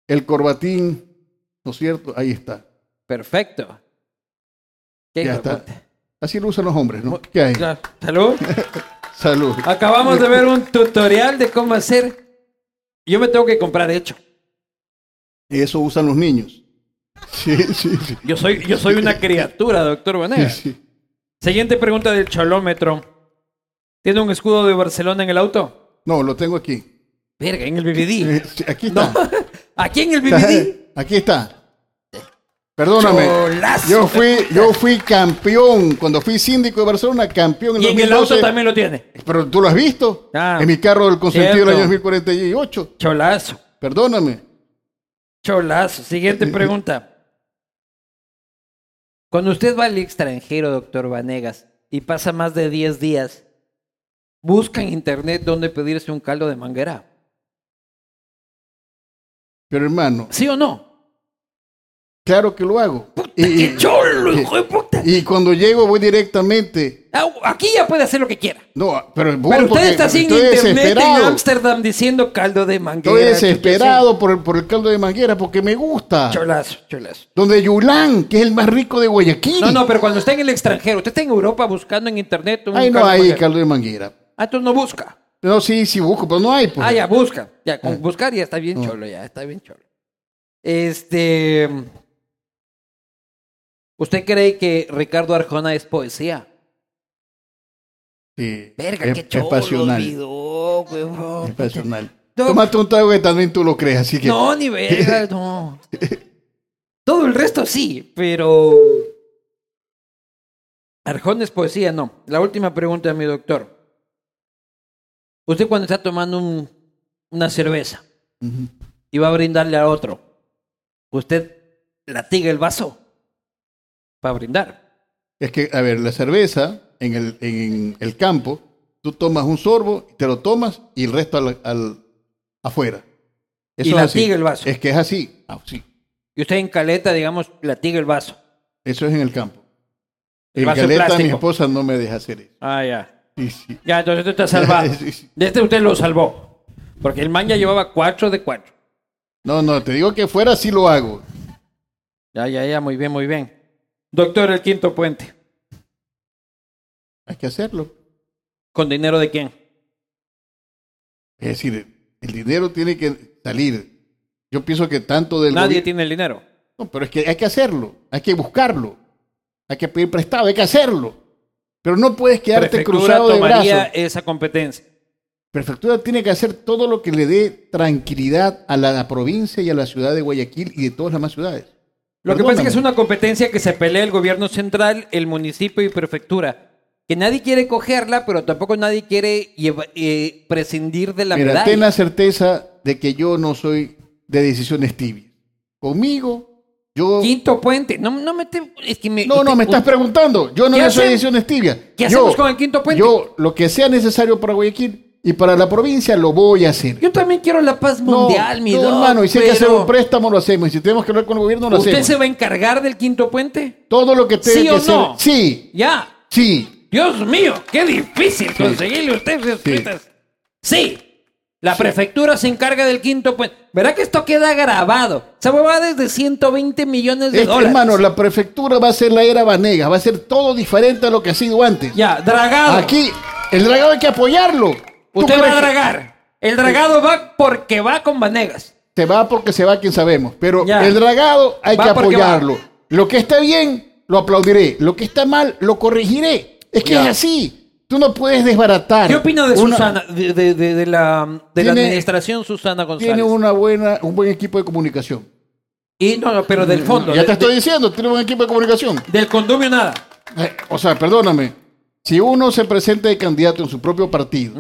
Speaker 2: el corbatín, ¿no es cierto? Ahí está.
Speaker 1: Perfecto. Qué
Speaker 2: Ya
Speaker 1: hijo de
Speaker 2: está.
Speaker 1: puta.
Speaker 2: Así lo usan los hombres, ¿no? ¿Qué hay?
Speaker 1: Ya. Salud.
Speaker 2: Salud.
Speaker 1: Ah. Acabamos de ver un tutorial de cómo hacer. Yo me tengo que comprar hecho.
Speaker 2: Y eso usan los niños. Sí, sí, sí.
Speaker 1: Yo soy, yo soy una criatura, doctor
Speaker 2: sí,
Speaker 1: Bonega.
Speaker 2: sí.
Speaker 1: Siguiente pregunta del cholómetro. ¿Tiene un escudo de Barcelona en el auto?
Speaker 2: No, lo tengo aquí.
Speaker 1: Verga, en el BBD.
Speaker 2: Eh, sí, Aquí está.
Speaker 1: Aquí en el
Speaker 2: [laughs]
Speaker 1: BBD.
Speaker 2: Aquí está. Perdóname.
Speaker 1: Cholazo.
Speaker 2: Yo fui, yo fui campeón. Cuando fui síndico de Barcelona, campeón en
Speaker 1: Y en el
Speaker 2: 2012.
Speaker 1: auto también lo tiene.
Speaker 2: Pero tú lo has visto.
Speaker 1: Ah,
Speaker 2: en mi carro del consentido
Speaker 1: cierto.
Speaker 2: del año 2048.
Speaker 1: Cholazo.
Speaker 2: Perdóname.
Speaker 1: Cholazo.
Speaker 2: Eh,
Speaker 1: Siguiente pregunta. Cuando usted va al extranjero, doctor Vanegas, y pasa más de 10 días, busca en internet dónde pedirse un caldo de manguera.
Speaker 2: Pero hermano,
Speaker 1: ¿Sí o no?
Speaker 2: claro que lo hago. Y,
Speaker 1: ¡Qué
Speaker 2: y-
Speaker 1: cholo,
Speaker 2: eh.
Speaker 1: hijo de puta!
Speaker 2: y cuando llego voy directamente.
Speaker 1: Ah, Aquí ya puede hacer lo que quiera.
Speaker 2: No, pero, voy
Speaker 1: Pero
Speaker 2: porque
Speaker 1: usted está sin
Speaker 2: estoy
Speaker 1: internet en
Speaker 2: desesperado.
Speaker 1: Ámsterdam diciendo caldo de manguera.
Speaker 2: Estoy desesperado por el, por el caldo de manguera porque me gusta.
Speaker 1: Cholazo, cholazo.
Speaker 2: Donde Yulán, que es el más rico de Guayaquil.
Speaker 1: No, no, pero cuando está en el extranjero, usted está en Europa buscando en internet un
Speaker 2: Ahí no
Speaker 1: caldo de
Speaker 2: hay
Speaker 1: manguera.
Speaker 2: caldo de manguera.
Speaker 1: Ah, entonces no busca.
Speaker 2: No, sí, sí busco, pero no hay. Pues. Ah.
Speaker 1: Ah, ya, busca. Ya, con buscar ya está bien cholo, ya está bien cholo. Este. ¿Usted cree que Ricardo Arjona es poesía?
Speaker 2: Sí,
Speaker 1: Verga,
Speaker 2: es,
Speaker 1: qué cholo.
Speaker 2: es pasional.
Speaker 1: olvidó, huevón.
Speaker 2: Es pasional.
Speaker 1: No.
Speaker 2: Tómate un trago que también tú lo crees, así que.
Speaker 1: No,
Speaker 2: [laughs]
Speaker 1: ni verga, no. Todo el resto sí, pero. Arjón es poesía, no. La última pregunta de mi doctor. Usted cuando está tomando un- una cerveza
Speaker 2: Ujú.
Speaker 1: y va a brindarle a otro, usted latiga el vaso para brindar.
Speaker 2: Es que, a ver, la cerveza en el, en el campo, tú tomas un sorbo, te lo tomas y el resto al, al- afuera.
Speaker 1: Y
Speaker 2: es así.
Speaker 1: latiga el vaso.
Speaker 2: Es que es así. Ah, sí.
Speaker 1: Y usted en caleta, digamos, latiga el vaso.
Speaker 2: Eso es en el campo.
Speaker 1: El
Speaker 2: En
Speaker 1: vaso
Speaker 2: Caleta, mi
Speaker 1: plástico.
Speaker 2: esposa no me deja hacer eso.
Speaker 1: Ah, ya.
Speaker 2: Sí, sí.
Speaker 1: Ya, entonces usted está salvado.
Speaker 2: [laughs] Sí, sí.
Speaker 1: De este usted lo salvó. Porque el man ya llevaba cuatro de cuatro.
Speaker 2: No, no, te digo que fuera sí lo hago.
Speaker 1: Ya, ya, ya, muy bien, muy bien. Doctor, el quinto puente.
Speaker 2: Hay que hacerlo.
Speaker 1: ¿Con dinero de quién?
Speaker 2: Es decir, el dinero tiene que salir. Yo pienso que tanto del
Speaker 1: Nadie
Speaker 2: gobierno-
Speaker 1: tiene el dinero.
Speaker 2: No, pero es que hay que hacerlo, hay que buscarlo, hay que pedir prestado, hay que hacerlo. Pero no puedes quedarte
Speaker 1: Prefectura
Speaker 2: cruzado de
Speaker 1: tomaría
Speaker 2: brazos.
Speaker 1: esa competencia.
Speaker 2: Prefectura tiene que hacer todo lo que le dé tranquilidad a la, provincia y a la ciudad de Guayaquil y de todas las demás ciudades.
Speaker 1: Lo que pasa es que es
Speaker 2: Perdóname.
Speaker 1: una competencia que se pelea el gobierno central, el municipio y prefectura. Que nadie quiere cogerla, pero tampoco nadie quiere lleva- eh, prescindir de la
Speaker 2: Mira,
Speaker 1: medalla.
Speaker 2: ten la certeza de que yo no soy de decisiones tibias. Conmigo, yo...
Speaker 1: Quinto puente. No, no me te- es que me-
Speaker 2: No, no,
Speaker 1: Eh, usted-
Speaker 2: me estás preguntando. Yo no
Speaker 1: ¿Qué
Speaker 2: le soy
Speaker 1: hacemos?
Speaker 2: decisiones tibias.
Speaker 1: ¿Qué
Speaker 2: Yo-
Speaker 1: hacemos con el quinto puente?
Speaker 2: Yo, lo que sea necesario para Guayaquil y para la provincia, lo voy a hacer.
Speaker 1: Yo también quiero la paz mundial, mi
Speaker 2: no,
Speaker 1: doc,
Speaker 2: hermano, y si hay que hacer
Speaker 1: pero
Speaker 2: un préstamo, lo hacemos. Y si tenemos que hablar con el gobierno, lo
Speaker 1: ¿Usted
Speaker 2: hacemos.
Speaker 1: se va a encargar del quinto puente?
Speaker 2: Todo lo que tenga
Speaker 1: ¿Sí
Speaker 2: que
Speaker 1: o
Speaker 2: hacer.
Speaker 1: no?
Speaker 2: Sí,
Speaker 1: Ya.
Speaker 2: sí.
Speaker 1: Dios mío, qué difícil conseguirle a usted esas
Speaker 2: Sí.
Speaker 1: cuentas. Sí, La prefectura se encarga del quinto puente. Verá que esto queda grabado. Esa huevada es de 120 millones de
Speaker 2: Este,
Speaker 1: dólares.
Speaker 2: hermano, la prefectura va a ser la era Vanegas, va a ser todo diferente a lo que ha sido antes.
Speaker 1: Ya, dragado.
Speaker 2: Aquí, el dragado hay que apoyarlo. ¿Tú
Speaker 1: Usted va
Speaker 2: crees
Speaker 1: a
Speaker 2: que
Speaker 1: dragar. El dragado va porque va con Vanegas.
Speaker 2: Se va porque se va quien sabemos, pero
Speaker 1: Ya.
Speaker 2: el dragado hay
Speaker 1: Va
Speaker 2: que
Speaker 1: porque
Speaker 2: apoyarlo. Lo que está bien, lo aplaudiré. Lo que está mal, lo corregiré. Es que
Speaker 1: Ya.
Speaker 2: es así. Tú no puedes desbaratar.
Speaker 1: ¿Qué opina de
Speaker 2: Una-
Speaker 1: Susana? De, de- de- de la, de la
Speaker 2: Tiene-
Speaker 1: administración Susana González.
Speaker 2: Tiene una buena, un buen equipo de comunicación.
Speaker 1: Y no, no, pero del fondo.
Speaker 2: Mm, ya
Speaker 1: de-
Speaker 2: te estoy
Speaker 1: de-
Speaker 2: diciendo, tiene un buen equipo de comunicación.
Speaker 1: del condumio nada.
Speaker 2: Eh, O sea, perdóname, si uno se presenta de candidato en su propio partido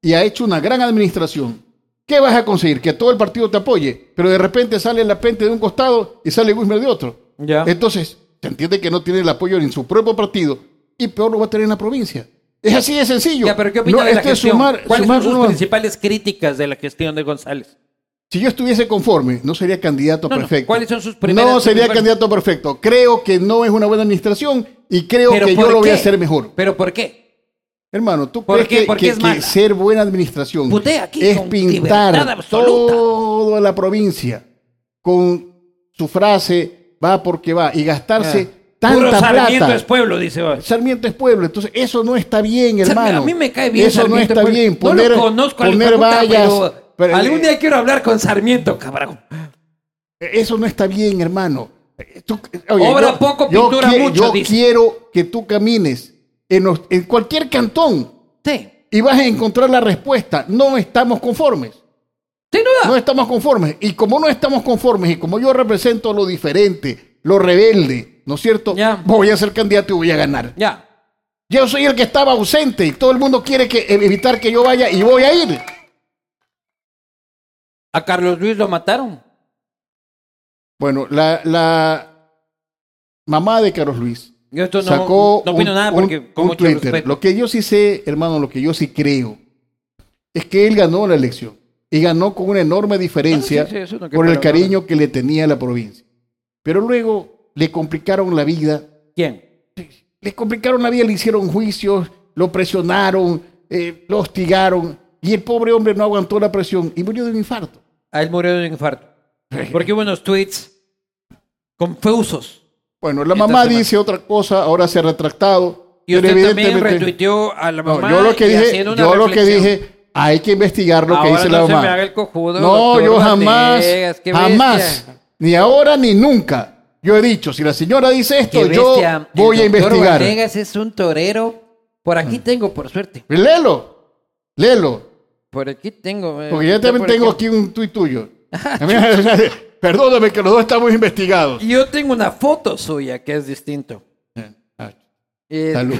Speaker 2: y ha hecho una gran administración, ¿qué vas a conseguir? Que todo el partido te apoye, pero de repente sale la pente de un costado y sale Guzmán de otro.
Speaker 1: Ya.
Speaker 2: Entonces, se entiende que no tiene el apoyo ni en su propio partido y peor lo va a tener en la provincia. Es así de sencillo.
Speaker 1: Ya, pero ¿qué opina
Speaker 2: No, este
Speaker 1: de la
Speaker 2: es que
Speaker 1: gestión?
Speaker 2: sumar-
Speaker 1: ¿Cuáles
Speaker 2: sumar
Speaker 1: son sus
Speaker 2: uno-
Speaker 1: principales críticas de la gestión de González?
Speaker 2: si yo estuviese conforme, no sería candidato
Speaker 1: No, no.
Speaker 2: perfecto.
Speaker 1: ¿Cuáles son sus primeras-
Speaker 2: No sería
Speaker 1: primeras-
Speaker 2: candidato perfecto. Creo que no es una buena administración y creo que yo
Speaker 1: ¿por
Speaker 2: lo voy a
Speaker 1: qué?
Speaker 2: hacer mejor.
Speaker 1: ¿Pero por qué?
Speaker 2: Hermano, ¿tú
Speaker 1: ¿Por
Speaker 2: crees
Speaker 1: qué?
Speaker 2: que-
Speaker 1: Porque
Speaker 2: que,
Speaker 1: es
Speaker 2: que
Speaker 1: mala.
Speaker 2: ser buena administración
Speaker 1: Putea aquí
Speaker 2: es
Speaker 1: con libertad
Speaker 2: pintar
Speaker 1: absoluta.
Speaker 2: toda la provincia con su frase va porque va y gastarse
Speaker 1: Ah. Puro
Speaker 2: tanta
Speaker 1: Sarmiento
Speaker 2: plata?
Speaker 1: es pueblo, dice hoy.
Speaker 2: Sarmiento es pueblo, entonces eso no está bien,
Speaker 1: O sea,
Speaker 2: hermano.
Speaker 1: A mí me cae bien.
Speaker 2: Eso
Speaker 1: Sarmiento,
Speaker 2: no está
Speaker 1: pues,
Speaker 2: bien.
Speaker 1: no
Speaker 2: Poner,
Speaker 1: lo conozco al
Speaker 2: poner
Speaker 1: hijueputa,
Speaker 2: vallas.
Speaker 1: pero
Speaker 2: pero- eh,
Speaker 1: algún día quiero hablar con Sarmiento, cabrón.
Speaker 2: Eso no está bien, hermano. Eh, tú-
Speaker 1: Obra poco, pintura
Speaker 2: quiero-
Speaker 1: mucho,
Speaker 2: Yo
Speaker 1: dice.
Speaker 2: quiero que tú camines en, los- en cualquier cantón
Speaker 1: Sí,
Speaker 2: y vas a encontrar la respuesta. No estamos conformes.
Speaker 1: sin duda.
Speaker 2: No estamos conformes. Y como no estamos conformes y como yo represento lo diferente, lo rebelde, ¿no es cierto?
Speaker 1: Ya.
Speaker 2: Voy a ser candidato y voy a ganar.
Speaker 1: Ya.
Speaker 2: Yo soy el que estaba ausente y todo el mundo quiere que, eh, evitar que yo vaya y voy a ir.
Speaker 1: A Carlos Luis lo mataron.
Speaker 2: Bueno, la, la mamá de Carlos Luis
Speaker 1: Yo esto no,
Speaker 2: sacó
Speaker 1: no opino
Speaker 2: un,
Speaker 1: nada porque
Speaker 2: un-
Speaker 1: con
Speaker 2: un
Speaker 1: mucho
Speaker 2: Twitter.
Speaker 1: respeto.
Speaker 2: Lo que yo sí sé, hermano, lo que yo sí creo, es que él ganó la elección y ganó con una enorme diferencia
Speaker 1: Ah, sí, sí, eso no queda
Speaker 2: por
Speaker 1: claro.
Speaker 2: el cariño que le tenía a la provincia. Pero luego le complicaron la vida
Speaker 1: ¿Quién?
Speaker 2: le complicaron la vida, le hicieron juicios, lo presionaron, eh, lo hostigaron, y el pobre hombre no aguantó la presión y murió de un infarto.
Speaker 1: A él murió de un
Speaker 2: [laughs]
Speaker 1: infarto. Porque hubo unos tweets confusos.
Speaker 2: Bueno, la
Speaker 1: Esta
Speaker 2: mamá
Speaker 1: semana.
Speaker 2: dice otra cosa, ahora se ha retractado.
Speaker 1: Y usted
Speaker 2: pero
Speaker 1: también
Speaker 2: evidentemente-
Speaker 1: retuiteó a la
Speaker 2: No,
Speaker 1: mamá.
Speaker 2: yo lo que
Speaker 1: y
Speaker 2: dije,
Speaker 1: haciendo una
Speaker 2: yo lo que
Speaker 1: reflexión.
Speaker 2: dije, hay que investigar lo que
Speaker 1: Ahora
Speaker 2: dice
Speaker 1: no
Speaker 2: la
Speaker 1: se
Speaker 2: mamá.
Speaker 1: me haga el cojudo,
Speaker 2: no,
Speaker 1: doctor
Speaker 2: yo jamás,
Speaker 1: Vanegas, qué
Speaker 2: jamás,
Speaker 1: bestia.
Speaker 2: ni ahora ni nunca. Yo he dicho, si la señora dice esto,
Speaker 1: Qué
Speaker 2: yo
Speaker 1: bestia. El
Speaker 2: voy a
Speaker 1: doctor
Speaker 2: investigar.
Speaker 1: Vanegas es un torero. Por aquí tengo, por suerte.
Speaker 2: Lelo, lelo.
Speaker 1: Por aquí tengo. eh,
Speaker 2: Porque yo
Speaker 1: está
Speaker 2: también
Speaker 1: por
Speaker 2: tengo
Speaker 1: acá.
Speaker 2: aquí un
Speaker 1: [laughs]
Speaker 2: tuit tuyo. [laughs] A mí- Perdóname que los dos estamos
Speaker 1: [laughs]
Speaker 2: investigados.
Speaker 1: Y Yo tengo una foto suya que es distinto.
Speaker 2: Ah,
Speaker 1: Eh,
Speaker 2: Salud.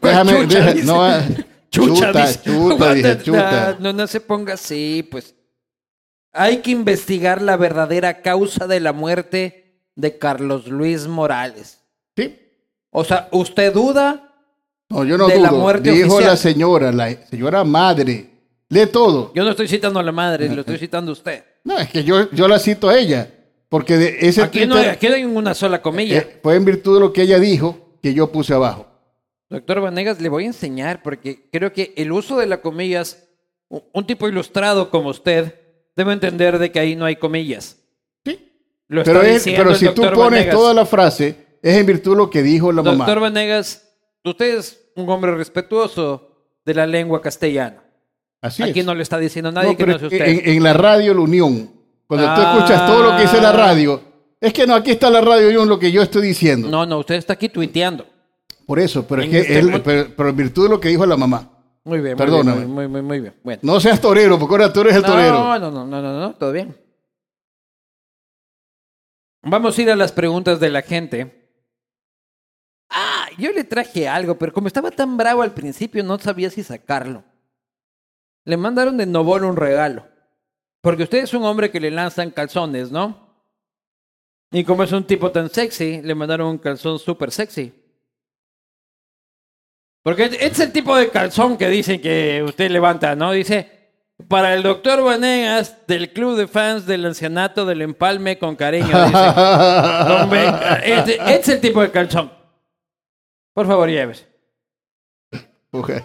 Speaker 2: Déjame,
Speaker 1: Pues chucha,
Speaker 2: deja-
Speaker 1: dice.
Speaker 2: no, ah,
Speaker 1: [laughs] Chucha,
Speaker 2: chuta,
Speaker 1: dice. [laughs]
Speaker 2: chuta, dije,
Speaker 1: Guarda,
Speaker 2: chuta.
Speaker 1: No, no se ponga así, pues. Hay que investigar la verdadera causa de la muerte de Carlos Luis Morales.
Speaker 2: Sí.
Speaker 1: O sea, usted duda,
Speaker 2: No, yo no
Speaker 1: De la
Speaker 2: dudo.
Speaker 1: muerte
Speaker 2: Dijo
Speaker 1: oficial.
Speaker 2: la señora, la señora madre. Lee todo.
Speaker 1: yo no estoy citando a la madre, lo estoy citando a usted.
Speaker 2: No, es que yo, yo la cito a ella. Porque de ese
Speaker 1: Aquí no, hay-
Speaker 2: Twitter,
Speaker 1: aquí no hay una sola comilla.
Speaker 2: eh, fue en virtud de lo que ella dijo que yo puse abajo.
Speaker 1: Doctor Vanegas, le voy a enseñar porque creo que el uso de las comillas, u- un tipo ilustrado como usted, debe entender de que ahí no hay comillas.
Speaker 2: Sí.
Speaker 1: Lo
Speaker 2: Pero,
Speaker 1: está
Speaker 2: es-
Speaker 1: diciendo
Speaker 2: pero
Speaker 1: el
Speaker 2: si tú
Speaker 1: doctor
Speaker 2: pones
Speaker 1: Vanegas.
Speaker 2: toda la frase, es en virtud de lo que dijo la mamá.
Speaker 1: Doctor Vanegas, usted es un hombre respetuoso de la lengua castellana.
Speaker 2: Así
Speaker 1: Aquí
Speaker 2: es.
Speaker 1: no le está diciendo nadie
Speaker 2: No,
Speaker 1: que
Speaker 2: pero eh,
Speaker 1: no sea usted.
Speaker 2: En, en la radio La Unión, cuando tú
Speaker 1: Ah.
Speaker 2: escuchas todo lo que dice la radio, es que no, aquí está la radio Unión, lo que yo estoy diciendo.
Speaker 1: No, no, usted está aquí tuiteando.
Speaker 2: Por eso, pero es
Speaker 1: En
Speaker 2: que
Speaker 1: este
Speaker 2: él-
Speaker 1: mundo-
Speaker 2: pero, pero en virtud de lo que dijo la mamá.
Speaker 1: Muy bien, muy
Speaker 2: Perdóname.
Speaker 1: bien, Muy, muy, muy, muy bien. Bueno.
Speaker 2: No seas torero, porque ahora tú eres el torero.
Speaker 1: No, no, no, no, no, no, todo bien. Vamos a ir a las preguntas de la gente. Ah, yo le traje algo, pero como estaba tan bravo al principio, no sabía si sacarlo. Le mandaron de Novol un regalo. Porque usted es un hombre que le lanzan calzones, ¿no? Y como es un tipo tan sexy, le mandaron un calzón súper sexy. Porque este es el tipo de calzón que dicen que usted levanta, ¿no? Dice, para el doctor Vanegas del Club de Fans del Ancianato del Empalme con cariño. Dice,
Speaker 2: [laughs]
Speaker 1: Don Beca. este, este es el tipo de calzón. Por favor, llévese.
Speaker 2: Mujer.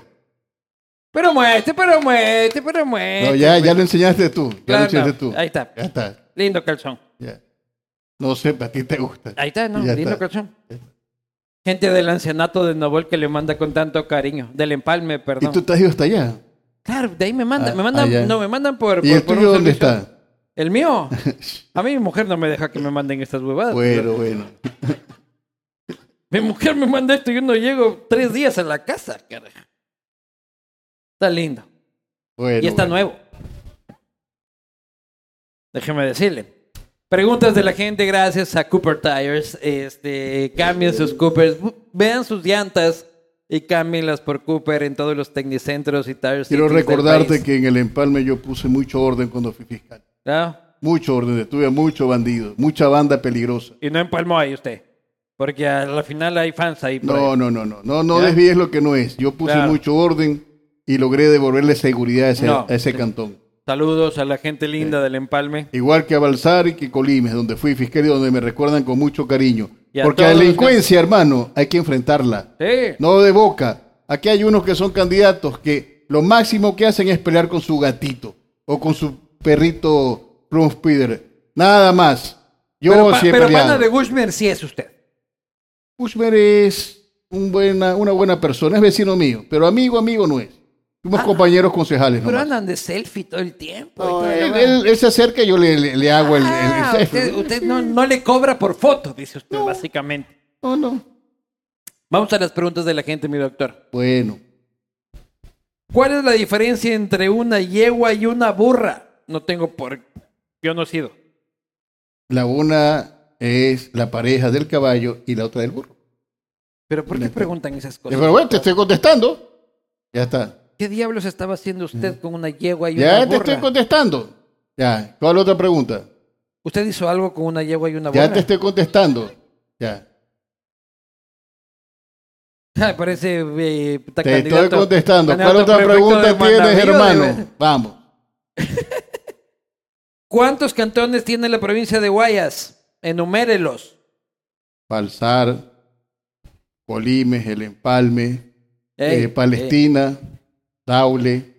Speaker 1: Pero muerte, pero muerte, pero muerte.
Speaker 2: No, ya, ya lo enseñaste tú. Ya
Speaker 1: Claro,
Speaker 2: lo enseñaste
Speaker 1: no.
Speaker 2: tú.
Speaker 1: Ahí está.
Speaker 2: Ya está.
Speaker 1: Lindo calzón.
Speaker 2: ya. No sé, a ti te gusta.
Speaker 1: Ahí está, ¿no?
Speaker 2: Ya
Speaker 1: Lindo
Speaker 2: está.
Speaker 1: calzón. Gente del ancianato de Novol que le manda con tanto cariño. Del empalme,
Speaker 2: Y
Speaker 1: perdón.
Speaker 2: tú te has ido hasta allá.
Speaker 1: Claro, de ahí me mandan.
Speaker 2: Ah,
Speaker 1: me mandan
Speaker 2: allá.
Speaker 1: no, me mandan por.
Speaker 2: ¿Y
Speaker 1: por-
Speaker 2: el
Speaker 1: por un
Speaker 2: tuyo dónde
Speaker 1: servicio.
Speaker 2: está?
Speaker 1: ¿El mío? A mí mi mujer no me deja que me manden estas huevadas.
Speaker 2: [laughs] Bueno, bueno.
Speaker 1: Mi mujer me manda esto y yo no llego tres días a la casa, carajo. Está lindo.
Speaker 2: bueno
Speaker 1: y está
Speaker 2: bueno.
Speaker 1: nuevo. Déjeme decirle. Preguntas de la gente, gracias a Cooper Tires. Este, cambien sus Coopers. Bu- Vean sus llantas y cámbienlas por Cooper en todos los tecnicentros y tires.
Speaker 2: Quiero recordarte que en el empalme yo puse mucho orden cuando fui fiscal. Mucho orden, estuve mucho bandido, mucha banda peligrosa.
Speaker 1: Y no empalmó ahí usted. Porque a la final hay fans ahí. por ahí.
Speaker 2: No, no, no, no, no, no
Speaker 1: ¿Ya?
Speaker 2: desvíes lo que no es. Yo puse
Speaker 1: Claro.
Speaker 2: mucho orden y logré devolverle seguridad a ese,
Speaker 1: No.
Speaker 2: a ese cantón.
Speaker 1: Saludos a la gente linda del empalme.
Speaker 2: Igual que a Balsar y que Colimes, donde fui fiscal y donde me recuerdan con mucho cariño.
Speaker 1: Y a
Speaker 2: Porque la
Speaker 1: todos los
Speaker 2: delincuencia, hermano, hay que enfrentarla.
Speaker 1: Sí.
Speaker 2: No de boca. Aquí hay unos que son candidatos que lo máximo que hacen es pelear con su gatito o con su perrito Speeder. Nada más. Yo
Speaker 1: pero pa-
Speaker 2: sí he
Speaker 1: pero
Speaker 2: peleado.
Speaker 1: pana de Gushmer sí es usted.
Speaker 2: Kushmer es un buena, una buena persona, es vecino mío, pero amigo, amigo no es. Fuimos compañeros concejales.
Speaker 1: Ah, Pero
Speaker 2: nomás.
Speaker 1: andan de selfie todo el tiempo. y
Speaker 2: No,
Speaker 1: toda la
Speaker 2: él,
Speaker 1: vaina.
Speaker 2: él- él se acerca y yo le, le- le hago el, el- el
Speaker 1: Ah,
Speaker 2: selfie.
Speaker 1: usted, usted no, no le cobra por foto, dice usted, básicamente.
Speaker 2: No, no.
Speaker 1: Vamos a las preguntas de la gente, mi doctor.
Speaker 2: Bueno,
Speaker 1: ¿Cuál es la diferencia entre una yegua y una burra? No tengo por... Yo no he sido.
Speaker 2: la una es la pareja del caballo y la otra del burro.
Speaker 1: Pero ¿por qué preguntan esas cosas?
Speaker 2: Pero bueno, te estoy contestando. Ya está.
Speaker 1: ¿Qué diablos estaba haciendo usted con una yegua y
Speaker 2: Mm. Ya
Speaker 1: una
Speaker 2: te estoy
Speaker 1: burra?
Speaker 2: contestando. Ya, ¿cuál otra pregunta?
Speaker 1: ¿Usted hizo algo con una yegua y una
Speaker 2: Ya te
Speaker 1: burra?
Speaker 2: estoy contestando. Ya.
Speaker 1: Ah, [laughs] Parece eh, ta-
Speaker 2: Te estoy
Speaker 1: candidato-
Speaker 2: contestando. ¿Cuál
Speaker 1: candidato
Speaker 2: otra
Speaker 1: prefecto
Speaker 2: pregunta
Speaker 1: de
Speaker 2: tienes,
Speaker 1: Manabí o de-
Speaker 2: hermano? Vamos.
Speaker 1: ¿Cuántos cantones tiene la provincia de Guayas? Enumérelos.
Speaker 2: Balsar, Colimes, El Empalme,
Speaker 1: Ey,
Speaker 2: eh, Palestina, Daule,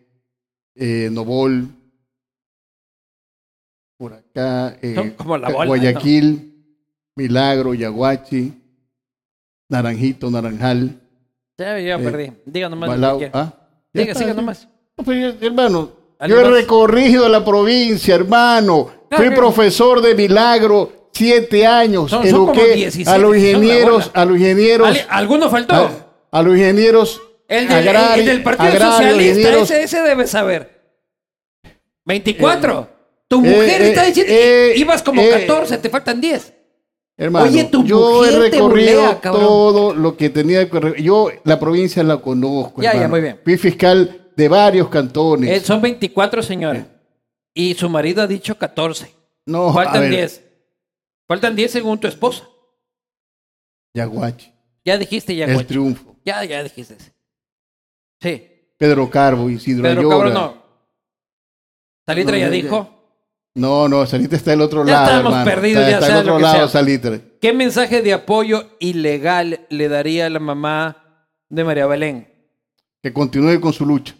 Speaker 2: eh, Novol, por acá, eh,
Speaker 1: Son [laughs] como la bola,
Speaker 2: Guayaquil, Milagro, Yaguachi, Naranjito, Naranjal.
Speaker 1: Ya, ya perdí. Diga nomás. lo que
Speaker 2: Balao-
Speaker 1: quiera.
Speaker 2: Eh, ¿Ah? Ya
Speaker 1: Diga,
Speaker 2: está,
Speaker 1: siga
Speaker 2: ya.
Speaker 1: nomás.
Speaker 2: No, pues, hermano, yo
Speaker 1: ¿Alguien
Speaker 2: he
Speaker 1: más?
Speaker 2: recorrido la provincia, hermano.
Speaker 1: Claro,
Speaker 2: Fui
Speaker 1: claro.
Speaker 2: profesor de milagro siete años.
Speaker 1: Son- son como
Speaker 2: Eduqué
Speaker 1: 17,
Speaker 2: a los
Speaker 1: son la
Speaker 2: ingenieros,
Speaker 1: bola.
Speaker 2: a los ingenieros,
Speaker 1: ¿Ale- ¿Alguno faltó?
Speaker 2: a, a los ingenieros
Speaker 1: el, del, el-
Speaker 2: agrari-
Speaker 1: el del Partido
Speaker 2: agrarios,
Speaker 1: Socialista,
Speaker 2: ingenieros.
Speaker 1: ese, ese debe saber. 24. tu
Speaker 2: eh,
Speaker 1: mujer
Speaker 2: eh,
Speaker 1: está diciendo
Speaker 2: eh,
Speaker 1: que ibas como
Speaker 2: eh.
Speaker 1: 14, te faltan 10.
Speaker 2: Hermano,
Speaker 1: Oye, tu
Speaker 2: yo he
Speaker 1: mujer te
Speaker 2: recorrido
Speaker 1: bulea, cabrón.
Speaker 2: todo lo que tenía que recorrer. Yo la provincia la conozco.
Speaker 1: Ya, ya,
Speaker 2: hermano.
Speaker 1: muy bien.
Speaker 2: Fui fiscal de varios cantones.
Speaker 1: Eh, son 24,
Speaker 2: Eh.
Speaker 1: señora. Y su marido ha dicho 14.
Speaker 2: no, Oh, a
Speaker 1: Faltan
Speaker 2: ver,
Speaker 1: 10. Faltan 10 según tu esposa.
Speaker 2: Yaguachi,
Speaker 1: Ya dijiste, ya,
Speaker 2: el
Speaker 1: guacho.
Speaker 2: triunfo.
Speaker 1: Ya, ya dijiste. Sí.
Speaker 2: Pedro Carbo, Isidro
Speaker 1: Pedro
Speaker 2: Ayora.
Speaker 1: Cabrón no. Salitre
Speaker 2: No,
Speaker 1: ya
Speaker 2: ya-
Speaker 1: dijo.
Speaker 2: No, no, Salitre está del otro
Speaker 1: Ya
Speaker 2: lado.
Speaker 1: estamos
Speaker 2: hermano.
Speaker 1: perdidos,
Speaker 2: está,
Speaker 1: ya
Speaker 2: está
Speaker 1: sea
Speaker 2: del otro
Speaker 1: lo que sea.
Speaker 2: lado, Salitre.
Speaker 1: ¿Qué mensaje de apoyo ilegal le daría la mamá de María Belén?
Speaker 2: Que continúe con su lucha.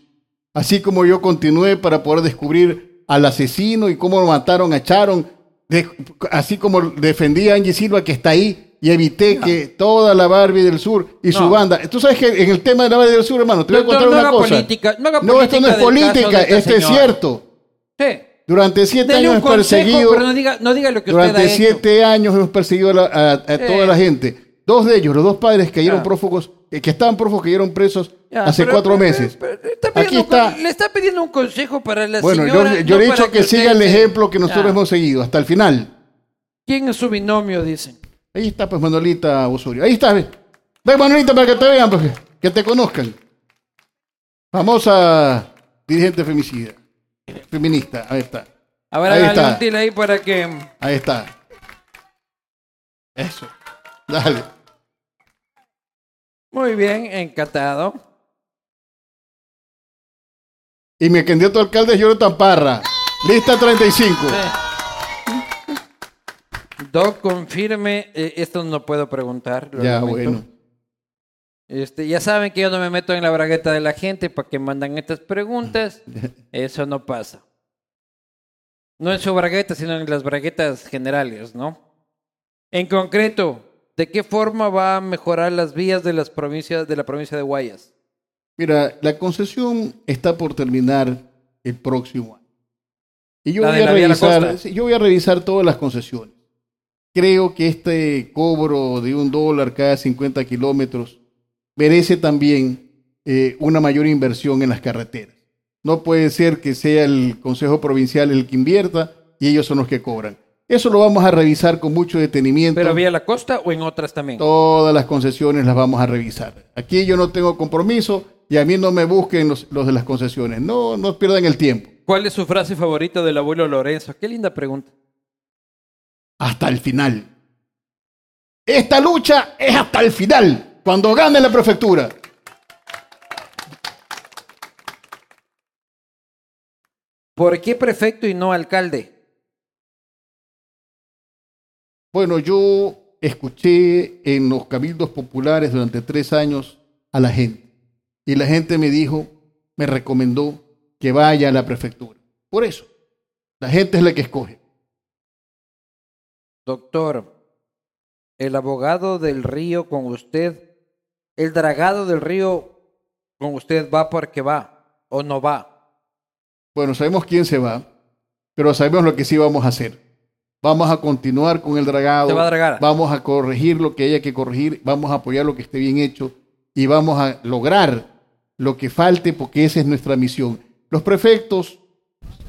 Speaker 2: Así como yo continué para poder descubrir al asesino y cómo lo mataron a Charon. de- así como defendí a Angie Silva, que está ahí, y evité que toda la Barbie del Sur y
Speaker 1: No.
Speaker 2: su banda. Tú sabes que en el tema de la Barbie del Sur, hermano, te voy a
Speaker 1: Doctor, no
Speaker 2: contar una
Speaker 1: haga
Speaker 2: cosa.
Speaker 1: política, no haga
Speaker 2: esto no
Speaker 1: política
Speaker 2: es
Speaker 1: del caso
Speaker 2: política,
Speaker 1: de esta
Speaker 2: esto es
Speaker 1: señora.
Speaker 2: cierto.
Speaker 1: Sí.
Speaker 2: Durante siete
Speaker 1: Dele un
Speaker 2: años
Speaker 1: consejo,
Speaker 2: perseguido.
Speaker 1: pero no diga, no diga lo que usted ha
Speaker 2: Durante
Speaker 1: hecho.
Speaker 2: siete años hemos perseguido a, la- a- a toda la gente. Dos de ellos, los dos padres que cayeron
Speaker 1: Ah.
Speaker 2: prófugos, eh, que estaban prófugos, que cayeron presos
Speaker 1: Ya,
Speaker 2: hace
Speaker 1: pero-
Speaker 2: cuatro
Speaker 1: pero-
Speaker 2: meses.
Speaker 1: pero- pero está
Speaker 2: Aquí
Speaker 1: pidiendo un
Speaker 2: está.
Speaker 1: con- Le está pidiendo un consejo para la
Speaker 2: Bueno,
Speaker 1: señora.
Speaker 2: yo, yo
Speaker 1: no
Speaker 2: le he
Speaker 1: para
Speaker 2: dicho que
Speaker 1: usted
Speaker 2: siga el
Speaker 1: se-
Speaker 2: ejemplo que nosotros
Speaker 1: Ya.
Speaker 2: hemos seguido hasta el final.
Speaker 1: ¿Quién es su binomio, dicen?
Speaker 2: Ahí está, pues, Manolita Osorio. Ahí está, ve. Ve, Manolita, para que te vean, pues, que te conozcan. Famosa dirigente femicida, feminista. Ahí está,
Speaker 1: A ver,
Speaker 2: Ahí
Speaker 1: hágale
Speaker 2: está.
Speaker 1: un til ahí para que...
Speaker 2: ahí está. Eso. Dale.
Speaker 1: Muy bien, encantado.
Speaker 2: Y mi candidato a alcalde es Jonathan Parra. Lista 35.
Speaker 1: Doc, confirme. eh, esto no puedo preguntar. lo
Speaker 2: Ya,
Speaker 1: lamento.
Speaker 2: bueno.
Speaker 1: Este, ya saben que yo no me meto en la bragueta de la gente para que mandan estas [laughs] preguntas. Eso no pasa. No en su bragueta, sino en las braguetas generales, ¿no? En concreto, ¿de qué forma va a mejorar las vías de las provincias de la provincia de Guayas?
Speaker 2: Mira, la concesión está por terminar el próximo año. Y yo
Speaker 1: La
Speaker 2: voy,
Speaker 1: de
Speaker 2: a
Speaker 1: la vía a la
Speaker 2: revisar,
Speaker 1: costa.
Speaker 2: sí, yo voy a revisar todas las concesiones. Creo que este cobro de un dólar cada 50 kilómetros merece también eh, una mayor inversión en las carreteras. No puede ser que sea el Consejo Provincial el que invierta y ellos son los que cobran. Eso lo vamos a revisar con mucho detenimiento.
Speaker 1: ¿Pero vía la costa o en otras también?
Speaker 2: Todas las concesiones las vamos a revisar. Aquí yo no tengo compromiso y a mí no me busquen los, los de las concesiones. No, no pierdan el tiempo.
Speaker 1: ¿Cuál es su frase favorita del abuelo Lorenzo? Qué linda pregunta.
Speaker 2: Hasta el final. Esta lucha es hasta el final. Cuando gane la prefectura.
Speaker 1: ¿Por qué prefecto y no alcalde?
Speaker 2: Bueno, yo escuché en los cabildos populares durante tres años a la gente. Y la gente me dijo, me recomendó que vaya a la prefectura. Por eso, la gente es la que escoge.
Speaker 1: Doctor, el abogado del río con usted, el dragado del río con usted va porque va o no va.
Speaker 2: Bueno, sabemos quién se va, pero sabemos lo que sí vamos a hacer. Vamos a continuar con el dragado.
Speaker 1: Se va a dragar.
Speaker 2: Vamos a corregir lo que haya que corregir, vamos a apoyar lo que esté bien hecho y vamos a lograr lo que falte porque esa es nuestra misión. Los prefectos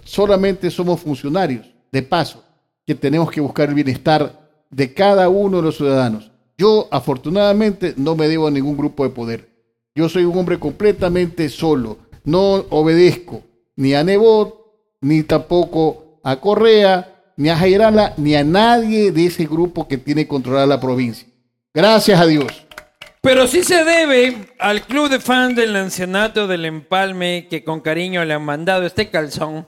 Speaker 2: solamente somos funcionarios, de paso, que tenemos que buscar el bienestar de cada uno de los ciudadanos. Yo, afortunadamente, no me debo a ningún grupo de poder. Yo soy un hombre completamente solo. No obedezco ni a Nebot, ni tampoco a Correa, ni a Jairala, ni a nadie de ese grupo que tiene controlada la provincia. Gracias a Dios.
Speaker 1: Pero sí se debe al club de fans del ancianato del empalme que con cariño le han mandado este calzón.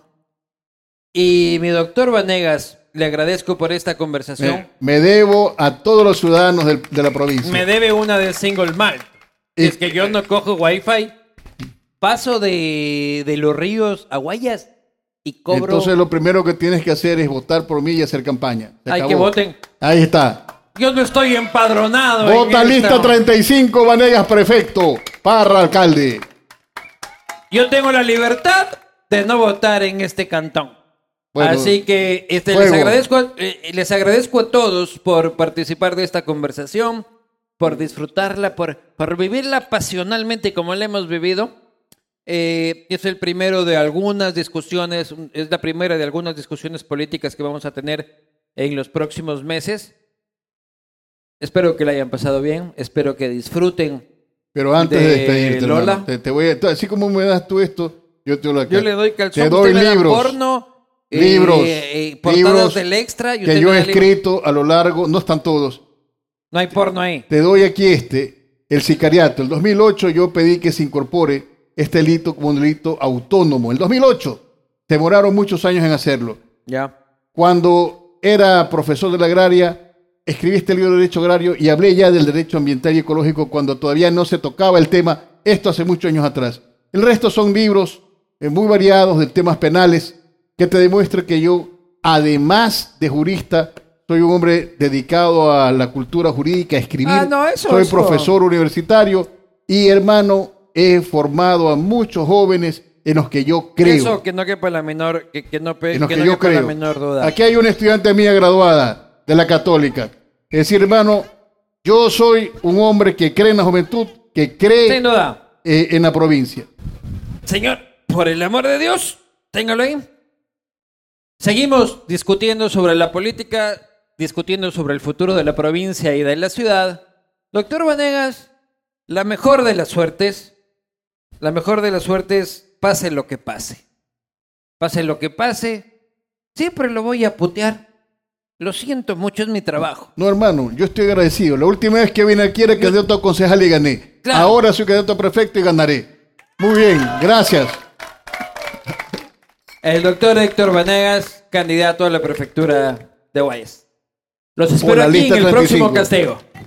Speaker 1: Y mi doctor Vanegas, le agradezco por esta conversación.
Speaker 2: Me, me debo a todos los ciudadanos del- de la provincia.
Speaker 1: Me debe una del single malt.
Speaker 2: Y-
Speaker 1: Es que yo no cojo wifi. Paso de, de los ríos a Guayas y cobro.
Speaker 2: Entonces lo primero que tienes que hacer es votar por mí y hacer campaña. Se
Speaker 1: Ay,
Speaker 2: acabó.
Speaker 1: que voten.
Speaker 2: Ahí está.
Speaker 1: Yo no estoy empadronado. en esta.
Speaker 2: Vota lista 35, Vanegas prefecto, Parra alcalde.
Speaker 1: Yo tengo la libertad de no votar en este cantón.
Speaker 2: Bueno,
Speaker 1: Así que este, les,
Speaker 2: fuego.
Speaker 1: agradezco, eh, les agradezco a todos por participar de esta conversación, por disfrutarla, por, por vivirla pasionalmente como la hemos vivido. Eh, es el primero de algunas discusiones, un- es la primera de algunas discusiones políticas que vamos a tener en los próximos meses. Espero que la hayan pasado bien, espero que disfruten.
Speaker 2: Pero antes de,
Speaker 1: de
Speaker 2: despedirte,
Speaker 1: Lola.
Speaker 2: hermano, te, te voy a, así como me das tú esto, yo te lo
Speaker 1: Yo le doy calzón,
Speaker 2: Te doy
Speaker 1: usted me da
Speaker 2: libros
Speaker 1: porno, eh,
Speaker 2: Libros,
Speaker 1: eh, portadas
Speaker 2: libros
Speaker 1: del extra. y
Speaker 2: que
Speaker 1: usted
Speaker 2: yo
Speaker 1: me
Speaker 2: he
Speaker 1: da libros.
Speaker 2: escrito a lo largo, no están todos.
Speaker 1: No hay porno ahí.
Speaker 2: Te doy aquí este, el sicariato. El 2008 yo pedí que se incorpore este delito como un delito autónomo. El 2008 demoraron muchos años en hacerlo.
Speaker 1: Ya.
Speaker 2: Cuando era profesor de la agraria, escribí este libro de Derecho Agrario y hablé ya del derecho ambiental y ecológico cuando todavía no se tocaba el tema, esto hace muchos años atrás. El resto son libros eh, muy variados de temas penales que te demuestran que yo, además de jurista, soy un hombre dedicado a la cultura jurídica, a escribir.
Speaker 1: Ah, no, eso-
Speaker 2: soy
Speaker 1: eso.
Speaker 2: profesor universitario y, hermano, he formado a muchos jóvenes en los que yo creo
Speaker 1: Eso que no quepa la menor, que, que no, pe-
Speaker 2: en lo
Speaker 1: que
Speaker 2: que,
Speaker 1: no
Speaker 2: yo
Speaker 1: quepa
Speaker 2: creo.
Speaker 1: la menor duda.
Speaker 2: Aquí hay una estudiante mía graduada de la Católica. Es decir, hermano, yo soy un hombre que cree en la juventud, que cree
Speaker 1: Sin duda.
Speaker 2: eh, en la provincia.
Speaker 1: Señor, por el amor de Dios, téngalo ahí. Seguimos discutiendo sobre la política, discutiendo sobre el futuro de la provincia y de la ciudad. Doctor Vanegas, la mejor de las suertes, la mejor de las suertes, pase lo que pase. Pase lo que pase, siempre lo voy a putear. Lo siento mucho, es mi trabajo.
Speaker 2: No, hermano, yo estoy agradecido. La última vez que vine aquí era candidato a concejal y gané.
Speaker 1: Claro.
Speaker 2: Ahora soy candidato a prefecto y ganaré. Muy bien, gracias.
Speaker 1: El doctor Héctor Vanegas, candidato a la prefectura de Guayas. Los espero
Speaker 2: la
Speaker 1: aquí en
Speaker 2: lista
Speaker 1: el próximo
Speaker 2: 35.
Speaker 1: castigo.